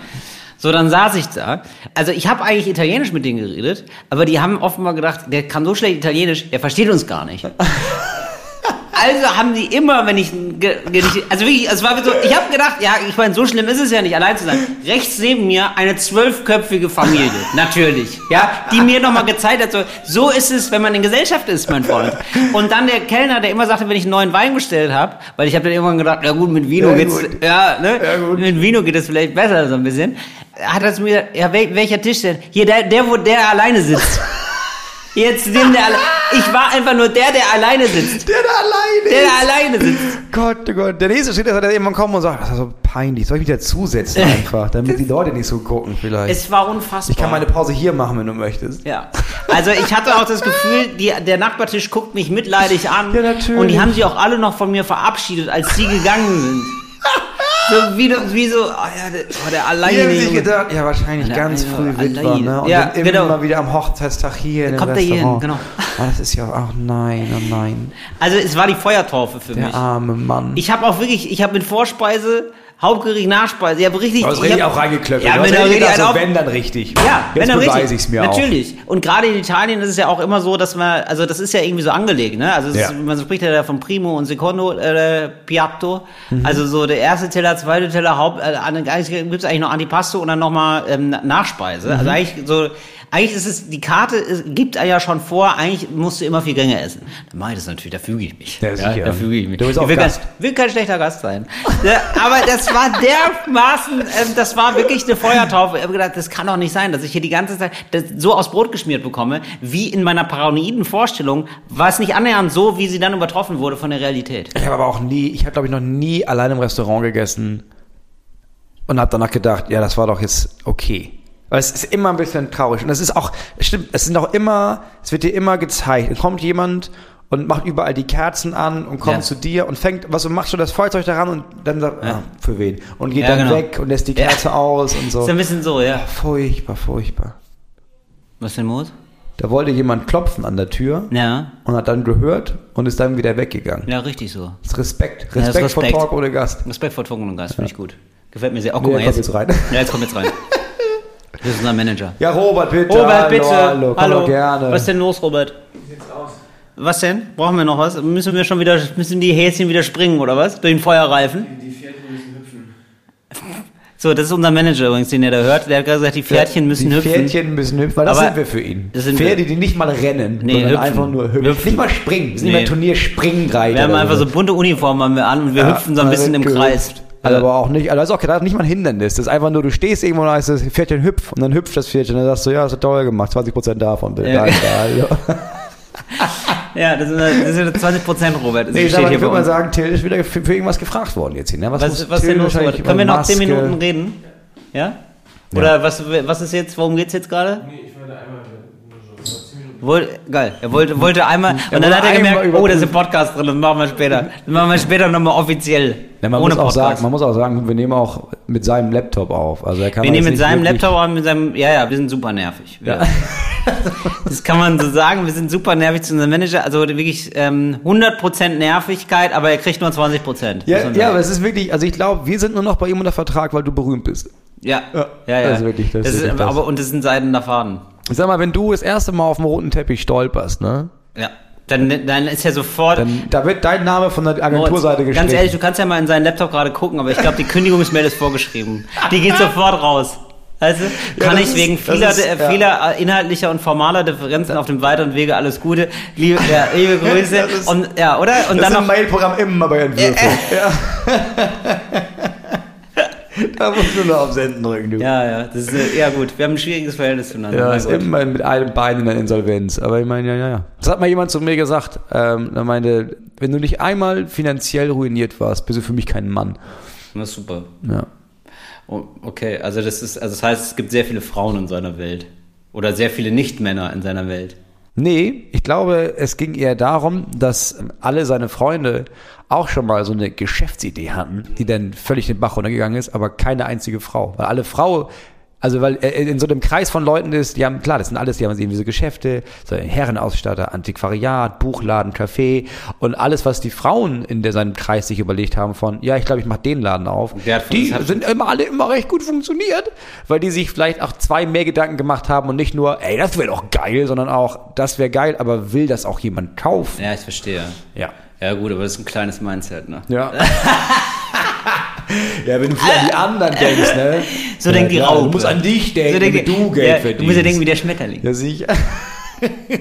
[SPEAKER 1] So, dann saß ich da. Also ich habe eigentlich Italienisch mit denen geredet, aber die haben offenbar gedacht, der kann so schlecht Italienisch, der versteht uns gar nicht. Also haben die immer, wenn ich, ge- ge- also wirklich, es war so, ich habe gedacht, ja, ich meine, so schlimm ist es ja nicht, allein zu sein. Rechts neben mir eine zwölfköpfige Familie, natürlich, ja, die mir nochmal gezeigt hat, so, so ist es, wenn man in Gesellschaft ist, mein Freund. Und dann der Kellner, der immer sagte, wenn ich einen neuen Wein bestellt habe, weil ich habe dann irgendwann gedacht, ja gut, mit Vino
[SPEAKER 2] Ja,
[SPEAKER 1] geht's,
[SPEAKER 2] gut.
[SPEAKER 1] ja, ne,
[SPEAKER 2] Ja, gut.
[SPEAKER 1] mit Vino geht es vielleicht besser so ein bisschen. Hat er zu mir gesagt, ja, wel, welcher Tisch denn? Hier, der, der, wo der alleine sitzt. Jetzt nimm der alle Ich war einfach nur der, der alleine sitzt.
[SPEAKER 2] Der da alleine
[SPEAKER 1] Der
[SPEAKER 2] ist.
[SPEAKER 1] da alleine sitzt.
[SPEAKER 2] Gott, oh Gott. Der nächste steht, dass er irgendwann kommt und sagt, das ist so peinlich. Soll ich mich dazusetzen einfach, damit die Leute nicht so gucken vielleicht.
[SPEAKER 1] Es war unfassbar.
[SPEAKER 2] ich kann meine Pause hier machen, wenn du möchtest.
[SPEAKER 1] ja. Also ich hatte auch das Gefühl, die, der Nachbartisch guckt mich mitleidig an.
[SPEAKER 2] Ja, natürlich.
[SPEAKER 1] Und die haben sich auch alle noch von mir verabschiedet, als die gegangen sind. So wie, du- wie so, oh ja, der, oh, der
[SPEAKER 2] Die haben
[SPEAKER 1] alleine.
[SPEAKER 2] sich
[SPEAKER 1] Junge.
[SPEAKER 2] gedacht, ja wahrscheinlich
[SPEAKER 1] Ja,
[SPEAKER 2] ganz
[SPEAKER 1] ja,
[SPEAKER 2] früh Witwer,
[SPEAKER 1] alleine.
[SPEAKER 2] ne? Und
[SPEAKER 1] Ja,
[SPEAKER 2] dann immer
[SPEAKER 1] genau.
[SPEAKER 2] mal wieder am Hochzeitstag hier in dem
[SPEAKER 1] kommt der hier hin,
[SPEAKER 2] Restaurant.
[SPEAKER 1] genau.
[SPEAKER 2] Ah, das ist ja, ach nein, oh nein.
[SPEAKER 1] Also es war die Feuertaufe für
[SPEAKER 2] Der
[SPEAKER 1] mich.
[SPEAKER 2] arme Mann.
[SPEAKER 1] Ich habe auch wirklich, ich habe mit Vorspeise, Hauptgericht, Nachspeise, ich habe richtig.
[SPEAKER 2] Du hast
[SPEAKER 1] ich
[SPEAKER 2] richtig
[SPEAKER 1] hab-
[SPEAKER 2] eh auch reingeklöppelt.
[SPEAKER 1] Ja,
[SPEAKER 2] Du hast
[SPEAKER 1] wenn da
[SPEAKER 2] richtig
[SPEAKER 1] richtig
[SPEAKER 2] gedacht,
[SPEAKER 1] einen
[SPEAKER 2] so,
[SPEAKER 1] auf-
[SPEAKER 2] wenn dann richtig.
[SPEAKER 1] Ja,
[SPEAKER 2] Jetzt
[SPEAKER 1] wenn er
[SPEAKER 2] beweise
[SPEAKER 1] richtig.
[SPEAKER 2] ich's mir auch.
[SPEAKER 1] Natürlich. Und gerade in Italien ist es ja auch immer so, dass man, also das ist ja irgendwie so angelegt, ne? Also es
[SPEAKER 2] Ja.
[SPEAKER 1] ist, man spricht ja da von Primo und Secondo äh, Piatto.
[SPEAKER 2] Mhm.
[SPEAKER 1] Also so der erste Teller, zweite Teller, Haupt, äh, an- eigentlich gibt's eigentlich noch Antipasto und dann nochmal ähm, Nachspeise.
[SPEAKER 2] Mhm.
[SPEAKER 1] Also eigentlich so, eigentlich ist es, die Karte ist, gibt er ja schon vor, eigentlich musst du immer viel Gänge essen. Dann mach ich das natürlich, da füge ich mich.
[SPEAKER 2] Ja, sicher.
[SPEAKER 1] da füge ich mich.
[SPEAKER 2] Du bist auch
[SPEAKER 1] ich will,
[SPEAKER 2] Gast.
[SPEAKER 1] Kein, will kein schlechter Gast sein. Ja, aber das war dermaßen, ähm, das war wirklich eine Feuertaufe. Ich habe gedacht, das kann doch nicht sein, dass ich hier die ganze Zeit das so aus Brot geschmiert bekomme, wie in meiner paranoiden Vorstellung, war es nicht annähernd so, wie sie dann übertroffen wurde von der Realität.
[SPEAKER 2] Ich habe aber auch nie, ich habe glaube ich noch nie allein im Restaurant gegessen und habe danach gedacht, ja, das war doch jetzt okay. Weil es ist immer ein bisschen traurig und es ist auch, es stimmt, es sind auch immer, es wird dir immer gezeigt. Es kommt jemand und macht überall die Kerzen an und kommt
[SPEAKER 1] Ja.
[SPEAKER 2] zu dir und fängt, was du machst du das Feuerzeug daran und dann sagt, ah, für wen? Und geht
[SPEAKER 1] Ja,
[SPEAKER 2] dann
[SPEAKER 1] genau.
[SPEAKER 2] weg und lässt die Kerze aus und so.
[SPEAKER 1] Ist ein bisschen so, ja.
[SPEAKER 2] Furchtbar, furchtbar.
[SPEAKER 1] Was denn los?
[SPEAKER 2] Da wollte jemand klopfen an der Tür
[SPEAKER 1] Ja,
[SPEAKER 2] und hat dann gehört und ist dann wieder weggegangen.
[SPEAKER 1] ja, richtig so.
[SPEAKER 2] Das ist Respekt,
[SPEAKER 1] das ist
[SPEAKER 2] Respekt, vor
[SPEAKER 1] Respekt.
[SPEAKER 2] Talk ohne Gast.
[SPEAKER 1] Respekt vor Trunken und Gast, finde ich gut. Gefällt mir sehr. Oh, guck
[SPEAKER 2] Nee,
[SPEAKER 1] mal,
[SPEAKER 2] er kommt
[SPEAKER 1] jetzt.
[SPEAKER 2] jetzt rein.
[SPEAKER 1] Ja, jetzt kommt jetzt rein. Das ist unser Manager.
[SPEAKER 2] Ja, Robert, bitte.
[SPEAKER 1] Robert,
[SPEAKER 2] hallo,
[SPEAKER 1] bitte.
[SPEAKER 2] Hallo, komm doch gerne.
[SPEAKER 1] Was ist denn los, Robert? Was denn? Brauchen wir noch was? Müssen wir schon wieder, müssen die Häschen wieder springen oder was? Durch den Feuerreifen?
[SPEAKER 4] Die Pferde müssen hüpfen.
[SPEAKER 1] So, das ist unser Manager übrigens, den ihr da hört. Der hat gerade gesagt, die Pferdchen müssen
[SPEAKER 2] die
[SPEAKER 1] hüpfen.
[SPEAKER 2] Pferdchen müssen hüpfen, weil das
[SPEAKER 1] Aber
[SPEAKER 2] sind wir für ihn.
[SPEAKER 1] das sind
[SPEAKER 2] Pferde,
[SPEAKER 1] wir.
[SPEAKER 2] die nicht mal rennen,
[SPEAKER 1] Nee,
[SPEAKER 2] sondern
[SPEAKER 1] hüpfen.
[SPEAKER 2] einfach nur hüpfen.
[SPEAKER 1] Hüpfen.
[SPEAKER 2] Nicht mal springen, das sind
[SPEAKER 1] Nee.
[SPEAKER 2] nicht mal Turnierspringreiter.
[SPEAKER 1] wir haben
[SPEAKER 2] oder
[SPEAKER 1] einfach so bunte Uniformen haben wir an und wir
[SPEAKER 2] Ja,
[SPEAKER 1] hüpfen so ein
[SPEAKER 2] da
[SPEAKER 1] bisschen
[SPEAKER 2] wird
[SPEAKER 1] im
[SPEAKER 2] gehüpft.
[SPEAKER 1] Kreis.
[SPEAKER 2] Also
[SPEAKER 1] Ja.
[SPEAKER 2] aber auch nicht, also das ist auch gerade nicht mal ein Hindernis. Das ist einfach nur, du stehst irgendwo und da heißt das Pferdchen hüpf und dann hüpft das Pferdchen und dann sagst du, ja, das hat toll gemacht, 20% davon, bitte.
[SPEAKER 1] Ja.
[SPEAKER 2] Danke, hallo.
[SPEAKER 1] ja, das sind, das sind 20 Prozent, Robert. Das
[SPEAKER 2] Nee, ich
[SPEAKER 1] steht hier
[SPEAKER 2] würde
[SPEAKER 1] bei
[SPEAKER 2] mal
[SPEAKER 1] uns.
[SPEAKER 2] sagen, Till ist wieder für, für irgendwas gefragt worden jetzt hier. Ne?
[SPEAKER 1] Was,
[SPEAKER 2] muss
[SPEAKER 1] was ist
[SPEAKER 2] Till
[SPEAKER 1] denn los,
[SPEAKER 2] wahrscheinlich
[SPEAKER 1] Robert?
[SPEAKER 2] über
[SPEAKER 1] Können wir noch 10
[SPEAKER 2] Maske-
[SPEAKER 1] Minuten reden? Ja? Oder Was, was ist jetzt, worum geht's jetzt gerade?
[SPEAKER 4] Nee, ich würde einmal nur so 10 Minuten.
[SPEAKER 1] Wollte, geil, er wollte, wollte einmal und dann
[SPEAKER 2] wollte
[SPEAKER 1] hat er
[SPEAKER 2] einmal
[SPEAKER 1] gemerkt, oh,
[SPEAKER 2] überprüfen.
[SPEAKER 1] da ist ein Podcast drin, das machen wir später. Das machen wir später nochmal offiziell.
[SPEAKER 2] Ja, man,
[SPEAKER 1] ohne
[SPEAKER 2] muss auch
[SPEAKER 1] Podcast.
[SPEAKER 2] sagen, man muss auch sagen, wir nehmen auch mit seinem Laptop auf. Also er kann
[SPEAKER 1] wir
[SPEAKER 2] das
[SPEAKER 1] nehmen mit
[SPEAKER 2] nicht
[SPEAKER 1] seinem
[SPEAKER 2] wirklich-
[SPEAKER 1] Laptop an, mit seinem, ja, ja, wir sind super nervig. Wir, Das kann man so sagen, wir sind super nervig zu unserem Manager, also wirklich ähm, 100% Nervigkeit, aber er kriegt nur 20%. muss
[SPEAKER 2] Ja,
[SPEAKER 1] man
[SPEAKER 2] ja,
[SPEAKER 1] sagen.
[SPEAKER 2] aber es ist wirklich, also ich glaube, wir sind nur noch bei ihm unter Vertrag, weil du berühmt bist.
[SPEAKER 1] ja,
[SPEAKER 2] Ja,
[SPEAKER 1] ja, ja.
[SPEAKER 2] das ist wirklich- das ist wirklich das.
[SPEAKER 1] aber, und das ist ein seidener Faden.
[SPEAKER 2] Ich sag mal, wenn du das erste Mal auf dem roten Teppich stolperst, ne?
[SPEAKER 1] Ja, dann, dann ist ja sofort,
[SPEAKER 2] Dann, da wird dein Name von der Agenturseite
[SPEAKER 1] Moritz,
[SPEAKER 2] gestrichen.
[SPEAKER 1] Ganz ehrlich, du kannst ja mal in seinen Laptop gerade gucken, aber ich glaube, die Kündigungsmail ist vorgeschrieben. Die geht sofort raus. Also
[SPEAKER 2] Ja,
[SPEAKER 1] kann
[SPEAKER 2] das
[SPEAKER 1] ich
[SPEAKER 2] ist-
[SPEAKER 1] wegen
[SPEAKER 2] das
[SPEAKER 1] vieler,
[SPEAKER 2] ist-
[SPEAKER 1] äh,
[SPEAKER 2] ja.
[SPEAKER 1] vieler äh, inhaltlicher und formaler Differenzen auf dem weiteren Wege alles Gute. Liebe, ja, liebe Grüße.
[SPEAKER 2] Das ist-
[SPEAKER 1] und, ja, oder? Und
[SPEAKER 2] das
[SPEAKER 1] dann
[SPEAKER 2] ist im
[SPEAKER 1] noch.
[SPEAKER 2] Mailprogramm immer bei Entwürfen. ja. da musst du nur auf Senden drücken, du.
[SPEAKER 1] Ja, ja, das ist, äh, ja gut. Wir haben ein schwieriges Verhältnis zueinander.
[SPEAKER 2] Ja,
[SPEAKER 1] Na
[SPEAKER 2] ist
[SPEAKER 1] gut.
[SPEAKER 2] immer mit einem Bein in der Insolvenz. Aber ich meine, ja, ja, ja. Das hat mal jemand zu mir gesagt. Ähm, da meinte, Wenn du nicht einmal finanziell ruiniert warst, bist du für mich kein Mann.
[SPEAKER 1] Das ist super.
[SPEAKER 2] Ja.
[SPEAKER 1] Oh, Okay, also das ist, also das heißt, es gibt sehr viele Frauen in seiner Welt. Oder sehr viele Nicht-Männer in seiner Welt.
[SPEAKER 2] Nee, ich glaube, es ging eher darum, dass alle seine Freunde auch schon mal so eine Geschäftsidee hatten, die dann völlig den Bach runtergegangen ist, aber keine einzige Frau. Weil alle Frau, also weil er in so einem Kreis von Leuten ist, die haben, klar, das sind alles, die haben eben diese Geschäfte, so Herrenausstatter, Antiquariat, Buchladen, Café und alles, was die Frauen in der, seinem Kreis sich überlegt haben von, ja, ich glaube, ich mache den Laden auf.
[SPEAKER 1] Wer hat von
[SPEAKER 2] Die
[SPEAKER 1] uns hat-
[SPEAKER 2] sind immer alle immer recht gut funktioniert, weil die sich vielleicht auch zwei mehr Gedanken gemacht haben und nicht nur, ey, das wäre doch geil, sondern auch, das wäre geil, aber will das auch jemand kaufen?
[SPEAKER 1] Ja, ich verstehe.
[SPEAKER 2] Ja.
[SPEAKER 1] Ja, gut, aber das ist ein kleines Mindset, ne?
[SPEAKER 2] Ja. ja, wenn du viel an die anderen denkst, ne?
[SPEAKER 1] So
[SPEAKER 2] ja,
[SPEAKER 1] denkt die
[SPEAKER 2] klar, Du
[SPEAKER 1] Raupe.
[SPEAKER 2] musst an dich denken,
[SPEAKER 1] So denkt
[SPEAKER 2] wie
[SPEAKER 1] die-
[SPEAKER 2] du Geld
[SPEAKER 1] ja,
[SPEAKER 2] verdienst.
[SPEAKER 1] Du musst ja denken wie der Schmetterling.
[SPEAKER 2] Ja, sicher.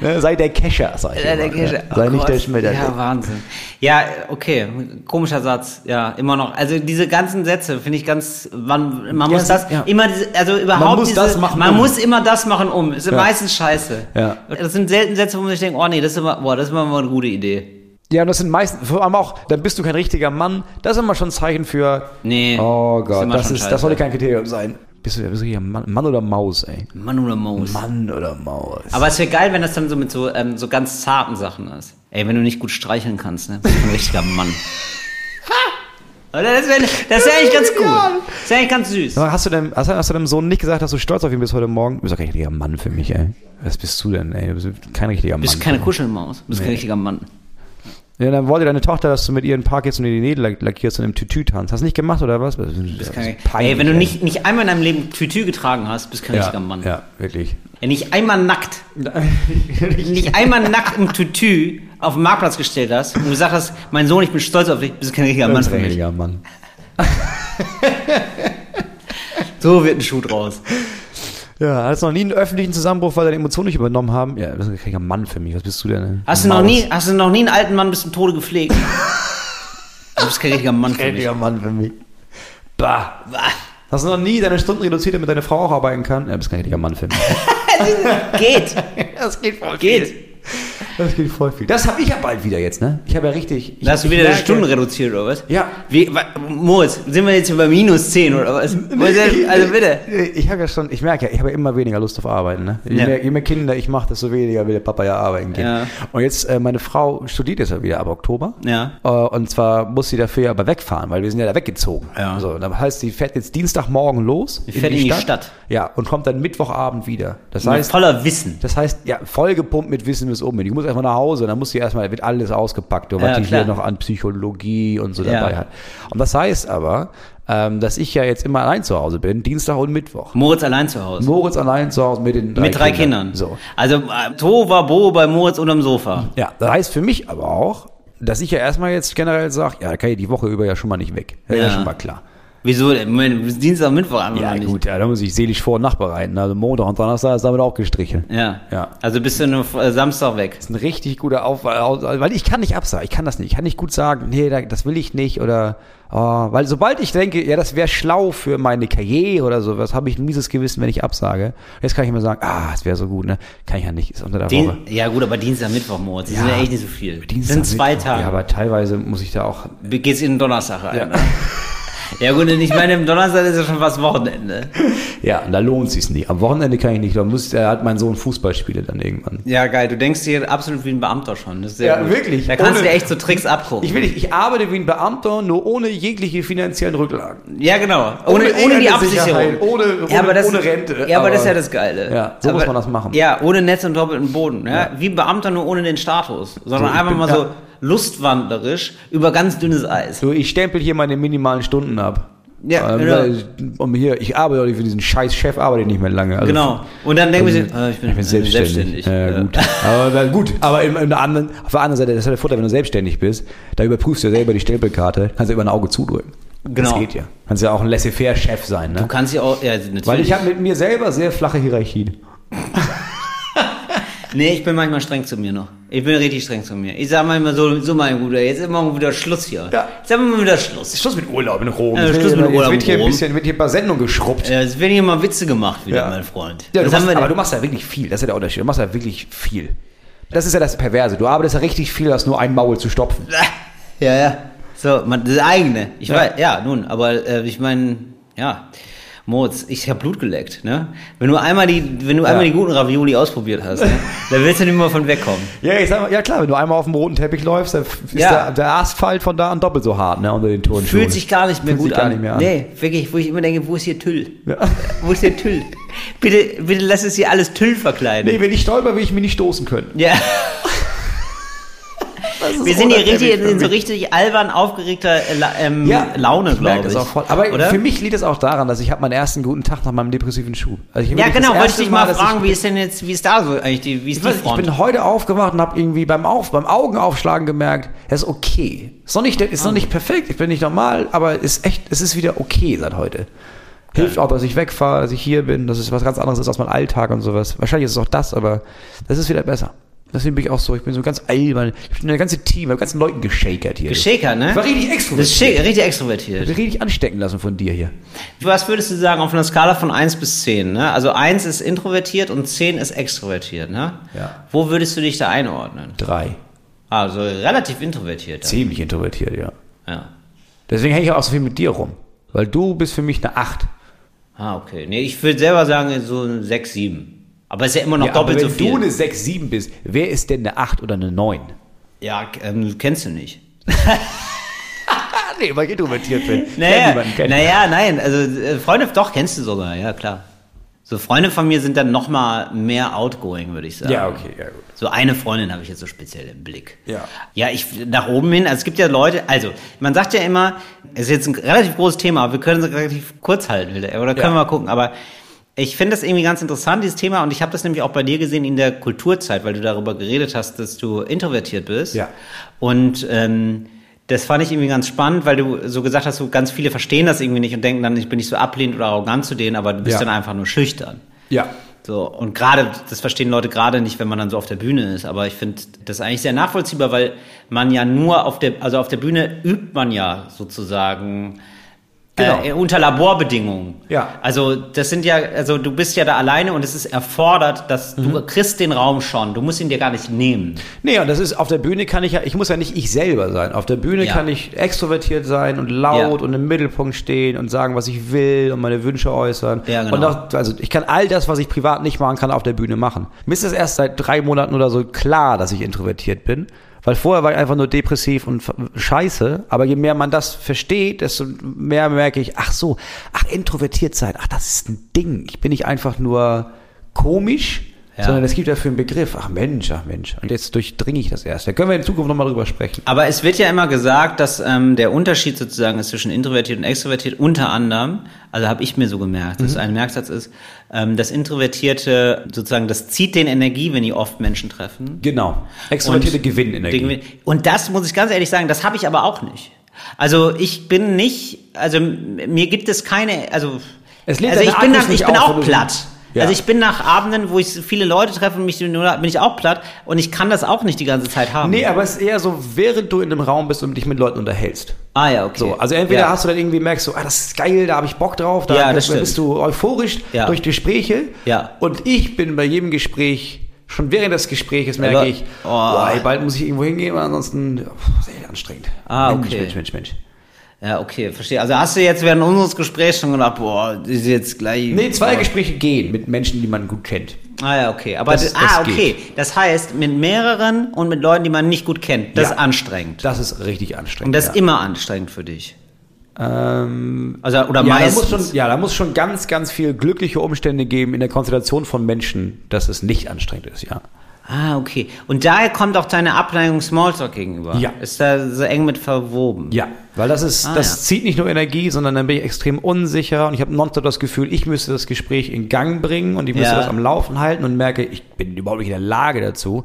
[SPEAKER 2] ne, sei der Kescher, sag ich
[SPEAKER 1] Ja, der
[SPEAKER 2] immer,
[SPEAKER 1] Kirsche.
[SPEAKER 2] ne?
[SPEAKER 1] Oh
[SPEAKER 2] Sei nicht
[SPEAKER 1] Gott.
[SPEAKER 2] der Schmetterling.
[SPEAKER 1] Ja, Wahnsinn. Ja, okay, komischer Satz. Ja, immer noch. Also diese ganzen Sätze finde ich ganz. Man, man
[SPEAKER 2] Ja,
[SPEAKER 1] muss
[SPEAKER 2] sie-
[SPEAKER 1] das
[SPEAKER 2] ja.
[SPEAKER 1] immer diese, also überhaupt
[SPEAKER 2] Man muss
[SPEAKER 1] diese,
[SPEAKER 2] das machen,
[SPEAKER 1] Man
[SPEAKER 2] um.
[SPEAKER 1] muss immer das machen um. Ist meistens scheiße.
[SPEAKER 2] Ja.
[SPEAKER 1] Das sind selten Sätze, wo man sich denkt, oh nee, das ist immer, boah, das ist immer mal eine gute Idee.
[SPEAKER 2] Ja, und das sind meistens, vor allem auch, dann bist du kein richtiger Mann. Das ist immer schon ein Zeichen für,
[SPEAKER 1] Nee.
[SPEAKER 2] oh
[SPEAKER 1] ist
[SPEAKER 2] Gott,
[SPEAKER 1] immer
[SPEAKER 2] das,
[SPEAKER 1] schon
[SPEAKER 2] ist,
[SPEAKER 1] scheiße.
[SPEAKER 2] das sollte kein Kriterium sein. Bist du, bist du hier Mann, Mann oder Maus, ey?
[SPEAKER 1] Mann oder Maus.
[SPEAKER 2] Mann oder Maus.
[SPEAKER 1] Aber es wäre geil, wenn das dann so mit so, ähm, so ganz zarten Sachen ist. Ey, wenn du nicht gut streicheln kannst, ne? Bist du ein richtiger Mann. Oder das wäre das wär eigentlich ganz gut. Das wäre eigentlich ganz süß.
[SPEAKER 2] Sag mal, hast, du deinem, hast, hast du deinem Sohn nicht gesagt, dass du stolz auf ihn bist heute Morgen? Du bist doch kein richtiger Mann für mich, ey. Was bist du denn, ey? Du bist kein richtiger Mann.
[SPEAKER 1] Du bist keine Kuschelmaus. Du bist kein
[SPEAKER 2] Nee.
[SPEAKER 1] richtiger Mann.
[SPEAKER 2] ja, dann wollte deine Tochter, dass du mit ihr in den Park gehst und ihr die Nägel lack- lackierst und im Tütü tanzt. Hast du nicht gemacht, oder was? Das ist, das
[SPEAKER 1] Keine,
[SPEAKER 2] ist peinlich,
[SPEAKER 1] ey, wenn du
[SPEAKER 2] ey.
[SPEAKER 1] nicht, nicht einmal in deinem Leben Tütü getragen hast, bist kein
[SPEAKER 2] ja,
[SPEAKER 1] richtiger Mann.
[SPEAKER 2] Ja, wirklich.
[SPEAKER 1] Ey, nicht einmal nackt. nicht einmal nackt im Tütü auf den Marktplatz gestellt hast und gesagt hast, mein Sohn, ich bin stolz auf dich, bist du kein richtiger Mann
[SPEAKER 2] Ganz
[SPEAKER 1] für mich.
[SPEAKER 2] richtiger Mann.
[SPEAKER 1] So wird ein Schuh draus.
[SPEAKER 2] Ja, hast noch nie einen öffentlichen Zusammenbruch, weil deine Emotionen nicht übernommen haben? Ja, du bist ein richtiger Mann für mich. Was bist du denn? ey?
[SPEAKER 1] Hast du, noch
[SPEAKER 2] Maus.
[SPEAKER 1] nie, hast du noch nie einen alten Mann bis zum Tode gepflegt? Du bist kein richtiger Mann für mich.
[SPEAKER 2] Richtiger Mann für mich. Bah. Hast du noch nie deine Stunden reduziert, damit deine Frau auch arbeiten kann? Ja, du bist kein richtiger Mann für mich.
[SPEAKER 1] Geht.
[SPEAKER 2] Das geht voll
[SPEAKER 1] Geht.
[SPEAKER 2] Das geht voll viel. Das habe ich ja bald wieder jetzt, ne? Ich habe ja richtig. Ich,
[SPEAKER 1] Da hast du
[SPEAKER 2] ich
[SPEAKER 1] wieder die
[SPEAKER 2] merke-
[SPEAKER 1] Stunden reduziert, oder was?
[SPEAKER 2] Ja.
[SPEAKER 1] Wie, wa, Moritz, sind wir jetzt hier bei minus 10 oder was? Wo ist denn- Also bitte.
[SPEAKER 2] Ich habe ja schon, ich merke ja, ich habe ja immer weniger Lust auf Arbeiten. Ne? Je,
[SPEAKER 1] Ja.
[SPEAKER 2] mehr, je mehr Kinder ich mache, desto weniger will der Papa ja arbeiten gehen.
[SPEAKER 1] Ja.
[SPEAKER 2] Und jetzt, äh, meine Frau studiert jetzt ja wieder ab Oktober.
[SPEAKER 1] Ja.
[SPEAKER 2] Äh, und zwar muss sie dafür ja aber wegfahren, weil wir sind ja da weggezogen.
[SPEAKER 1] Ja.
[SPEAKER 2] So, das heißt, sie fährt jetzt Dienstagmorgen los.
[SPEAKER 1] Sie fährt in die Stadt.
[SPEAKER 2] Ja, und kommt dann Mittwochabend wieder. Das
[SPEAKER 1] Mit
[SPEAKER 2] heißt,
[SPEAKER 1] voller Wissen.
[SPEAKER 2] Das heißt, ja, vollgepumpt mit Wissen bis oben. hin. Ich muss erstmal nach Hause, dann muss sie erstmal, da wird alles ausgepackt, und was
[SPEAKER 1] Ja,
[SPEAKER 2] die
[SPEAKER 1] klar.
[SPEAKER 2] hier noch an Psychologie und so
[SPEAKER 1] Ja.
[SPEAKER 2] dabei hat. Und das heißt aber, ähm, dass ich ja jetzt immer allein zu Hause bin, Dienstag und Mittwoch.
[SPEAKER 1] Moritz allein zu Hause.
[SPEAKER 2] Moritz allein zu Hause mit den drei
[SPEAKER 1] mit drei
[SPEAKER 2] Kindern.
[SPEAKER 1] Kindern.
[SPEAKER 2] So.
[SPEAKER 1] Also äh, Tova Bo bei Moritz unterm Sofa.
[SPEAKER 2] Ja, das heißt für mich aber auch, dass ich ja erstmal jetzt generell sage, ja, da kann ich die Woche über ja schon mal nicht weg. Das ist
[SPEAKER 1] Ja.
[SPEAKER 2] ja schon mal klar.
[SPEAKER 1] Wieso? denn? Moment, bis Dienstag, Mittwoch an
[SPEAKER 2] Ja,
[SPEAKER 1] oder nicht?
[SPEAKER 2] gut, ja, da muss ich seelisch vor- und nachbereiten. Also Montag und Donnerstag ist damit auch gestrichen.
[SPEAKER 1] Ja.
[SPEAKER 2] Ja.
[SPEAKER 1] Also bist du nur äh, Samstag weg.
[SPEAKER 2] ist ein richtig guter Aufwand, weil ich kann nicht absagen, ich kann das nicht, ich kann nicht gut sagen, nee, da- das will ich nicht oder, oh, weil sobald ich denke, ja, das wäre schlau für meine Karriere oder sowas, habe ich ein mieses Gewissen, wenn ich absage. Jetzt kann ich immer sagen, ah, es wäre so gut, ne, kann ich ja nicht, ist unter der Woche.
[SPEAKER 1] Den, ja gut, aber Dienstag, Mittwoch, Moritz. Das sind ja echt nicht so viel. das sind zwei
[SPEAKER 2] Mittwoch.
[SPEAKER 1] Tage.
[SPEAKER 2] Ja, aber teilweise muss ich da auch,
[SPEAKER 1] Geht's in den Donnerstag rein?
[SPEAKER 2] Ja.
[SPEAKER 1] ne? Ja gut, und ich meine, im Donnerstag ist ja schon fast Wochenende.
[SPEAKER 2] ja, und da lohnt sich's nicht. Am Wochenende kann ich nicht, da muss, da hat mein Sohn Fußballspiele dann irgendwann.
[SPEAKER 1] Ja, geil. Du denkst dir absolut wie ein Beamter schon. Das ist sehr
[SPEAKER 2] Ja,
[SPEAKER 1] gut.
[SPEAKER 2] wirklich.
[SPEAKER 1] Da kannst
[SPEAKER 2] Ohne-
[SPEAKER 1] du dir echt so Tricks abgucken.
[SPEAKER 2] Ich will nicht, ich arbeite wie ein Beamter, nur ohne jegliche finanziellen Rücklagen.
[SPEAKER 1] ja, genau. Ohne, ohne, die
[SPEAKER 2] irgendeine
[SPEAKER 1] Absicherung.
[SPEAKER 2] Sicherheit, Ohne, ohne,
[SPEAKER 1] ja, aber das,
[SPEAKER 2] ohne Rente.
[SPEAKER 1] Ja, aber, das ist ja das Geile.
[SPEAKER 2] Ja, so muss man das machen.
[SPEAKER 1] Ja, ohne Netz und doppelten Boden. Ja? Wie Beamter nur ohne den Status. Sondern
[SPEAKER 2] So, ich
[SPEAKER 1] einfach
[SPEAKER 2] bin-
[SPEAKER 1] mal so
[SPEAKER 2] ja.
[SPEAKER 1] lustwandlerisch über ganz dünnes Eis.
[SPEAKER 2] So, ich stempel hier meine minimalen Stunden ab.
[SPEAKER 1] Ja,
[SPEAKER 2] ähm,
[SPEAKER 1] genau.
[SPEAKER 2] weil- um hier, ich arbeite doch nicht für diesen scheiß Chef, arbeite ich nicht mehr lange. Also,
[SPEAKER 1] genau. Und dann denken wir, so, äh, ich bin,
[SPEAKER 2] Ich bin selbstständig. Ja,
[SPEAKER 1] Ja.
[SPEAKER 2] gut. aber, na gut, aber im, im anderen, auf der anderen Seite, das ist ja der Vorteil, wenn du selbstständig bist, da überprüfst du ja selber die Stempelkarte, kannst du über ein Auge zudrücken.
[SPEAKER 1] Genau.
[SPEAKER 2] Das geht ja. Kannst ja auch ein laissez-faire-Chef sein, ne?
[SPEAKER 1] Du kannst ja auch, ja, natürlich.
[SPEAKER 2] Weil ich habe mit mir selber sehr flache Hierarchien.
[SPEAKER 1] Nee, ich bin manchmal streng zu mir noch. Ich bin richtig streng zu mir. Ich sag manchmal so, so mein Guter, jetzt ist morgen wieder Schluss hier.
[SPEAKER 2] Ja.
[SPEAKER 1] Jetzt haben wir wieder Schluss.
[SPEAKER 2] Schluss mit Urlaub in Rom.
[SPEAKER 1] Ja,
[SPEAKER 2] Jetzt
[SPEAKER 1] Schluss
[SPEAKER 2] wird-
[SPEAKER 1] mit Urlaub
[SPEAKER 2] Jetzt wird
[SPEAKER 1] in
[SPEAKER 2] hier ein
[SPEAKER 1] Rom.
[SPEAKER 2] bisschen, wird hier ein paar Sendungen geschrubbt.
[SPEAKER 1] Äh, Jetzt werden hier mal Witze gemacht wieder,
[SPEAKER 2] Ja.
[SPEAKER 1] mein Freund.
[SPEAKER 2] Ja, du
[SPEAKER 1] Was
[SPEAKER 2] machst,
[SPEAKER 1] haben wir
[SPEAKER 2] aber du
[SPEAKER 1] denn?
[SPEAKER 2] machst ja wirklich viel. Das ist ja der Unterschied. Du machst ja wirklich viel. Das ist ja das Perverse. Du arbeitest ja richtig viel, hast nur ein Maul zu stopfen.
[SPEAKER 1] Ja, ja. So, man, das eigene. Ich weiß, ja, nun, aber äh, ich meine, ja. Moritz, ich habe Blut geleckt, ne? Wenn du einmal die, wenn du einmal die guten Ravioli ausprobiert hast, ne? dann willst du nicht mehr von wegkommen.
[SPEAKER 2] Ja, ich sag mal, ja klar, wenn du einmal auf dem roten Teppich läufst, dann ist
[SPEAKER 1] Ja.
[SPEAKER 2] der, der Asphalt von da an doppelt so hart, ne, unter den Turnschuhen.
[SPEAKER 1] Fühlt sich gar nicht mehr
[SPEAKER 2] Fühlt
[SPEAKER 1] gut
[SPEAKER 2] sich gar
[SPEAKER 1] an.
[SPEAKER 2] nicht mehr an.
[SPEAKER 1] Nee, wirklich, wo ich immer denke, wo ist hier Tüll?
[SPEAKER 2] Ja.
[SPEAKER 1] Wo ist hier Tüll? Bitte, bitte lass es hier alles Tüll verkleiden.
[SPEAKER 2] Nee, wenn ich stolper, will ich mich nicht stoßen können.
[SPEAKER 1] Ja.
[SPEAKER 2] Das ist
[SPEAKER 1] Wir sind hier
[SPEAKER 2] unangenehm
[SPEAKER 1] richtig
[SPEAKER 2] für
[SPEAKER 1] in so
[SPEAKER 2] mich.
[SPEAKER 1] richtig albern aufgeregter äh, la- ähm, Laune,
[SPEAKER 2] ich merk
[SPEAKER 1] glaube ich.
[SPEAKER 2] das auch voll. Aber
[SPEAKER 1] Oder?
[SPEAKER 2] für mich liegt es auch daran, dass ich habe meinen ersten guten Tag nach meinem depressiven Schub. Also ich
[SPEAKER 1] ja, genau, wollte ich dich mal
[SPEAKER 2] wie
[SPEAKER 1] fragen, wie ist denn jetzt, wie ist da so eigentlich die, wie ist
[SPEAKER 2] Ich,
[SPEAKER 1] die
[SPEAKER 2] weiß, ich
[SPEAKER 1] Front?
[SPEAKER 2] bin heute aufgewacht und habe irgendwie beim, Auf, beim Augenaufschlagen gemerkt, es ist okay. Ist noch nicht, ist
[SPEAKER 1] Ah.
[SPEAKER 2] noch nicht perfekt, ich bin nicht normal, aber ist echt, es ist wieder okay seit heute. Hilft auch, dass ich wegfahre, dass ich hier bin, dass es was ganz anderes ist aus meinem Alltag und sowas. Wahrscheinlich ist es auch das, aber das ist wieder besser. Deswegen bin ich auch so, ich bin so ganz albern. Ich bin der ganze Team, habe ganzen Leuten geschakert hier.
[SPEAKER 1] Geschäker, ne?
[SPEAKER 2] Ich war richtig
[SPEAKER 1] Das
[SPEAKER 2] extrovertiert.
[SPEAKER 1] ist schick, richtig
[SPEAKER 2] Ich
[SPEAKER 1] extrovertiert.
[SPEAKER 2] bin richtig anstecken lassen von dir hier.
[SPEAKER 1] Was würdest du sagen auf einer Skala von 1 bis 10? Ne? Also 1 ist introvertiert und 10 ist extrovertiert. Ne?
[SPEAKER 2] Ja.
[SPEAKER 1] Wo würdest du dich da einordnen?
[SPEAKER 2] Drei.
[SPEAKER 1] Also relativ introvertiert. dann.
[SPEAKER 2] Ziemlich introvertiert, ja.
[SPEAKER 1] Ja.
[SPEAKER 2] Deswegen hänge ich auch so viel mit dir rum. Weil du bist für mich eine Acht.
[SPEAKER 1] Ah, okay. Nee, ich würde selber sagen so ein 6, 7. Aber ist ja immer noch
[SPEAKER 2] Ja,
[SPEAKER 1] doppelt
[SPEAKER 2] aber
[SPEAKER 1] so
[SPEAKER 2] wenn
[SPEAKER 1] viel.
[SPEAKER 2] du eine 6, 7 bist, wer ist denn eine 8 oder eine 9?
[SPEAKER 1] ja, k- ähm, kennst du nicht.
[SPEAKER 2] Ah, nee, weil ich
[SPEAKER 1] um
[SPEAKER 2] introvertiert bin.
[SPEAKER 1] Naja, naja, nein, also äh, Freunde, doch, kennst du sogar, ja klar. So Freunde von mir sind dann nochmal mehr outgoing, würde ich sagen.
[SPEAKER 2] Ja, okay, ja, gut.
[SPEAKER 1] So eine Freundin habe ich jetzt so speziell im Blick.
[SPEAKER 2] Ja.
[SPEAKER 1] Ja, ich nach oben hin, also es gibt ja Leute, also man sagt ja immer, es ist jetzt ein relativ großes Thema, aber wir können es relativ kurz halten, will der- oder können
[SPEAKER 2] Ja.
[SPEAKER 1] wir mal gucken, aber ich finde das irgendwie ganz interessant, dieses Thema, und ich habe das nämlich auch bei dir gesehen in der Kulturzeit, weil du darüber geredet hast, dass du introvertiert bist.
[SPEAKER 2] Ja.
[SPEAKER 1] Und ähm, das fand ich irgendwie ganz spannend, weil du so gesagt hast, so ganz viele verstehen das irgendwie nicht und denken dann, ich bin nicht so ablehnend oder arrogant zu denen, aber du bist
[SPEAKER 2] Ja.
[SPEAKER 1] dann einfach nur schüchtern.
[SPEAKER 2] Ja.
[SPEAKER 1] So, und gerade, das verstehen Leute gerade nicht, wenn man dann so auf der Bühne ist, aber ich finde das eigentlich sehr nachvollziehbar, weil man ja nur auf der, also auf der Bühne übt man ja sozusagen
[SPEAKER 2] Genau.
[SPEAKER 1] äh, unter Laborbedingungen.
[SPEAKER 2] Ja.
[SPEAKER 1] Also das sind ja, also du bist ja da alleine und es ist erfordert, dass
[SPEAKER 2] Mhm.
[SPEAKER 1] du kriegst den Raum schon, du musst ihn dir gar nicht nehmen.
[SPEAKER 2] Nee, und das ist, auf der Bühne kann ich ja, ich muss ja nicht ich selber sein. Auf der Bühne
[SPEAKER 1] Ja.
[SPEAKER 2] kann ich extrovertiert sein und laut
[SPEAKER 1] Ja.
[SPEAKER 2] und im Mittelpunkt stehen und sagen, was ich will und meine Wünsche äußern.
[SPEAKER 1] Ja, genau.
[SPEAKER 2] Und auch, also ich kann all das, was ich privat nicht machen kann, auf der Bühne machen. Mir ist das erst seit drei Monaten oder so klar, dass ich introvertiert bin. Weil vorher war ich einfach nur depressiv und f- scheiße. Aber je mehr man das versteht, desto mehr merke ich, ach so, ach, introvertiert sein, ach, das ist ein Ding. Ich bin nicht einfach nur komisch,
[SPEAKER 1] Ja.
[SPEAKER 2] sondern es gibt dafür einen Begriff. Ach Mensch, ach Mensch. Und jetzt durchdringe ich das erst. Da können wir in Zukunft nochmal drüber sprechen.
[SPEAKER 1] Aber es wird ja immer gesagt, dass ähm, der Unterschied sozusagen ist zwischen introvertiert und extrovertiert unter anderem, also habe ich mir so gemerkt,
[SPEAKER 2] Mhm.
[SPEAKER 1] dass ein Merksatz ist, ähm, dass Introvertierte sozusagen, das zieht den Energie, wenn die oft Menschen treffen.
[SPEAKER 2] Genau. Extrovertierte
[SPEAKER 1] Und-
[SPEAKER 2] gewinnen Energie.
[SPEAKER 1] Gewinn- Und das muss ich ganz ehrlich sagen, das habe ich aber auch nicht. Also ich bin nicht, also m- mir gibt es keine, also,
[SPEAKER 2] Es lädt
[SPEAKER 1] also
[SPEAKER 2] deine
[SPEAKER 1] ich bin,
[SPEAKER 2] Akkus
[SPEAKER 1] nach, ich
[SPEAKER 2] nicht
[SPEAKER 1] bin
[SPEAKER 2] auf, wenn
[SPEAKER 1] auch
[SPEAKER 2] du so-
[SPEAKER 1] platt.
[SPEAKER 2] Ja.
[SPEAKER 1] Also ich bin nach Abenden, wo ich viele Leute treffe, und mich nur, bin ich auch platt und ich kann das auch nicht die ganze Zeit haben.
[SPEAKER 2] Nee, aber es ist eher so, während du in einem Raum bist und dich mit Leuten unterhältst.
[SPEAKER 1] ah ja, okay.
[SPEAKER 2] So, also entweder
[SPEAKER 1] ja.
[SPEAKER 2] hast du dann irgendwie merkst du, ah, das ist geil, da habe ich Bock drauf, da
[SPEAKER 1] Ja, das
[SPEAKER 2] bist,
[SPEAKER 1] stimmt.
[SPEAKER 2] bist du euphorisch
[SPEAKER 1] Ja.
[SPEAKER 2] durch Gespräche.
[SPEAKER 1] Ja.
[SPEAKER 2] Und ich bin bei jedem Gespräch, schon während des Gesprächs merke
[SPEAKER 1] Aber-
[SPEAKER 2] ich,
[SPEAKER 1] Oh.
[SPEAKER 2] boah, ey, bald muss ich irgendwo hingehen, weil ansonsten oh, sehr anstrengend.
[SPEAKER 1] Ah,
[SPEAKER 2] Mensch,
[SPEAKER 1] okay.
[SPEAKER 2] Mensch, Mensch, Mensch.
[SPEAKER 1] Ja, okay, verstehe. Also hast du jetzt während unseres Gesprächs schon gedacht, boah, das ist jetzt gleich.
[SPEAKER 2] Nee, zwei
[SPEAKER 1] Gespräche.
[SPEAKER 2] Gespräche gehen mit Menschen, die man gut kennt.
[SPEAKER 1] Ah ja, okay. Aber
[SPEAKER 2] Das-
[SPEAKER 1] das,
[SPEAKER 2] das
[SPEAKER 1] ah, okay. Das heißt, mit mehreren und mit Leuten, die man nicht gut kennt, das
[SPEAKER 2] Ja.
[SPEAKER 1] ist anstrengend.
[SPEAKER 2] Das ist richtig
[SPEAKER 1] und
[SPEAKER 2] anstrengend.
[SPEAKER 1] das ist
[SPEAKER 2] ja.
[SPEAKER 1] immer anstrengend für dich.
[SPEAKER 2] Ähm,
[SPEAKER 1] Also oder
[SPEAKER 2] ja, da
[SPEAKER 1] meistens.
[SPEAKER 2] muss schon, ja, da muss schon ganz, ganz viel glückliche Umstände geben in der Konstellation von Menschen, dass es nicht anstrengend ist, ja.
[SPEAKER 1] ah, okay. Und daher kommt auch deine Abneigung Smalltalk gegenüber.
[SPEAKER 2] Ja.
[SPEAKER 1] Ist da so eng mit verwoben.
[SPEAKER 2] Ja, weil das ist,
[SPEAKER 1] Ah,
[SPEAKER 2] das
[SPEAKER 1] ja.
[SPEAKER 2] zieht nicht nur Energie, sondern dann bin ich extrem unsicher und ich habe nonstop das Gefühl, ich müsste das Gespräch in Gang bringen und ich müsste
[SPEAKER 1] Ja.
[SPEAKER 2] das am Laufen halten und merke, ich bin überhaupt nicht in der Lage dazu.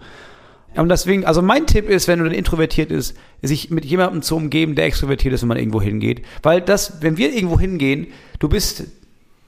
[SPEAKER 2] Und deswegen, also mein Tipp ist, wenn du dann introvertiert ist, sich mit jemandem zu umgeben, der extrovertiert ist, wenn man irgendwo hingeht. Weil das, wenn wir irgendwo hingehen, du bist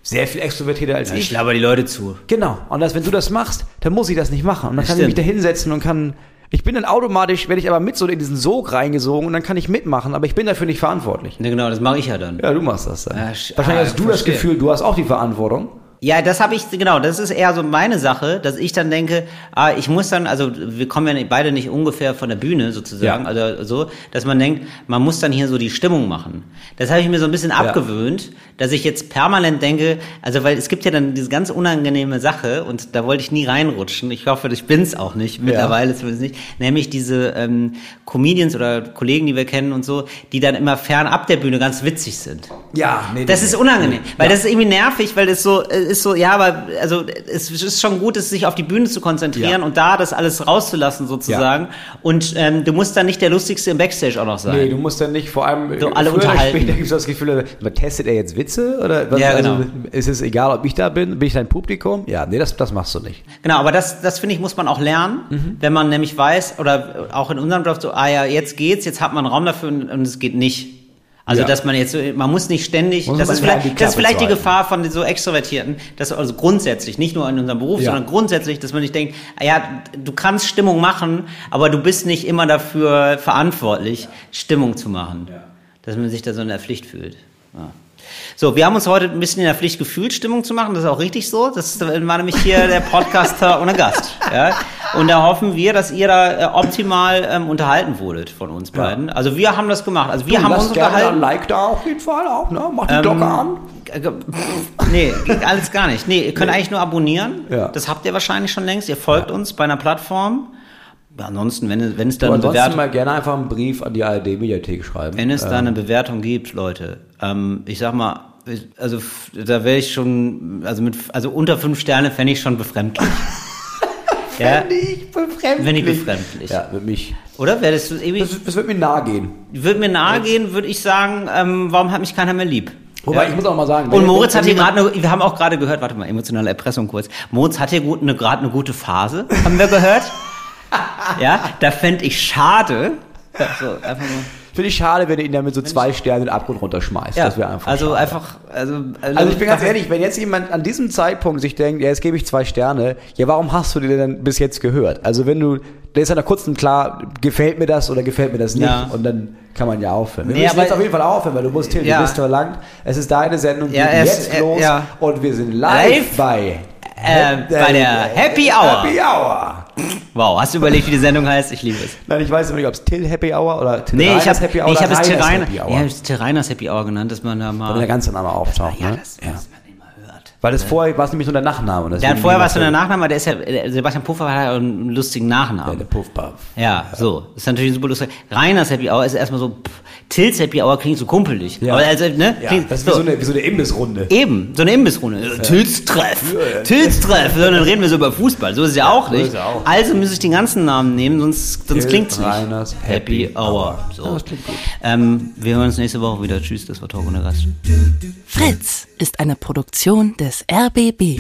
[SPEAKER 2] sehr viel extrovertierter als
[SPEAKER 1] Ich
[SPEAKER 2] ich.
[SPEAKER 1] laber die Leute zu.
[SPEAKER 2] Genau. Und das, wenn du das machst, dann muss ich das nicht machen. Und dann
[SPEAKER 1] Das
[SPEAKER 2] kann ich mich da
[SPEAKER 1] stimmt.
[SPEAKER 2] hinsetzen und kann. Ich bin dann automatisch, werde ich aber mit so in diesen Sog reingesogen und dann kann ich mitmachen, aber ich bin dafür nicht verantwortlich.
[SPEAKER 1] Ne, genau, das mache ich ja dann.
[SPEAKER 2] Ja, du machst das dann.
[SPEAKER 1] Ja, sch-
[SPEAKER 2] Wahrscheinlich
[SPEAKER 1] ah,
[SPEAKER 2] hast du das
[SPEAKER 1] verstehe.
[SPEAKER 2] Gefühl, du hast auch die Verantwortung.
[SPEAKER 1] Ja, das habe ich, genau, das ist eher so meine Sache, dass ich dann denke, ah, ich muss dann, also wir kommen ja beide nicht ungefähr von der Bühne sozusagen,
[SPEAKER 2] Ja.
[SPEAKER 1] also so, dass man denkt, man muss dann hier so die Stimmung machen. Das habe ich mir so ein bisschen abgewöhnt, dass ich jetzt permanent denke, also weil es gibt ja dann diese ganz unangenehme Sache und da wollte ich nie reinrutschen. Ich hoffe, ich bin's auch nicht, mittlerweile zumindest nicht, nämlich diese ähm, Comedians oder Kollegen, die wir kennen und so, die dann immer fernab der Bühne ganz witzig sind.
[SPEAKER 2] Ja, nee,
[SPEAKER 1] Das
[SPEAKER 2] nee,
[SPEAKER 1] ist
[SPEAKER 2] nee.
[SPEAKER 1] unangenehm, weil
[SPEAKER 2] Ja.
[SPEAKER 1] das ist irgendwie nervig, weil das so äh, ist so ja, aber also es ist schon gut, es sich auf die Bühne zu konzentrieren
[SPEAKER 2] Ja.
[SPEAKER 1] und da das alles rauszulassen sozusagen. Und ähm, du musst dann nicht der lustigste im Backstage auch noch sein.
[SPEAKER 2] Nee, du musst dann nicht vor allem
[SPEAKER 1] So, alle
[SPEAKER 2] früher oder
[SPEAKER 1] unterhalten.
[SPEAKER 2] Später gibt's das Gefühl, aber testet er jetzt Witze oder was,
[SPEAKER 1] Ja,
[SPEAKER 2] also,
[SPEAKER 1] genau.
[SPEAKER 2] ist es egal, ob ich da bin, bin ich dein Publikum? Ja, nee, das, das machst du nicht.
[SPEAKER 1] Genau, aber das, das finde ich, muss man auch lernen,
[SPEAKER 2] Mhm.
[SPEAKER 1] wenn man nämlich weiß, oder auch in unserem Job so, ah ja, jetzt geht's, jetzt hat man Raum dafür und, und es geht nicht. Also,
[SPEAKER 2] Ja.
[SPEAKER 1] dass man jetzt, so- man muss nicht ständig,
[SPEAKER 2] Muss
[SPEAKER 1] das
[SPEAKER 2] man
[SPEAKER 1] ist,
[SPEAKER 2] lernen, die
[SPEAKER 1] vielleicht, das ist
[SPEAKER 2] Klappe
[SPEAKER 1] vielleicht
[SPEAKER 2] zu
[SPEAKER 1] die
[SPEAKER 2] halten.
[SPEAKER 1] Gefahr von so Extrovertierten, dass also grundsätzlich, nicht nur in unserem Beruf,
[SPEAKER 2] Ja.
[SPEAKER 1] sondern grundsätzlich, dass man nicht denkt, ah ja, du kannst Stimmung machen, aber du bist nicht immer dafür verantwortlich, Stimmung zu machen. Dass man sich da so in der Pflicht fühlt. Ja. So, wir haben uns heute ein bisschen in der Pflicht gefühlt, Stimmung zu machen. Das ist auch richtig so. Das war nämlich hier der Podcaster ohne Gast. Ja? Und da hoffen wir, dass ihr da äh, optimal ähm, unterhalten wurdet von uns beiden. Also wir haben das gemacht. Also wir haben uns unterhalten. Ähm,
[SPEAKER 2] Like da auf jeden Fall auch, ne? Mach die Glocke an.
[SPEAKER 1] Äh, ge- pff, Nee, geht alles gar nicht. Nee, ihr könnt eigentlich nur abonnieren.
[SPEAKER 2] Ja.
[SPEAKER 1] Das habt ihr wahrscheinlich schon längst. Ihr folgt uns bei einer Plattform. Ja, ansonsten, wenn, wenn es da
[SPEAKER 2] Und
[SPEAKER 1] eine
[SPEAKER 2] ansonsten
[SPEAKER 1] Bewertung,
[SPEAKER 2] mal gerne einfach einen Brief an die ARD-Mediathek schreiben.
[SPEAKER 1] wenn es da eine Bewertung gibt, Leute, ähm, ich sag mal, ich- also f- da wäre ich schon, also mit, also unter fünf Sterne fände ich schon befremdlich. ja,
[SPEAKER 2] ich befremdlich.
[SPEAKER 1] wenn ich befremdlich.
[SPEAKER 2] Ja, wird mich,
[SPEAKER 1] Oder werdest du irgendwie,
[SPEAKER 2] das, das wird mir nahe gehen.
[SPEAKER 1] würde mir nahe gehen, würde ich sagen, ähm, warum hat mich keiner mehr lieb?
[SPEAKER 2] Wobei, ich muss auch mal sagen,
[SPEAKER 1] Und
[SPEAKER 2] wenn-
[SPEAKER 1] Moritz
[SPEAKER 2] wenn
[SPEAKER 1] hat hier
[SPEAKER 2] jemand-
[SPEAKER 1] gerade, eine- wir haben auch gerade gehört, warte mal, emotionale Erpressung kurz. Moritz hat hier gut- eine- gerade eine gute Phase, haben wir gehört. ja, da fände ich schade. Ja, So, einfach nur.
[SPEAKER 2] Finde ich schade, wenn du ihn damit so zwei Sterne in den Abgrund runterschmeißt.
[SPEAKER 1] Ja,
[SPEAKER 2] das wäre einfach
[SPEAKER 1] also
[SPEAKER 2] schade.
[SPEAKER 1] einfach, also,
[SPEAKER 2] Also ich bin ganz ehrlich, wenn jetzt jemand an diesem Zeitpunkt sich denkt, ja, jetzt gebe ich zwei Sterne, ja, warum hast du die denn bis jetzt gehört? Also wenn du, da ist ja nach kurzem klar, gefällt mir das oder gefällt mir das nicht
[SPEAKER 1] Ja.
[SPEAKER 2] und dann kann man ja aufhören. Wir
[SPEAKER 1] Nee,
[SPEAKER 2] müssen
[SPEAKER 1] aber-
[SPEAKER 2] jetzt auf jeden Fall aufhören, weil du musst Till,
[SPEAKER 1] Ja.
[SPEAKER 2] du bist verlangt, es ist deine Sendung,
[SPEAKER 1] Ja,
[SPEAKER 2] geht
[SPEAKER 1] es-
[SPEAKER 2] jetzt
[SPEAKER 1] äh,
[SPEAKER 2] los
[SPEAKER 1] ja.
[SPEAKER 2] und wir sind
[SPEAKER 1] Live?
[SPEAKER 2] live, bei...
[SPEAKER 1] Äh, bei der Happy Hour.
[SPEAKER 2] Happy Hour.
[SPEAKER 1] Wow, hast du überlegt, wie die Sendung heißt? Ich liebe es.
[SPEAKER 2] Nein, ich weiß nicht, ob es Till Happy Hour oder Till
[SPEAKER 1] Nee,
[SPEAKER 2] Reiners
[SPEAKER 1] ich habe
[SPEAKER 2] Happy Hour
[SPEAKER 1] nee, ich
[SPEAKER 2] oder
[SPEAKER 1] hab es
[SPEAKER 2] Reiners
[SPEAKER 1] Terrainer,
[SPEAKER 2] Happy
[SPEAKER 1] ja,
[SPEAKER 2] Hour.
[SPEAKER 1] ich hab es Terrainers Happy Hour genannt, dass man da
[SPEAKER 2] Wenn der
[SPEAKER 1] mal,
[SPEAKER 2] ganze Name auftaucht,
[SPEAKER 1] ja,
[SPEAKER 2] ne?
[SPEAKER 1] das,
[SPEAKER 2] Ja.
[SPEAKER 1] dass man den mal hört.
[SPEAKER 2] Weil das vorher war es nämlich nur der Nachname. und
[SPEAKER 1] Dann
[SPEAKER 2] deswegen
[SPEAKER 1] vorher
[SPEAKER 2] ging
[SPEAKER 1] war es
[SPEAKER 2] das
[SPEAKER 1] nur der
[SPEAKER 2] ja-
[SPEAKER 1] Nachname, der ist ja, äh, Sebastian Puffer hat ja einen lustigen
[SPEAKER 2] Ja,
[SPEAKER 1] Nachnamen.
[SPEAKER 2] der Puff-Puff.
[SPEAKER 1] Ja, so. Ist natürlich super lustig. Reiners Happy Hour ist erstmal so, pff, Tills Happy Hour klingt so kumpelig.
[SPEAKER 2] Ja.
[SPEAKER 1] Aber also, ne?
[SPEAKER 2] Ja,
[SPEAKER 1] klingt,
[SPEAKER 2] das ist wie so eine, wie so eine Imbissrunde.
[SPEAKER 1] Eben, so eine Imbissrunde. Tills Treff.
[SPEAKER 2] Ja.
[SPEAKER 1] Tills Treff. So, dann reden wir so über Fußball. So ist es ja auch
[SPEAKER 2] so ist
[SPEAKER 1] nicht.
[SPEAKER 2] es auch.
[SPEAKER 1] Also muss ich den ganzen Namen nehmen, sonst, sonst
[SPEAKER 2] Till
[SPEAKER 1] klingt's nicht.
[SPEAKER 2] Reiners Happy
[SPEAKER 1] Happy Hour.
[SPEAKER 2] Hour. Ja,
[SPEAKER 1] So.
[SPEAKER 2] das klingt gut.
[SPEAKER 1] Ähm, wir hören uns nächste Woche wieder. Tschüss, das war Talk ohne Gast.
[SPEAKER 3] Fritz ist eine Produktion des RBB.